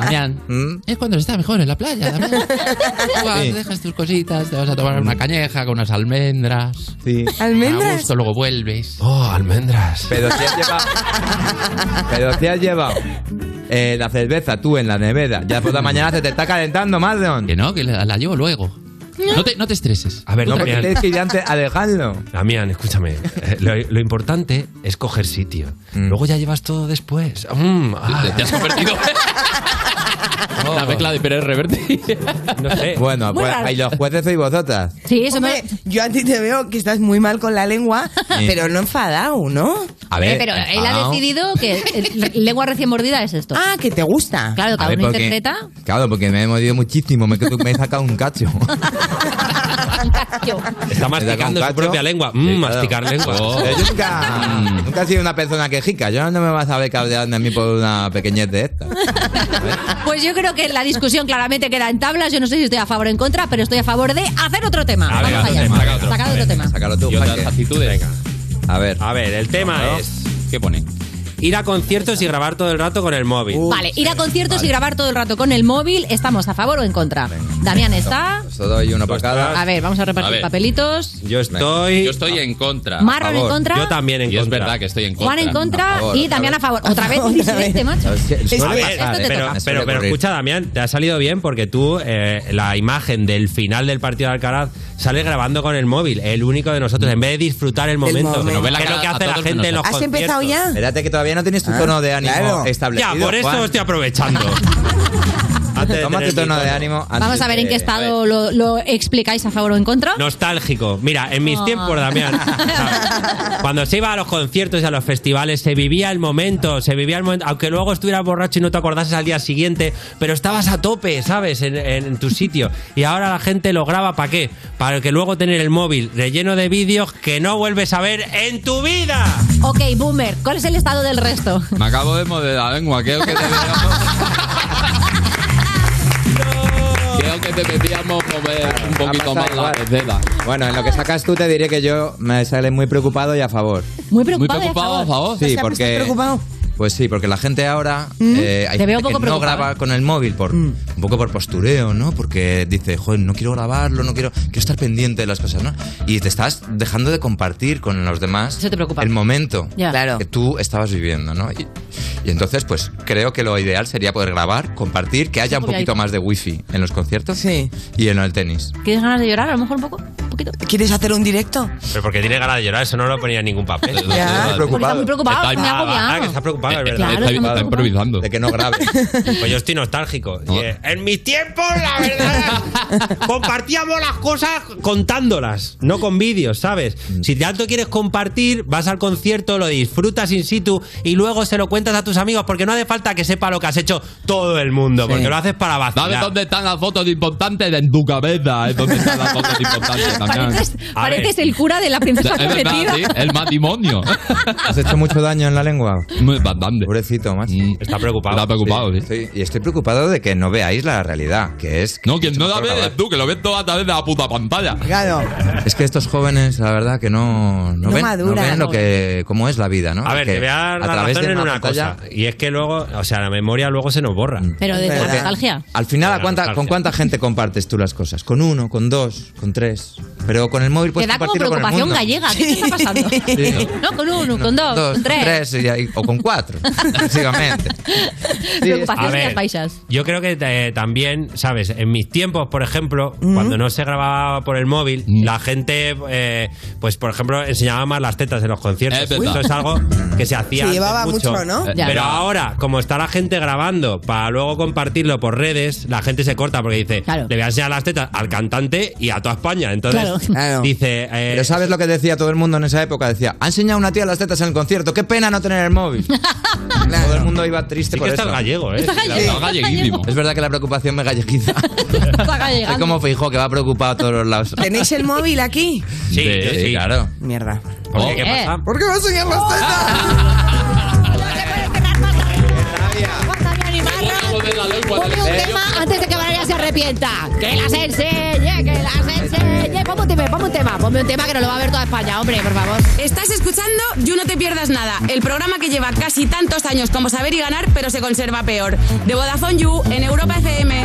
Speaker 15: Damián, es cuando se está mejor en la playa. Damián. Tú vas,
Speaker 13: Sí.
Speaker 15: dejas tus cositas, te vas a tomar una cañeja con unas almendras.
Speaker 14: Sí.
Speaker 15: ¿Almendras? A gusto, luego vuelves.
Speaker 41: Oh, almendras.
Speaker 14: Pero si has llevado, pero si has llevado eh, la cerveza tú en la nevera, ya por la mañana se te está calentando, Marlon.
Speaker 15: Que no, que la, llevo luego. No te, no te estreses.
Speaker 41: A ver,
Speaker 14: no,
Speaker 41: no,
Speaker 14: porque
Speaker 41: Damián.
Speaker 14: tienes que ir antes a dejarlo.
Speaker 41: Damián, escúchame. eh, Lo, lo importante es coger sitio.
Speaker 14: Mm.
Speaker 41: Luego ya llevas todo después. Mm, ah.
Speaker 15: Te has convertido. La mezcla de Pérez Reverte.
Speaker 41: Oh. No sé.
Speaker 14: Bueno,
Speaker 3: Muy
Speaker 14: pues
Speaker 3: raro.
Speaker 14: ahí los jueces sois vosotras.
Speaker 4: Sí, eso
Speaker 3: Hombre, Yo a ti te veo que estás muy mal con la lengua, pero no enfadado, ¿no?
Speaker 14: A
Speaker 4: Eh, pero él ha decidido que eh, lengua recién mordida es esto.
Speaker 3: Ah, que te gusta.
Speaker 4: Claro,
Speaker 14: A
Speaker 4: cada
Speaker 14: ver,
Speaker 4: uno
Speaker 14: porque-
Speaker 4: interpreta.
Speaker 14: Claro, porque me he mordido muchísimo, me, he quedado- me he sacado un cacho.
Speaker 41: Está masticando su propia lengua. Mm, masticar lengua.
Speaker 14: Yo nunca, nunca he sido una persona quejica. Yo no me vas a ver cabrearme a mí por una pequeñez de esta.
Speaker 4: Pues yo creo que la discusión claramente queda en tablas. Yo no sé si estoy a favor o en contra, pero estoy a favor de hacer otro tema.
Speaker 41: A ver,
Speaker 4: Vamos
Speaker 41: otro
Speaker 4: allá.
Speaker 41: tema, saca otro.
Speaker 4: Sacad otro tema.
Speaker 14: Sácalo tú, Jaque.
Speaker 41: Venga.
Speaker 14: A ver.
Speaker 41: A ver, el tema
Speaker 15: Claro.
Speaker 41: es.
Speaker 15: ¿Qué pone?
Speaker 41: Ir a conciertos y grabar todo el rato con el móvil.
Speaker 14: Uh.
Speaker 4: Vale, ir a conciertos y grabar todo el rato con el móvil, ¿estamos a favor o en contra? Damián está.
Speaker 14: Os doy una pacada.
Speaker 4: A ver, vamos a repartir
Speaker 15: A ver.
Speaker 4: papelitos.
Speaker 41: Yo estoy.
Speaker 15: Yo estoy en contra.
Speaker 4: Marron en contra. Yo
Speaker 41: también en
Speaker 15: contra. es verdad que estoy en contra.
Speaker 4: Juan en contra y Damián a favor. Otra vez
Speaker 3: Otra
Speaker 4: disidente,
Speaker 3: vez.
Speaker 4: macho. Esto-
Speaker 41: A ver,
Speaker 4: esto te
Speaker 41: ¿eh? pero,
Speaker 4: toca.
Speaker 41: pero- pero escucha, Damián, te ha salido bien porque tú, eh, la imagen del final del partido de Alcaraz, sale grabando con el móvil, el único de nosotros, en vez de disfrutar el momento.
Speaker 14: momento. Se nos ve la
Speaker 41: Que es
Speaker 14: cara
Speaker 41: lo que
Speaker 14: a
Speaker 41: hace la
Speaker 14: todos
Speaker 41: gente en los
Speaker 14: menos a-
Speaker 41: conciertos.
Speaker 14: ¿Has empezado ya? Espérate que todavía no tienes
Speaker 4: Ah,
Speaker 14: tu tono de ánimo establecido,
Speaker 41: Ya, por eso
Speaker 14: Juan.
Speaker 41: estoy aprovechando. Antes de
Speaker 14: Tómate
Speaker 41: tener mi
Speaker 14: tono de
Speaker 41: tono.
Speaker 14: ánimo.
Speaker 4: Vamos a ver en qué estado lo, lo explicáis a favor o en contra.
Speaker 41: Nostálgico. Mira, en mis
Speaker 4: Oh.
Speaker 41: tiempos, Damián, cuando se iba a los conciertos y a los festivales, se vivía el momento, se vivía el momento, aunque luego estuvieras borracho y no te acordases al día siguiente, pero estabas a tope, ¿sabes? En, en- en tu sitio. Y ahora la gente lo graba para qué? Para que luego tener el móvil relleno de vídeos que no vuelves a ver en tu vida.
Speaker 4: Ok, Boomer, ¿cuál es el estado del resto?
Speaker 15: Me acabo de morder la lengua. Creo que deberíamos. Creo que deberíamos mover un poquito más la vedela.
Speaker 14: Bueno, en lo que sacas tú te diré que yo me sale muy preocupado y a favor.
Speaker 4: Muy
Speaker 15: preocupado, Muy preocupado, a favor.
Speaker 14: Sí, porque... Pues sí, porque la gente ahora
Speaker 4: ¿Mm?
Speaker 14: eh, hay
Speaker 4: Te veo
Speaker 14: gente que no
Speaker 4: poco preocupada. Mm.
Speaker 14: graba con el móvil por un poco por postureo, ¿no? Porque dice, joder, no quiero grabarlo, no quiero quiero estar pendiente de las cosas, ¿no? Y te estás dejando de compartir con los demás
Speaker 4: Eso te preocupa.
Speaker 14: el momento
Speaker 4: Ya. Claro.
Speaker 14: que tú estabas viviendo, ¿no? Y, y entonces, pues creo que lo ideal sería poder grabar, compartir, que haya un
Speaker 4: porque
Speaker 14: poquito
Speaker 4: hay-
Speaker 14: más de wifi en los conciertos y en el tenis.
Speaker 4: ¿Tienes ganas de llorar? A lo mejor un poco.
Speaker 3: ¿Quieres hacer un directo?
Speaker 41: Pero porque tiene ganas de llorar, eso no lo ponía en ningún papel.
Speaker 14: Está preocupado.
Speaker 4: Está muy preocupado, Está- me ha agobiado.
Speaker 41: Ah, que está preocupado, es verdad.
Speaker 4: Claro, está muy Está preocupado.
Speaker 15: improvisando.
Speaker 14: De que no grabe.
Speaker 41: Pues yo estoy nostálgico. Y, eh, En mis tiempos, la verdad, compartíamos las cosas contándolas, no con vídeos, ¿sabes?
Speaker 14: Mm.
Speaker 41: Si tanto quieres compartir, vas al concierto, lo disfrutas in situ y luego se lo cuentas a tus amigos, porque no hace falta que sepa lo que has hecho todo el mundo, porque lo haces para vacilar.
Speaker 15: ¿Sabes dónde están las fotos importantes de en tu cabeza? ¿eh? ¿Dónde están las fotos importantes también?
Speaker 4: Pareces, pareces el cura de la princesa
Speaker 15: Es verdad,
Speaker 4: prometida.
Speaker 15: sí, el matrimonio.
Speaker 14: ¿Has hecho mucho daño en la lengua?
Speaker 15: Bastante. Mm.
Speaker 14: Pobrecito, macho.
Speaker 41: Está preocupado.
Speaker 15: Está preocupado, sí.
Speaker 14: y estoy preocupado de que no veáis la realidad, que es...
Speaker 15: No, quien no la ve eres tú, que lo ves todo a través de la puta pantalla.
Speaker 3: Claro.
Speaker 14: Es que estos jóvenes, la verdad, que no, no,
Speaker 15: No
Speaker 14: ven,
Speaker 15: maduran.
Speaker 14: no ven lo que, cómo es la vida, ¿no?
Speaker 41: A ver,
Speaker 14: Que
Speaker 41: te voy a dar la
Speaker 14: través
Speaker 41: razón
Speaker 14: de
Speaker 41: en una
Speaker 14: pantalla- Mm.
Speaker 41: cosa. Y es que luego, o sea, la memoria luego se nos borra.
Speaker 4: Pero de la
Speaker 14: Porque
Speaker 4: nostalgia.
Speaker 14: Al final, ¿a
Speaker 41: la
Speaker 14: cuánta-
Speaker 41: nostalgia.
Speaker 14: ¿con cuánta gente compartes tú las cosas? ¿Con uno, con dos, con tres? Pero con el móvil
Speaker 4: Te
Speaker 14: puedes
Speaker 4: da como
Speaker 14: Pues compartirlo con el mundo.
Speaker 4: preocupación gallega. ¿Qué te está pasando?
Speaker 14: Sí.
Speaker 4: No, con uno, con dos,
Speaker 14: Dos,
Speaker 4: con tres.
Speaker 14: y ahí- o con cuatro, básicamente.
Speaker 4: Preocupaciones
Speaker 41: A
Speaker 4: de
Speaker 41: ver.
Speaker 4: las paisas.
Speaker 41: Yo creo que eh, también, ¿sabes? En mis tiempos, por ejemplo, cuando no se grababa por el móvil,
Speaker 3: Mm.
Speaker 41: la gente, eh, pues por ejemplo, enseñaba más las tetas en los conciertos.
Speaker 14: Es verdad.
Speaker 41: Eso es algo que se hacía.
Speaker 3: Se
Speaker 41: antes
Speaker 3: llevaba mucho, ¿no?
Speaker 41: Eh,
Speaker 3: Ya.
Speaker 41: Pero ahora, como está la gente grabando para luego compartirlo por redes, la gente se corta porque dice, le voy a enseñar las tetas al cantante y a toda España. Entonces,
Speaker 4: claro.
Speaker 32: Eh,
Speaker 14: Dice. Pero ¿sabes lo que decía todo el mundo en esa época? Decía, ha enseñado una tía las tetas en el concierto, qué pena no tener el móvil. Todo el mundo iba triste
Speaker 32: Sí
Speaker 14: por
Speaker 32: que
Speaker 14: eso.
Speaker 32: estás gallego, ¿eh? Estás gallego,
Speaker 14: Sí.
Speaker 32: estás galleguísimo.
Speaker 14: Es verdad que la preocupación me galleguiza. Soy como Feijóo que va preocupado a todos los lados.
Speaker 42: ¿Tenéis el móvil aquí?
Speaker 14: Sí, claro.
Speaker 42: Mierda.
Speaker 14: ¿Por Pues
Speaker 32: Eh,
Speaker 14: qué? ¿Qué pasa?
Speaker 42: ¿Por qué me enseñan las
Speaker 3: Ah.
Speaker 42: tetas?
Speaker 4: Ponme un
Speaker 41: Eh.
Speaker 4: tema antes de que Valeria se arrepienta. Que las enseñe, que las enseñe. Ponme un tema, ponme un tema. Ponme un tema que no lo va a ver toda España, hombre, por favor.
Speaker 12: Estás escuchando You No Te Pierdas Nada, el programa que lleva casi tantos años como saber y ganar, pero se conserva peor. De Vodafone You en Europa FM.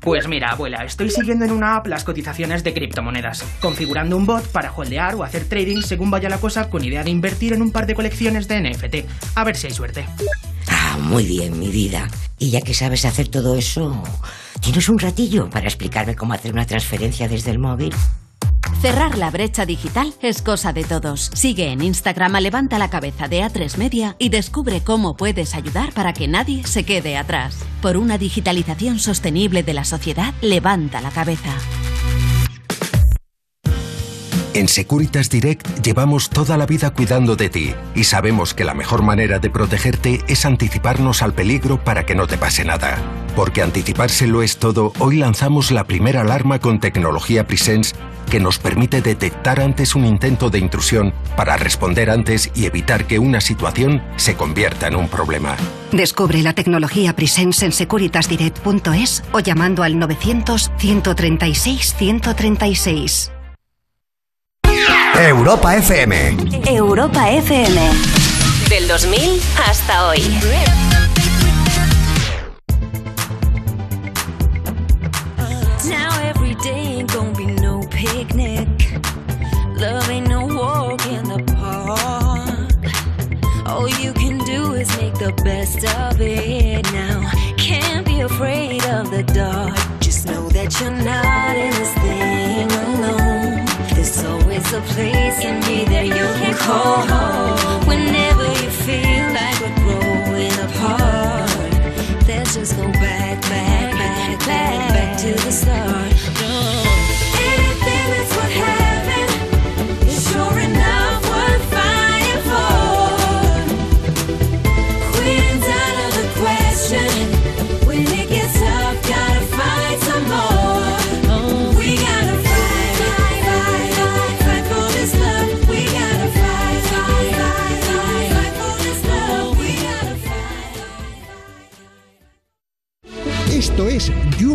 Speaker 3: Pues mira, abuela, estoy siguiendo en una app las cotizaciones de criptomonedas, configurando un bot para holdear o hacer trading según vaya la cosa con idea de invertir en un par de colecciones de NFT. A ver si hay suerte.
Speaker 43: Ah, muy bien, mi vida. Y ya que sabes hacer todo eso, ¿tienes un ratillo para explicarme cómo hacer una transferencia desde el móvil?
Speaker 34: Cerrar la brecha digital es cosa de todos. Sigue en Instagram a Levanta la Cabeza de A3 Media y descubre cómo puedes ayudar para que nadie se quede atrás. Por una digitalización sostenible de la sociedad, levanta la cabeza.
Speaker 44: En Securitas Direct llevamos toda la vida cuidando de ti y sabemos que la mejor manera de protegerte es anticiparnos al peligro para que no te pase nada. Porque anticipárselo es todo, hoy lanzamos la primera alarma con tecnología Presence que nos permite detectar antes un intento de intrusión para responder antes y evitar que una situación se convierta en un problema.
Speaker 6: Descubre la tecnología Presence en securitasdirect.es o llamando al 900 136 136.
Speaker 45: Europa FM.
Speaker 34: Europa FM. Del 2000 hasta hoy.
Speaker 46: Now every day ain't gonna be no picnic. Love ain't no walk in the park. All you can do is make the best of it now. Can't be afraid of the dark. Just know that you're not in this thing alone. There's always a place in me that you can call home. Whenever you feel like we're growing apart. Let's just go back, back, back, back, back to the start. No. Anything that's what happened is sure enough worth fighting for. Queen's out of the question. When it gets tough, gotta fight some more. We gotta fight, fight, fight, fight, fight for this love. We gotta fight, fight, fight, fight, fight for this love. We gotta
Speaker 5: Esto es You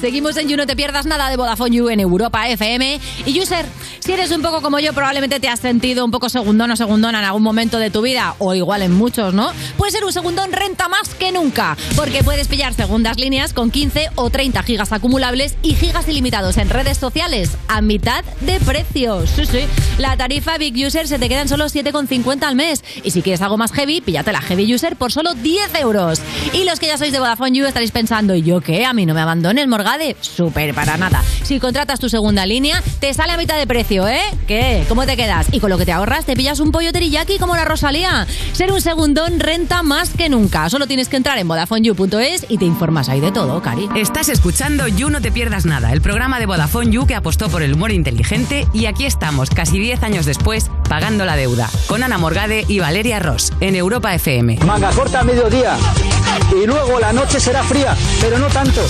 Speaker 4: Seguimos en You No Te Pierdas Nada de Vodafone You en Europa FM. Y User, si eres un poco como yo, probablemente te has sentido un poco segundón o segundona en algún momento de tu vida, o igual en muchos, ¿no? Pues ser un segundón renta más que nunca, porque puedes pillar segundas líneas con 15 o 30 gigas acumulables y gigas ilimitados en redes sociales a mitad de precio. Sí, sí. La tarifa Big User se te quedan solo 7,50 al mes. Y si quieres algo más heavy, píllate la Heavy User por solo 10 euros. Y los que ya sois de Vodafone You estaréis pensando, ¿y yo qué? A mí no me ha abandones, Morgade, súper para nada. Si contratas tu segunda línea, te sale a mitad de precio, ¿eh? ¿Qué? ¿Cómo te quedas? Y con lo que te ahorras, te pillas un pollo teriyaki como la Rosalía. Ser un segundón renta más que nunca. Solo tienes que entrar en VodafoneYou.es y te informas ahí de todo, Cari.
Speaker 1: Estás escuchando You No Te Pierdas Nada, el programa de Vodafone You que apostó por el humor inteligente y aquí estamos, casi 10 años después, pagando la deuda, con Ana Morgade y Valeria Ross, en Europa FM.
Speaker 2: Manga corta a mediodía y luego la noche será fría, pero no tanto.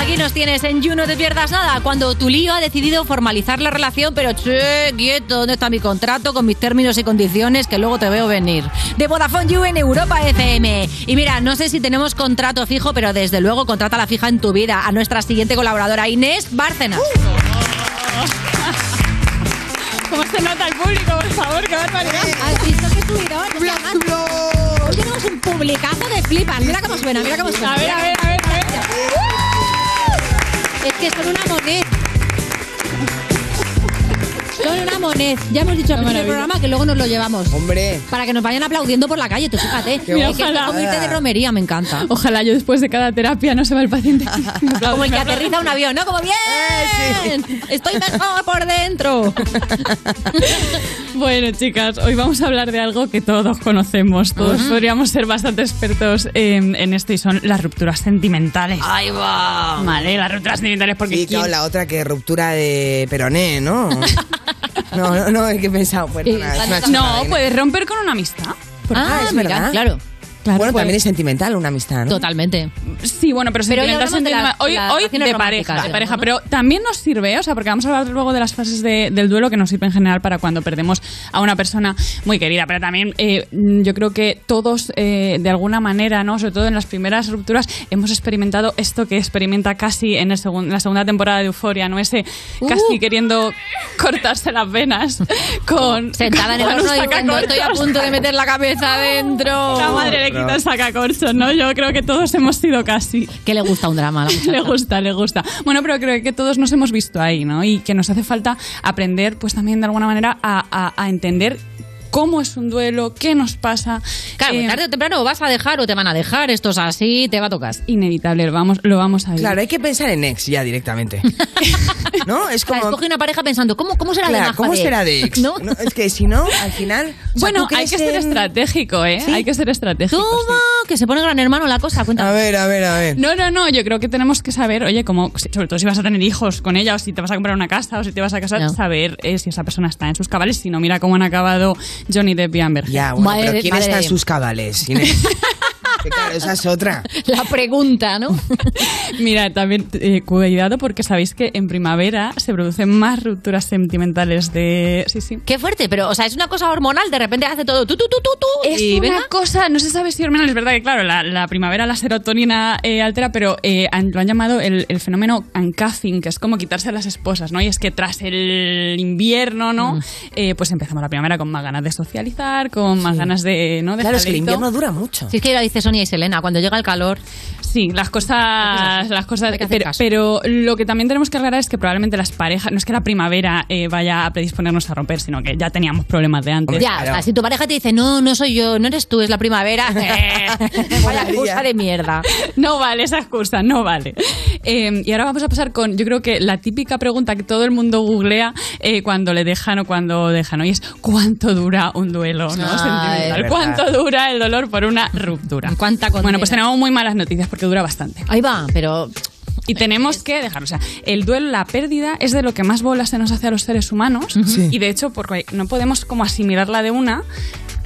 Speaker 4: Aquí nos tienes en You, no te pierdas nada. Cuando tu lío ha decidido formalizar la relación, pero che, quieto, ¿dónde está mi contrato con mis términos y condiciones que luego te veo venir? De Vodafone You en Europa FM. Y mira, no sé si tenemos contrato fijo, pero desde luego contrata la fija en tu vida. A nuestra siguiente colaboradora, Inés Bárcenas.
Speaker 6: ¿Cómo se nota el público, por favor? ¡Qué barbaridad!
Speaker 4: ¿Has visto qué subidón? Hoy tenemos un publicazo de flipas. Mira cómo suena, mira cómo suena.
Speaker 6: A ver, a ver, a ver, a ver.
Speaker 4: Es que son una monet. Son una monet. Ya hemos dicho al principio del programa que luego nos lo llevamos.
Speaker 3: Hombre.
Speaker 4: Para que nos vayan aplaudiendo por la calle, tú fíjate.
Speaker 6: Qué
Speaker 4: Hay
Speaker 6: guay.
Speaker 4: que
Speaker 6: Ojalá.
Speaker 4: como irte de romería, me encanta.
Speaker 6: Ojalá yo después de cada terapia no se va el paciente.
Speaker 4: Como el que aterriza un avión, ¿no? Como bien. Estoy mejor por dentro.
Speaker 6: Bueno, chicas, hoy vamos a hablar de algo que todos conocemos. Todos
Speaker 4: Ajá.
Speaker 6: podríamos ser bastante expertos eh, en esto y son las rupturas sentimentales.
Speaker 4: ¡Ahí va!
Speaker 6: Vale, las rupturas sentimentales porque.
Speaker 3: Sí,
Speaker 6: ¿quién-
Speaker 3: claro, la otra que ruptura de peroné, ¿no? No, no, no, es que he pensado.
Speaker 6: Eh,
Speaker 3: Bueno, nada, es una chorrada,
Speaker 6: no, puedes romper con una amistad. Por-
Speaker 3: Ah, es
Speaker 6: mira,
Speaker 3: verdad.
Speaker 6: Claro. Claro,
Speaker 3: bueno,
Speaker 6: pues.
Speaker 3: también es sentimental una amistad, ¿no?
Speaker 4: Totalmente.
Speaker 6: Sí, bueno, pero,
Speaker 4: Pero hoy
Speaker 6: sentimental,
Speaker 4: hablamos de
Speaker 6: sentimental.
Speaker 4: las-
Speaker 6: hoy,
Speaker 4: las
Speaker 6: hoy
Speaker 4: relaciones
Speaker 6: de
Speaker 4: románticas,
Speaker 6: pareja, de
Speaker 4: digamos,
Speaker 6: pareja,
Speaker 4: ¿no?
Speaker 6: pero también nos sirve, o sea, porque vamos a hablar luego de las fases de- del duelo que nos sirve en general para cuando perdemos a una persona muy querida, pero también eh, mm, yo creo que todos eh, de alguna manera, ¿no? Sobre todo en las primeras rupturas hemos experimentado esto que experimenta casi en el segun- la segunda temporada de Euforia, ¿no? Ese
Speaker 4: Uh.
Speaker 6: casi queriendo cortarse las venas con
Speaker 4: Sentada en el
Speaker 6: con
Speaker 4: horno
Speaker 6: un
Speaker 4: diciendo,
Speaker 6: sacacorchos.
Speaker 4: "Estoy a punto de meter la cabeza adentro".
Speaker 6: La madre le quita el sacacorchos, ¿no? Yo creo que todos hemos sido casi.
Speaker 4: Que le gusta un drama a la muchacha.
Speaker 6: le gusta, le gusta. Bueno, pero creo que todos nos hemos visto ahí, ¿no? Y que nos hace falta aprender, pues también de alguna manera, a, a- a entender cómo es un duelo, qué nos pasa. eh,
Speaker 4: Claro, tarde o temprano vas a dejar o te van a dejar, esto es así, te va a tocar.
Speaker 6: Inevitable, vamos, lo vamos a ir.
Speaker 3: Claro, hay que pensar en ex ya directamente. ¿No? Es como.
Speaker 4: Escoge una pareja pensando, ¿cómo, cómo será de
Speaker 3: Claro,
Speaker 4: maja
Speaker 3: ¿cómo
Speaker 4: de
Speaker 3: será de ex?
Speaker 4: ¿No?
Speaker 3: No, es que si no, al final. o sea,
Speaker 6: Bueno,
Speaker 3: ¿tú
Speaker 6: hay
Speaker 3: crees
Speaker 6: que ser
Speaker 3: en-
Speaker 6: estratégico, ¿eh? Hay que ser estratégico.
Speaker 4: Toma, que se pone gran hermano la cosa, cuenta.
Speaker 3: A ver, a ver, a ver.
Speaker 6: No, no, no, yo creo que tenemos que saber, oye, como, si- sobre todo si vas a tener hijos con ella, o si te vas a comprar una casa, o si te vas a casar, saber eh, si esa persona está en sus cabales, si no, mira cómo han acabado Johnny Depp y Amber.
Speaker 3: Ya, bueno, pero ¿quién está en sus cabales? Inés? Que claro, esa es otra.
Speaker 4: La pregunta, ¿no?
Speaker 6: Mira, también eh, cuidado porque sabéis que en primavera se producen más rupturas sentimentales de... Sí, sí.
Speaker 4: Qué fuerte, pero, o sea, es una cosa hormonal, de repente hace todo tú, tú, tú, tú, tú.
Speaker 6: Es
Speaker 4: y
Speaker 6: una
Speaker 4: venga.
Speaker 6: cosa, no se sabe si hormonal, es verdad que claro, la, la primavera la serotonina eh, altera, pero eh, han- lo han llamado el, el fenómeno uncuffing, que es como quitarse a las esposas, ¿no? Y es que tras el invierno,
Speaker 4: Mm.
Speaker 6: ¿no? Eh, pues empezamos la primavera con más ganas de socializar, con más ganas de... ¿no? De
Speaker 3: Claro, es que el
Speaker 6: estar listo.
Speaker 3: invierno dura mucho.
Speaker 4: Si es que lo dice Sonia y Selena, cuando llega el calor.
Speaker 6: Sí, las cosas. Las cosas pero, pero lo que también tenemos que aclarar es que probablemente las parejas, no es que la primavera eh, vaya a predisponernos a romper, sino que ya teníamos problemas de antes.
Speaker 4: ya, o sea, si tu pareja te dice, no, no soy yo, no eres tú, es la primavera. eh, Vaya excusa de mierda.
Speaker 6: No vale esa excusa, no vale. Eh, y ahora vamos a pasar con, yo creo que la típica pregunta que todo el mundo googlea eh, cuando le dejan o cuando dejan, y es ¿cuánto dura un duelo? ¿no?
Speaker 4: Ah,
Speaker 6: Sentimental.
Speaker 4: es
Speaker 6: ¿Cuánto
Speaker 4: verdad.
Speaker 6: dura el dolor por una ruptura? ¿Cuánta Bueno, pues tenemos muy malas noticias porque dura bastante.
Speaker 4: Ahí va, pero...
Speaker 6: Y tenemos que dejarlo. O sea, el duelo, la pérdida, es de lo que más bola se nos hace a los seres humanos.
Speaker 26: Sí.
Speaker 6: Y de hecho, porque no podemos como asimilarla de una,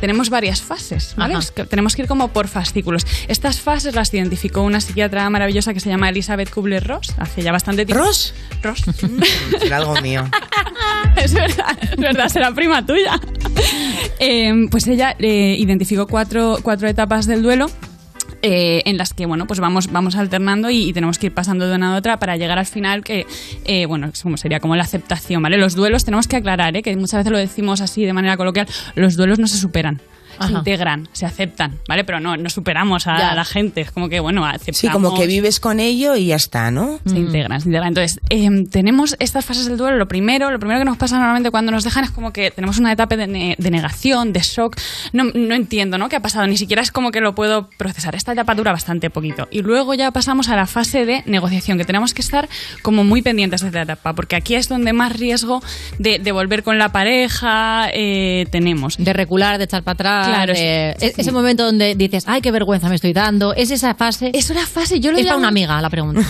Speaker 6: tenemos varias fases, ¿vale?
Speaker 26: Ajá.
Speaker 6: Es que tenemos que ir como por fascículos. Estas fases las identificó una psiquiatra maravillosa que se llama Elizabeth Kubler-Ross hace ya bastante tiempo. ¿Ross? Ross.
Speaker 3: Será algo mío.
Speaker 6: es verdad, es verdad, será prima tuya. Eh, pues ella eh, identificó cuatro, cuatro etapas del duelo. eh, en las que bueno pues vamos vamos alternando y, y tenemos que ir pasando de una a otra para llegar al final que eh, bueno es como sería como la aceptación vale los duelos tenemos que aclarar ¿eh? que muchas veces lo decimos así de manera coloquial los duelos no se superan se integran, se aceptan, ¿vale? Pero no, no superamos a,
Speaker 3: Ya.
Speaker 6: a la gente, es como que, bueno, aceptamos.
Speaker 3: Sí, como que vives con ello y ya está, ¿no?
Speaker 6: Se integran, se integran. Entonces, em, tenemos estas fases del duelo. Lo primero, lo primero que nos pasa normalmente cuando nos dejan es como que tenemos una etapa de, ne- de negación, de shock. No, no entiendo, ¿no? ¿Qué ha pasado? Ni siquiera es como que lo puedo procesar. Esta etapa dura bastante poquito. Y luego ya pasamos a la fase de negociación, que tenemos que estar como muy pendientes de esta etapa, porque aquí es donde más riesgo de, de volver con la pareja eh, tenemos.
Speaker 4: De recular, de echar para atrás.
Speaker 6: Claro,
Speaker 4: de-
Speaker 6: sí.
Speaker 4: es- ese momento donde dices, ay, qué vergüenza me estoy dando. Es esa fase.
Speaker 6: Es una fase, yo lo
Speaker 4: Es para
Speaker 6: llamo-
Speaker 4: una amiga la pregunta.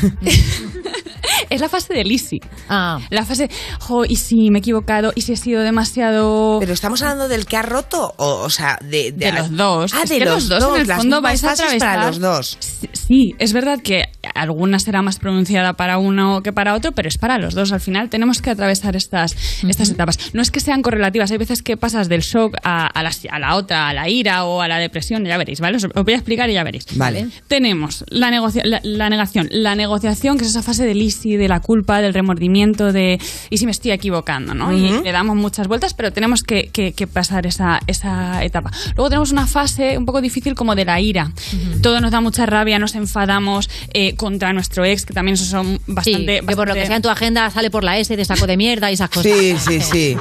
Speaker 6: Es la fase del easy.
Speaker 4: Ah.
Speaker 6: La fase, jo, y si me he equivocado, y si he sido demasiado.
Speaker 3: Pero estamos hablando del que ha roto, o, o sea, de,
Speaker 6: De los dos.
Speaker 3: Ah,
Speaker 6: Es
Speaker 3: de
Speaker 6: que
Speaker 3: los,
Speaker 6: dos, en el
Speaker 3: las
Speaker 6: fondo
Speaker 3: mismas
Speaker 6: vais a
Speaker 3: fases
Speaker 6: atravesar.
Speaker 3: para los dos.
Speaker 6: Sí, Sí, es verdad que alguna será más pronunciada para uno que para otro, pero es para los dos. Al final tenemos que atravesar estas, estas etapas. No es que sean correlativas, hay veces que pasas del shock a, a la, a la otra, a la ira o a la depresión, ya veréis, ¿vale? Os, os voy a explicar y ya veréis.
Speaker 3: Vale.
Speaker 6: Tenemos la, negocia- la, la negación. La negociación, que es esa fase del y si, de la culpa, del remordimiento, de y si me estoy equivocando, ¿no? Y
Speaker 4: Ujú.
Speaker 6: le damos muchas vueltas, pero tenemos que, que- que pasar esa, esa etapa. Luego tenemos una fase un poco difícil como de la ira. Todo nos da mucha rabia, nos enfadamos eh, contra nuestro ex, que también eso son bastante...
Speaker 4: Sí, que por lo
Speaker 6: bastante-
Speaker 4: que sea en tu agenda sale por la S de saco de mierda y esas cosas.
Speaker 6: Sí, sí, sí.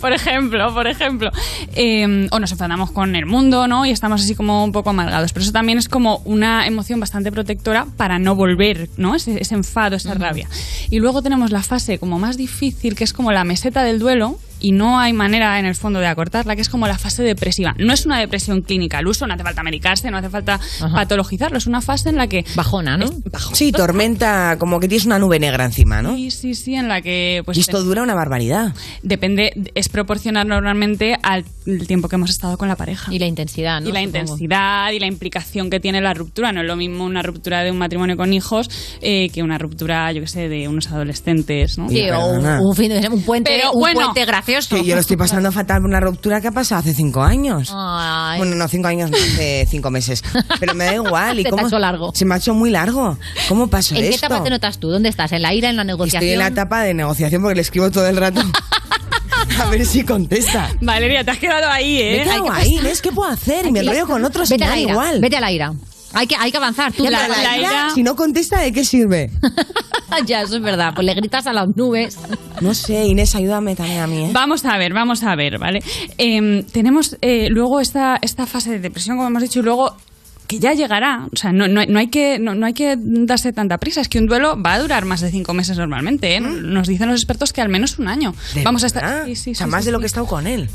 Speaker 6: por ejemplo, por ejemplo. Eh, o nos enfadamos con el mundo, ¿no? Y estamos así como un poco amargados. Pero eso también es como una emoción bastante protectora para no volver, ¿no? Ese, ese enfado, esa rabia. Y luego tenemos la fase como más difícil, que es como la meseta del duelo. Y no hay manera en el fondo de acortarla, que es como la fase depresiva. No es una depresión clínica al uso, no hace falta medicarse, no hace falta patologizarlo. Es una fase en la que. Bajona, ¿no?
Speaker 3: Sí, tormenta, como que tienes una nube negra encima, ¿no?
Speaker 6: Sí, sí, sí, en la que. Pues,
Speaker 3: y esto
Speaker 6: te-
Speaker 3: dura una barbaridad.
Speaker 6: depende, es proporcional normalmente al el tiempo que hemos estado con la pareja. Y la intensidad,
Speaker 4: ¿no?
Speaker 6: Y la
Speaker 4: Supongo.
Speaker 6: intensidad y la implicación que tiene la ruptura. No es lo mismo una ruptura de un matrimonio con hijos eh, que una ruptura, yo qué sé, de unos adolescentes, ¿no?
Speaker 4: Sí, o un, un fin de semana, un puente,
Speaker 6: Pero
Speaker 4: un
Speaker 6: bueno.
Speaker 4: puente gracioso.
Speaker 3: Que yo lo estoy pasando fatal por una ruptura que ha pasado hace cinco años.
Speaker 4: Ay.
Speaker 3: Bueno, no, cinco años, no, hace cinco meses. Pero me da igual. ¿Y
Speaker 4: Se te ha
Speaker 3: cómo,
Speaker 4: hecho largo.
Speaker 3: Se me ha hecho muy largo. ¿Cómo paso
Speaker 4: ¿En qué
Speaker 3: esto?
Speaker 4: etapa te notas tú? ¿Dónde estás? ¿En la ira, en la negociación?
Speaker 3: Estoy en la etapa de negociación porque le escribo todo el rato. A ver si contesta.
Speaker 6: Valeria, te has quedado ahí,
Speaker 3: Me
Speaker 6: ¿eh?
Speaker 3: he quedado
Speaker 6: Ay,
Speaker 3: ahí,
Speaker 6: pasa?
Speaker 3: ¿ves? ¿Qué puedo hacer? Y me
Speaker 6: Aquí
Speaker 3: rollo
Speaker 6: está.
Speaker 3: con otros y
Speaker 6: Vete a
Speaker 3: me
Speaker 6: la
Speaker 3: da
Speaker 6: ira,
Speaker 3: igual.
Speaker 4: Vete a la ira. Hay que, hay que avanzar. Tú
Speaker 3: Ya,
Speaker 4: la,
Speaker 3: pero la ira, Si no contesta, ¿de qué sirve?
Speaker 4: ya, eso es verdad. Pues le gritas a las nubes.
Speaker 3: No sé, Inés, ayúdame también a mí, ¿eh?
Speaker 6: Vamos a ver, vamos a ver, ¿vale? Em, tenemos eh, luego esta, esta fase de depresión, como hemos dicho, y luego que ya llegará, o sea, no, no, no hay que, no, no hay que darse tanta prisa, es que un duelo va a durar más de cinco meses normalmente, ¿eh? nos dicen los expertos que al menos un año. Vamos a estar... Sí, sí,
Speaker 3: Mm. O sea,
Speaker 6: sí,
Speaker 3: más
Speaker 6: sí,
Speaker 3: de lo
Speaker 6: sí.
Speaker 3: que he estado con él.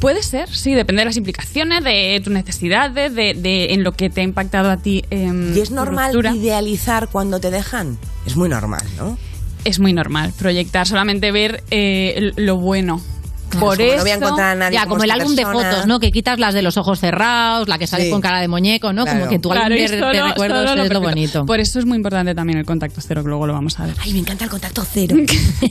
Speaker 6: Puede ser, sí, depende de las implicaciones, de tus necesidades, de, de en lo que te ha impactado a ti.
Speaker 4: Mm,
Speaker 6: em,
Speaker 3: Y es
Speaker 6: tu
Speaker 3: normal
Speaker 6: ruptura.
Speaker 3: idealizar cuando te dejan. Es muy normal, ¿no?
Speaker 6: Es muy normal proyectar, solamente ver eh, lo bueno. Por
Speaker 4: como
Speaker 6: eso.
Speaker 4: no voy a encontrar a nadie
Speaker 6: Ya,
Speaker 4: como el álbum de fotos, ¿no? Que quitas las de los ojos cerrados, la que sale
Speaker 6: Sí.
Speaker 4: con cara de muñeco, ¿no? Como que tú
Speaker 6: Claro, y
Speaker 4: álbum de, de
Speaker 6: solo-
Speaker 4: recuerdos
Speaker 6: solo
Speaker 4: es lo
Speaker 6: perfecto.
Speaker 4: bonito.
Speaker 6: Por eso es muy importante también el contacto cero, que luego lo vamos a ver.
Speaker 3: Ay, me encanta el contacto cero.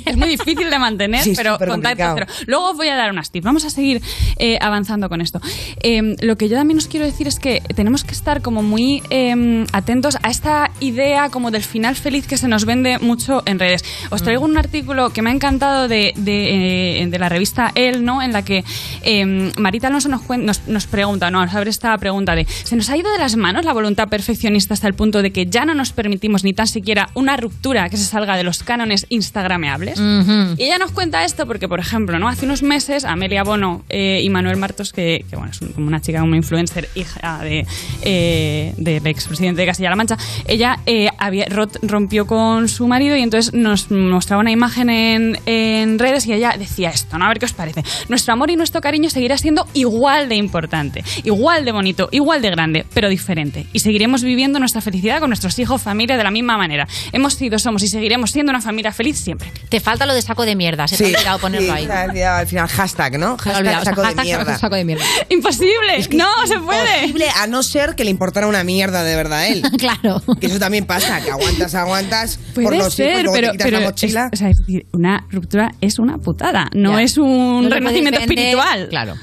Speaker 6: es muy difícil de mantener,
Speaker 4: Sí, es
Speaker 6: pero
Speaker 4: súper
Speaker 6: contacto
Speaker 4: complicado.
Speaker 6: cero. Luego os voy a dar unas tips. Vamos a seguir eh, avanzando con esto. Eh, lo que yo también os quiero decir es que tenemos que estar como muy eh, atentos a esta idea como del final feliz que se nos vende mucho en redes. Os traigo
Speaker 4: Mm.
Speaker 6: un artículo que me ha encantado de, de, eh, de la revista El, ¿no? En la que eh, Marita Alonso nos, cuen- nos, nos pregunta, ¿no? Nos abre esta pregunta de ¿se nos ha ido de las manos la voluntad perfeccionista hasta el punto de que ya no nos permitimos ni tan siquiera una ruptura que se salga de los cánones instagrameables?
Speaker 4: Ujú.
Speaker 6: Y ella nos cuenta esto porque, por ejemplo, ¿no? hace unos meses Amelia Bono eh, y Manuel Martos, que, que, bueno, es un- como una chica, una influencer, hija de, eh, del expresidente de Castilla-La Mancha, ella eh, había, rot- rompió con su marido y entonces nos mostraba una imagen en, en redes y ella decía esto, ¿no? A ver qué os parece. Nuestro amor y nuestro cariño seguirá siendo igual de importante, igual de bonito, igual de grande, pero diferente. Y seguiremos viviendo nuestra felicidad con nuestros hijos, familia, de la misma manera. Hemos sido, somos y seguiremos siendo una familia feliz siempre.
Speaker 4: Te falta lo de saco de mierda, se te ha olvidado ponerlo ahí.
Speaker 3: se ha olvidado al final, hashtag, ¿no?
Speaker 4: Se me ha olvidado,
Speaker 3: Hashtag saco de
Speaker 4: hashtag
Speaker 3: mierda.
Speaker 4: saco de mierda.
Speaker 6: Imposible, no se puede.
Speaker 3: Imposible, a no ser que le importara una mierda de verdad a él.
Speaker 4: claro.
Speaker 3: Que eso también pasa, que aguantas, aguantas por
Speaker 6: Puede
Speaker 3: los hijos,
Speaker 6: ser,
Speaker 3: luego
Speaker 6: pero,
Speaker 3: te quitas
Speaker 6: pero
Speaker 3: la
Speaker 6: es-
Speaker 3: mochila.
Speaker 6: o sea, es decir, una ruptura es una putada, no
Speaker 4: Ya.
Speaker 6: es un
Speaker 4: No te
Speaker 6: renacimiento
Speaker 4: puedes vender-
Speaker 6: espiritual.
Speaker 4: Claro.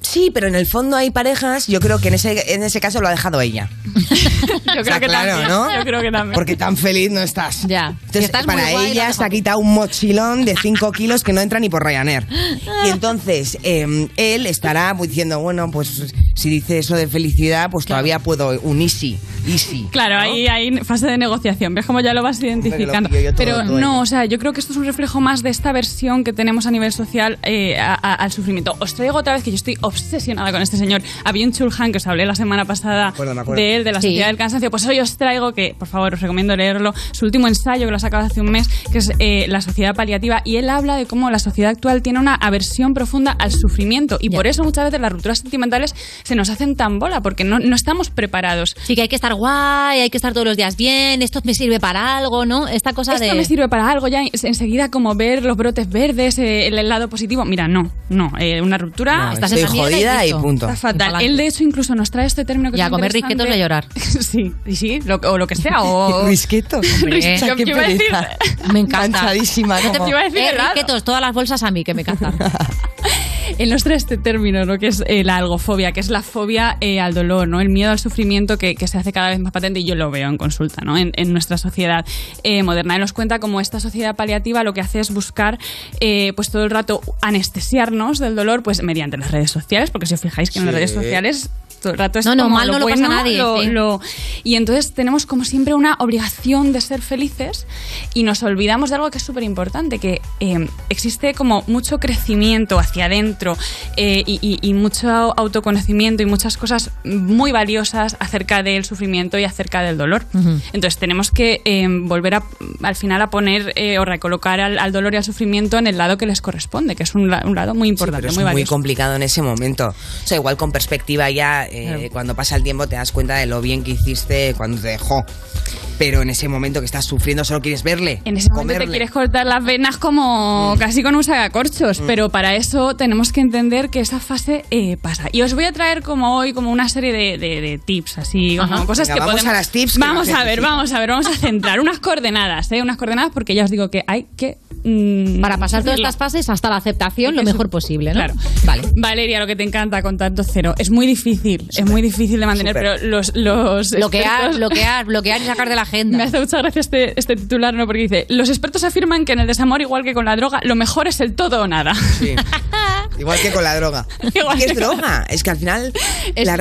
Speaker 3: Sí, pero en el fondo hay parejas, yo creo que en ese, en ese caso lo ha dejado ella.
Speaker 6: Yo
Speaker 3: Está
Speaker 6: creo que
Speaker 3: claro,
Speaker 6: también.
Speaker 3: ¿no?
Speaker 6: Yo creo que también.
Speaker 3: Porque tan feliz no estás.
Speaker 4: Ya.
Speaker 3: Entonces,
Speaker 4: estás muy
Speaker 3: para
Speaker 4: guay, no
Speaker 3: ella
Speaker 4: te
Speaker 3: se ha quitado un mochilón de 5 kilos que no entra ni por Ryanair. Y entonces, eh, él estará pues, diciendo, bueno, pues si dice eso de felicidad, pues todavía puedo un easy, easy.
Speaker 6: Claro, ahí hay fase de negociación, ves cómo ya lo vas identificando.
Speaker 3: pillo yo todo,
Speaker 6: Pero
Speaker 3: todo
Speaker 6: no, o sea, yo creo que esto es un reflejo más de esta versión que tenemos a nivel social eh, a- a- al sufrimiento. Os traigo otra vez que yo estoy obsesionada con este señor. Había un Chulhan que os hablé la semana pasada
Speaker 3: acuerdo, me acuerdo.
Speaker 6: de él, de la
Speaker 3: Sí.
Speaker 6: Sociedad del Cansancio. Pues hoy os traigo que, por favor, os recomiendo leerlo, su último ensayo que lo ha sacado hace un mes, que es eh, La Sociedad Paliativa. Y él habla de cómo la sociedad actual tiene una aversión profunda al sufrimiento. Y por eso muchas veces las rupturas sentimentales se nos hacen tan bola, porque no, no estamos preparados.
Speaker 4: Sí, que hay que estar guay, hay que estar todos los días bien, esto me sirve para algo, ¿no? Esta cosa
Speaker 6: Esto
Speaker 4: de...
Speaker 6: me sirve para algo ya es- enseguida como ver los brotes verdes, eh, el, el lado positivo. Mira, no, no, eh, una ruptura.
Speaker 3: No, estoy jodida y
Speaker 6: listo.
Speaker 3: punto.
Speaker 6: Está fatal. Él de hecho incluso nos trae este término que
Speaker 4: Y
Speaker 6: es
Speaker 4: a comer
Speaker 6: interesante.
Speaker 4: risquetos y a llorar.
Speaker 6: sí, y sí, lo- o lo que sea. O...
Speaker 3: Risquetos.
Speaker 6: hombre.
Speaker 4: Risquetos,
Speaker 6: Yo-
Speaker 4: qué
Speaker 6: yo iba a decir-
Speaker 4: pereza. Me encanta.
Speaker 3: Manchadísima,
Speaker 4: No te
Speaker 6: como-
Speaker 4: iba a decir
Speaker 6: Eh,
Speaker 4: helado. todas las bolsas a mí, que me encantan.
Speaker 6: Él nos trae este término, ¿no? Que es eh, la algofobia, que es la fobia eh, al dolor, ¿no? El miedo al sufrimiento que, que se hace cada vez más patente y yo lo veo en consulta, ¿no? En, en nuestra sociedad eh, moderna. Él nos cuenta cómo esta sociedad paliativa lo que hace es buscar, eh, pues todo el rato anestesiarnos del dolor, pues mediante las redes sociales, porque si os fijáis que en las
Speaker 4: Sí.
Speaker 6: redes sociales todo el rato es
Speaker 4: No, no,
Speaker 6: como
Speaker 4: mal no lo pasa
Speaker 6: bueno,
Speaker 4: nadie,
Speaker 6: lo-
Speaker 4: sí.
Speaker 6: lo- y entonces tenemos como siempre una obligación de ser felices y nos olvidamos de algo que es súper importante, que eh, existe como mucho crecimiento hacia adentro eh, y, y- y mucho autoconocimiento y muchas cosas muy valiosas acerca del sufrimiento y acerca del dolor. Entonces tenemos que eh, volver a, al final a poner eh, o recolocar al, al dolor y al sufrimiento en el lado que les corresponde, que es un, la- un lado muy
Speaker 3: Sí,
Speaker 6: importante,
Speaker 3: pero es
Speaker 6: muy
Speaker 3: muy,
Speaker 6: valioso.
Speaker 3: complicado en ese momento. O sea, igual con perspectiva ya, eh,
Speaker 6: Claro.
Speaker 3: cuando pasa el tiempo te das cuenta de lo bien que hiciste cuando te dejó. Pero en ese momento que estás sufriendo solo quieres verle.
Speaker 6: En ese momento
Speaker 3: comerle. Mm.
Speaker 6: te quieres cortar las venas como casi con un sagacorchos, pero para eso tenemos que entender que esa fase eh, pasa. Y os voy a traer como hoy como una serie de, de- de tips, así,
Speaker 3: Ajá.
Speaker 6: como cosas
Speaker 3: Venga,
Speaker 6: que
Speaker 3: vamos
Speaker 6: podemos...
Speaker 3: a las tips que
Speaker 6: Vamos
Speaker 3: nos
Speaker 6: a ver,
Speaker 3: necesitan.
Speaker 6: vamos a ver, vamos a centrar unas coordenadas, ¿eh? Unas coordenadas porque ya os digo que hay que... mm,
Speaker 4: Para pasar todas estas fases hasta la aceptación lo mejor posible, ¿no?
Speaker 6: Claro.
Speaker 4: Vale.
Speaker 6: Valeria, lo que te encanta con tanto cero. Es muy difícil, es muy difícil de mantener,
Speaker 4: Súper.
Speaker 6: pero los. los
Speaker 4: Bloquear,
Speaker 6: expertos-
Speaker 4: bloquear, bloquear y sacar de la agenda.
Speaker 6: Me hace mucha gracia este, este titular, ¿no? Porque dice: Los expertos afirman que en el desamor, igual que con la droga, lo mejor es el todo o nada.
Speaker 3: Igual que con la droga.
Speaker 6: Igual
Speaker 3: ¿Qué es
Speaker 6: que con-
Speaker 3: droga? Es que al final
Speaker 6: Es
Speaker 3: las
Speaker 6: los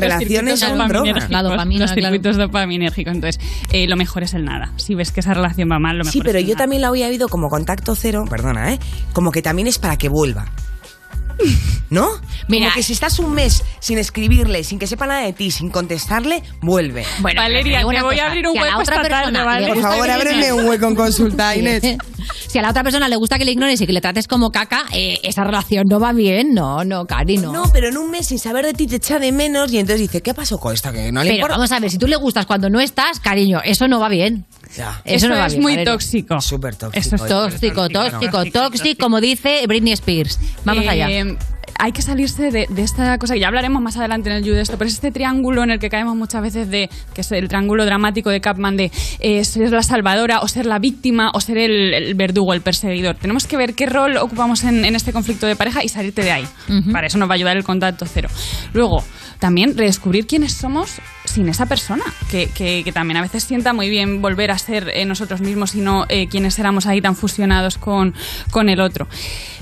Speaker 6: circuitos
Speaker 3: relaciones son droga.
Speaker 6: dopaminérgicos, Los circuitos dopaminérgicos. Entonces, eh, lo mejor es el nada. Si ves que esa relación va mal, lo mejor
Speaker 3: Sí, pero
Speaker 6: es el
Speaker 3: yo
Speaker 6: nada.
Speaker 3: también la había oído como contacto cero, perdona, ¿eh? Como que también es para que vuelva. ¿No?
Speaker 6: Mira.
Speaker 3: como que si estás un mes sin escribirle, sin que sepa nada de ti, sin contestarle, vuelve.
Speaker 6: Valeria,
Speaker 4: Digo
Speaker 6: te
Speaker 4: una
Speaker 6: voy a
Speaker 4: cosa,
Speaker 6: abrir un
Speaker 4: si a la
Speaker 6: hueco
Speaker 4: otra
Speaker 6: esta
Speaker 4: persona
Speaker 6: tarde,
Speaker 4: le
Speaker 6: ¿vale?
Speaker 4: gusta que le ignoren-
Speaker 3: hueco en consulta,
Speaker 4: ¿eh? Si a la otra persona le gusta que le ignores y que le trates como caca, eh, esa relación no va bien. No, no, Cari, no.
Speaker 3: No, pero en un mes sin saber de ti te echa de menos y entonces dice, ¿qué pasó con esta? Que no le
Speaker 4: pero
Speaker 3: importa.
Speaker 4: vamos a ver, si tú le gustas cuando no estás, cariño, eso no va bien.
Speaker 3: Ya.
Speaker 4: Eso no va bien, Valeria.
Speaker 6: tóxico.
Speaker 3: Súper tóxico.
Speaker 4: Eso es tóxico, tóxico, tóxico, como dice Britney Spears. Vamos
Speaker 6: Eh,
Speaker 4: allá.
Speaker 6: Hay que salirse de, de esta cosa, que ya hablaremos más adelante en el You de esto, pero es este triángulo en el que caemos muchas veces de, que es el triángulo dramático de Capman, de eh, ser la salvadora o ser la víctima o ser el, el verdugo, el perseguidor. Tenemos que ver qué rol ocupamos en, en este conflicto de pareja y salirte de ahí.
Speaker 4: Ujú.
Speaker 6: Para eso nos va a ayudar el contacto cero. Luego, también redescubrir quiénes somos sin esa persona, que, que- que también a veces sienta muy bien volver a ser eh, nosotros mismos y no eh, quienes éramos ahí tan fusionados con, con el otro.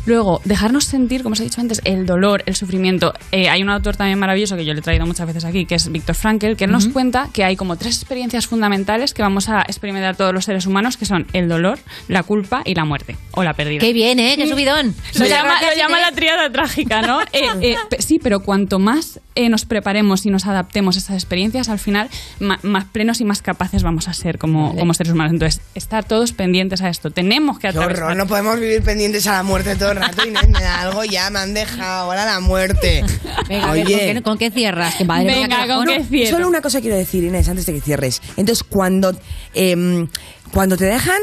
Speaker 6: Luego, dejarnos sentir, como os he dicho antes, el dolor, el sufrimiento. Eh, hay un autor también maravilloso que yo le he traído muchas veces aquí, que es Víctor Frankl, que él nos
Speaker 4: Ujú.
Speaker 6: cuenta que hay como tres experiencias fundamentales que vamos a experimentar todos los seres humanos, que son el dolor, la culpa y la muerte, o la pérdida. Mm.
Speaker 4: Qué bien, ¿eh? Qué subidón.
Speaker 6: Lo
Speaker 4: Muchas
Speaker 6: llama,
Speaker 4: gracias,
Speaker 6: lo llama
Speaker 4: Inés.
Speaker 6: la triada trágica, ¿no? Eh, eh, pe- sí, pero cuanto más eh, nos preparemos y nos adaptemos a esas experiencias, al final ma- más plenos y más capaces vamos a ser como, como seres humanos. Entonces, estar todos pendientes a esto. Tenemos que
Speaker 3: Qué horror,
Speaker 6: atravesar.
Speaker 3: no podemos vivir pendientes a la muerte todo el rato. Inés, me da algo ya, me han dejado, ahora la muerte.
Speaker 4: Venga, a ver, ¿con, qué, con qué cierras? Que madre mía, qué bajón.
Speaker 3: No, Solo una cosa quiero decir, Inés, antes de que cierres. Entonces, cuando, em, cuando te dejan,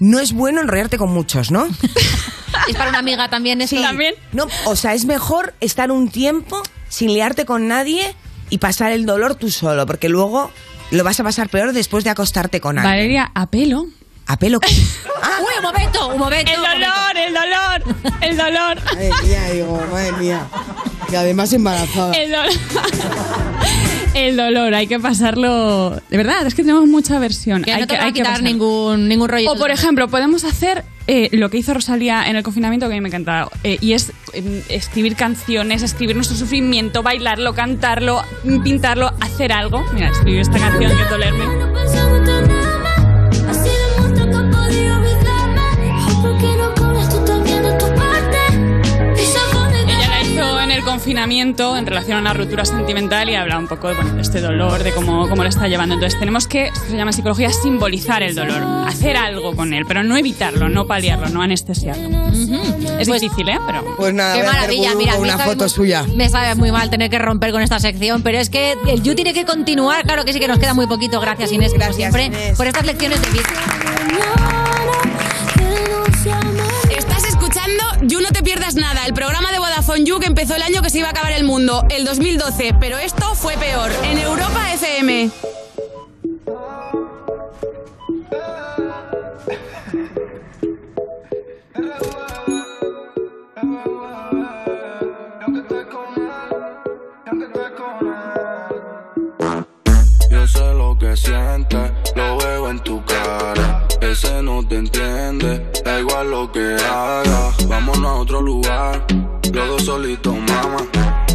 Speaker 3: no es bueno enrollarte con muchos, ¿no?
Speaker 4: Es para una amiga también eso.
Speaker 6: También.
Speaker 3: No, o sea, es mejor estar un tiempo sin liarte con nadie y pasar el dolor tú solo, porque luego lo vas a pasar peor después de acostarte con alguien.
Speaker 6: Valeria, apelo.
Speaker 3: Apelo.
Speaker 6: Ah.
Speaker 4: Uy, un momento, un momento.
Speaker 6: El dolor, el dolor, el dolor.
Speaker 3: Madre mía, digo, madre mía.
Speaker 26: Y además embarazada.
Speaker 6: El dolor. El dolor, hay que pasarlo. De verdad, es que tenemos mucha aversión.
Speaker 4: Que
Speaker 6: hay
Speaker 4: no te van a quitar
Speaker 6: ningún, ningún
Speaker 4: rollo.
Speaker 6: O por ejemplo, podemos hacer eh, lo que hizo Rosalía en el confinamiento, que a mí me encantaba. eh, y es eh, escribir canciones, escribir nuestro sufrimiento, bailarlo, cantarlo, pintarlo, hacer algo. Mira, escribí esta canción que dolerme. Ella la hizo en el confinamiento en relación a una ruptura sentimental y habla un poco bueno, de este dolor, de cómo, cómo lo está llevando. Entonces tenemos que, esto se llama en psicología, simbolizar el dolor, hacer algo con él, pero no evitarlo, no paliarlo, no anestesiarlo.
Speaker 4: Mm.
Speaker 6: Es difícil, ¿eh? Pero...
Speaker 3: Pues nada,
Speaker 4: Qué
Speaker 3: voy a hacer
Speaker 4: maravilla,
Speaker 3: vudú
Speaker 4: mira,
Speaker 3: con
Speaker 4: me
Speaker 3: una
Speaker 4: sabe
Speaker 3: foto
Speaker 4: muy-
Speaker 3: suya.
Speaker 4: Me sabe muy mal tener que romper con esta sección, pero es que el You tiene que continuar, claro que sí que nos queda muy poquito. Gracias Inés, como siempre, por estas lecciones de vida.
Speaker 12: Estás escuchando You No Te Pierdas Nada, el programa de Vodafone You que empezó el año que se iba a acabar el mundo, el 2012, pero esto fue peor, en Europa FM.
Speaker 27: Yo sé lo que sientes, lo veo en tu cara. Ese no te entiende, da igual lo que haga. Vámonos a otro lugar, los dos solitos, mamá.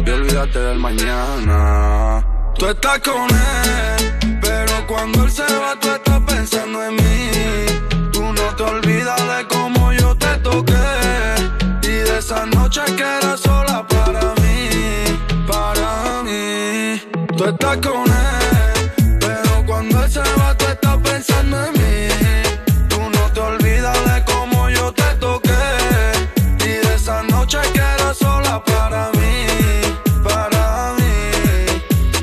Speaker 27: Y olvídate del mañana. Tú estás con él, pero cuando él se va, tú estás pensando en mí. Tú no te olvidas de cómo yo te toqué. Y de esas noches que era sola para mí, para mí. Tú estás con él, pero cuando él se va tú estás pensando en mí. Tú no te olvidas de cómo yo te toqué y de esa noche que era sola para mí, para mí.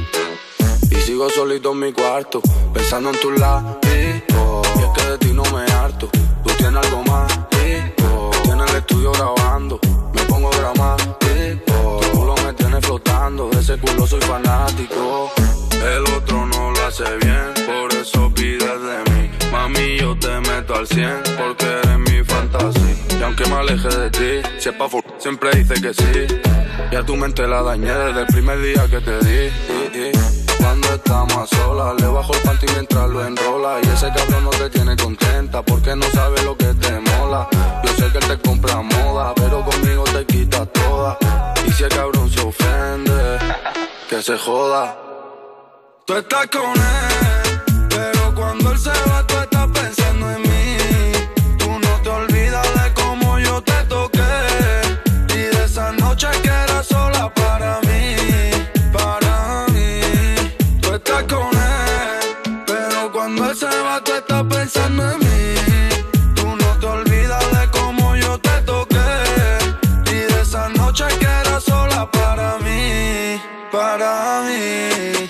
Speaker 27: Y sigo solito en mi cuarto, pensando en tus labios. Y es que de ti no me harto, tú tienes algo más. Tienes el estudio grabando, me pongo dramático. Tu culo me tiene flotando, de ese culo soy fanático. El otro no lo hace bien, por eso pides de mí. Mami, yo te meto al 100, porque eres mi fantasía. Y aunque me aleje de ti, si es pa' fu- siempre dice que sí. Y a tu mente la dañé desde el primer día que te di. y- y. Cuando estamos a solas, le bajo el panty mientras lo enrola. Y ese cabrón no te tiene contenta, porque no sabe lo que te mola. Yo sé que él te compra moda, pero conmigo te quita toda. Y si el cabrón se ofende, que se joda. Tú estás con él, pero cuando él se va, tú estás pensando en mí. Tú no te olvidas de cómo yo te toqué. Y de esa noche que era sola para mí, para mí. Tú estás con él, pero cuando él se va, tú estás pensando en mí. Tú no te olvidas de cómo yo te toqué. Y de esa noche que era sola para mí, para mí.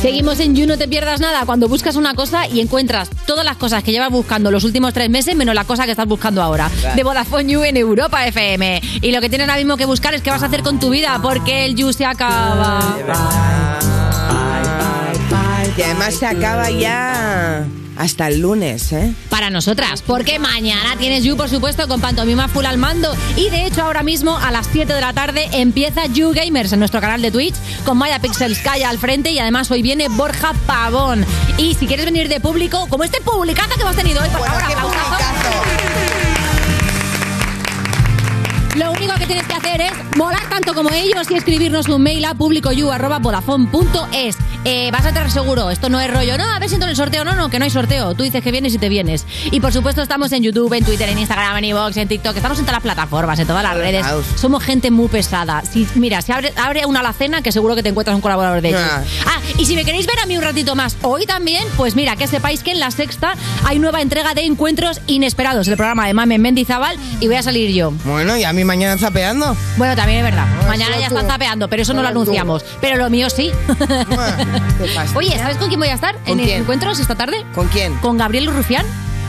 Speaker 4: Seguimos en You, no te pierdas nada. Cuando buscas una cosa y encuentras todas las cosas que llevas buscando los últimos tres meses, menos la cosa que estás buscando ahora.
Speaker 27: Claro.
Speaker 4: De Vodafone You en Europa FM. Y lo que tienes ahora mismo que buscar es qué vas a hacer con tu vida, porque el You se acaba.
Speaker 3: Y además se acaba ya hasta el lunes, ¿eh?
Speaker 4: Para nosotras, porque mañana tienes You, por supuesto, con Pantomima Full al mando. Y de hecho, ahora mismo a las 7 de la tarde empieza You Gamers en nuestro canal de Twitch con Maya Pixelskaya al frente. Y además, hoy viene Borja Pavón. Y si quieres venir de público, como este publicazo que hemos tenido hoy, por favor, aplausazo. Lo único que tienes que hacer es molar tanto como ellos y escribirnos un mail a publicoyu.vodafone.es. eh, vas a entrar seguro. Esto no es rollo. No, a ver si entro en el sorteo. No, no, que no hay sorteo. Tú dices que vienes y te vienes. Y por supuesto estamos en YouTube, en Twitter, en Instagram, en Evox, en TikTok. Estamos en todas las plataformas, en todas las redes. Somos gente muy pesada. Si- mira, si abre, abre una alacena que seguro que te encuentras un colaborador de ellos.
Speaker 5: Ah.
Speaker 4: Ah, y si me queréis ver a mí un ratito más hoy también, pues mira, que sepáis que en la sexta hay nueva entrega de Encuentros Inesperados, el programa de Mamen Mendizábal, y voy a salir yo.
Speaker 3: Bueno, y a mí mañana zapeando.
Speaker 4: Bueno, también es verdad. Mañana
Speaker 3: será
Speaker 4: ya
Speaker 3: tú.
Speaker 4: están tapeando, pero eso no lo
Speaker 3: Será tú.
Speaker 4: anunciamos. Pero lo mío sí. Oye, ¿sabes con quién voy a estar en el
Speaker 3: quién?
Speaker 4: encuentros esta tarde?
Speaker 3: ¿Con quién?
Speaker 4: Con Gabriel Rufián.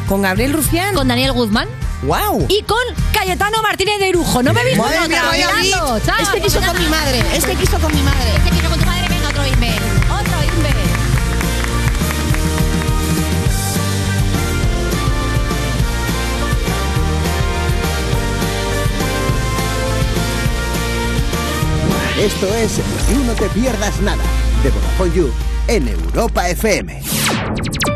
Speaker 3: ¿Con Gabriel Rufián?
Speaker 4: Con Daniel Guzmán.
Speaker 3: ¡Wow!
Speaker 4: Y con Cayetano Martínez de Irujo. No me habéis
Speaker 25: Madre mía, vaya beat. Este quiso con mi madre, este
Speaker 4: quiso con mi madre. Este quiso con tu madre. Venga, otro Inver. Otro Inver.
Speaker 5: Esto es You No Te Pierdas Nada de Vodafone You en Europa FM.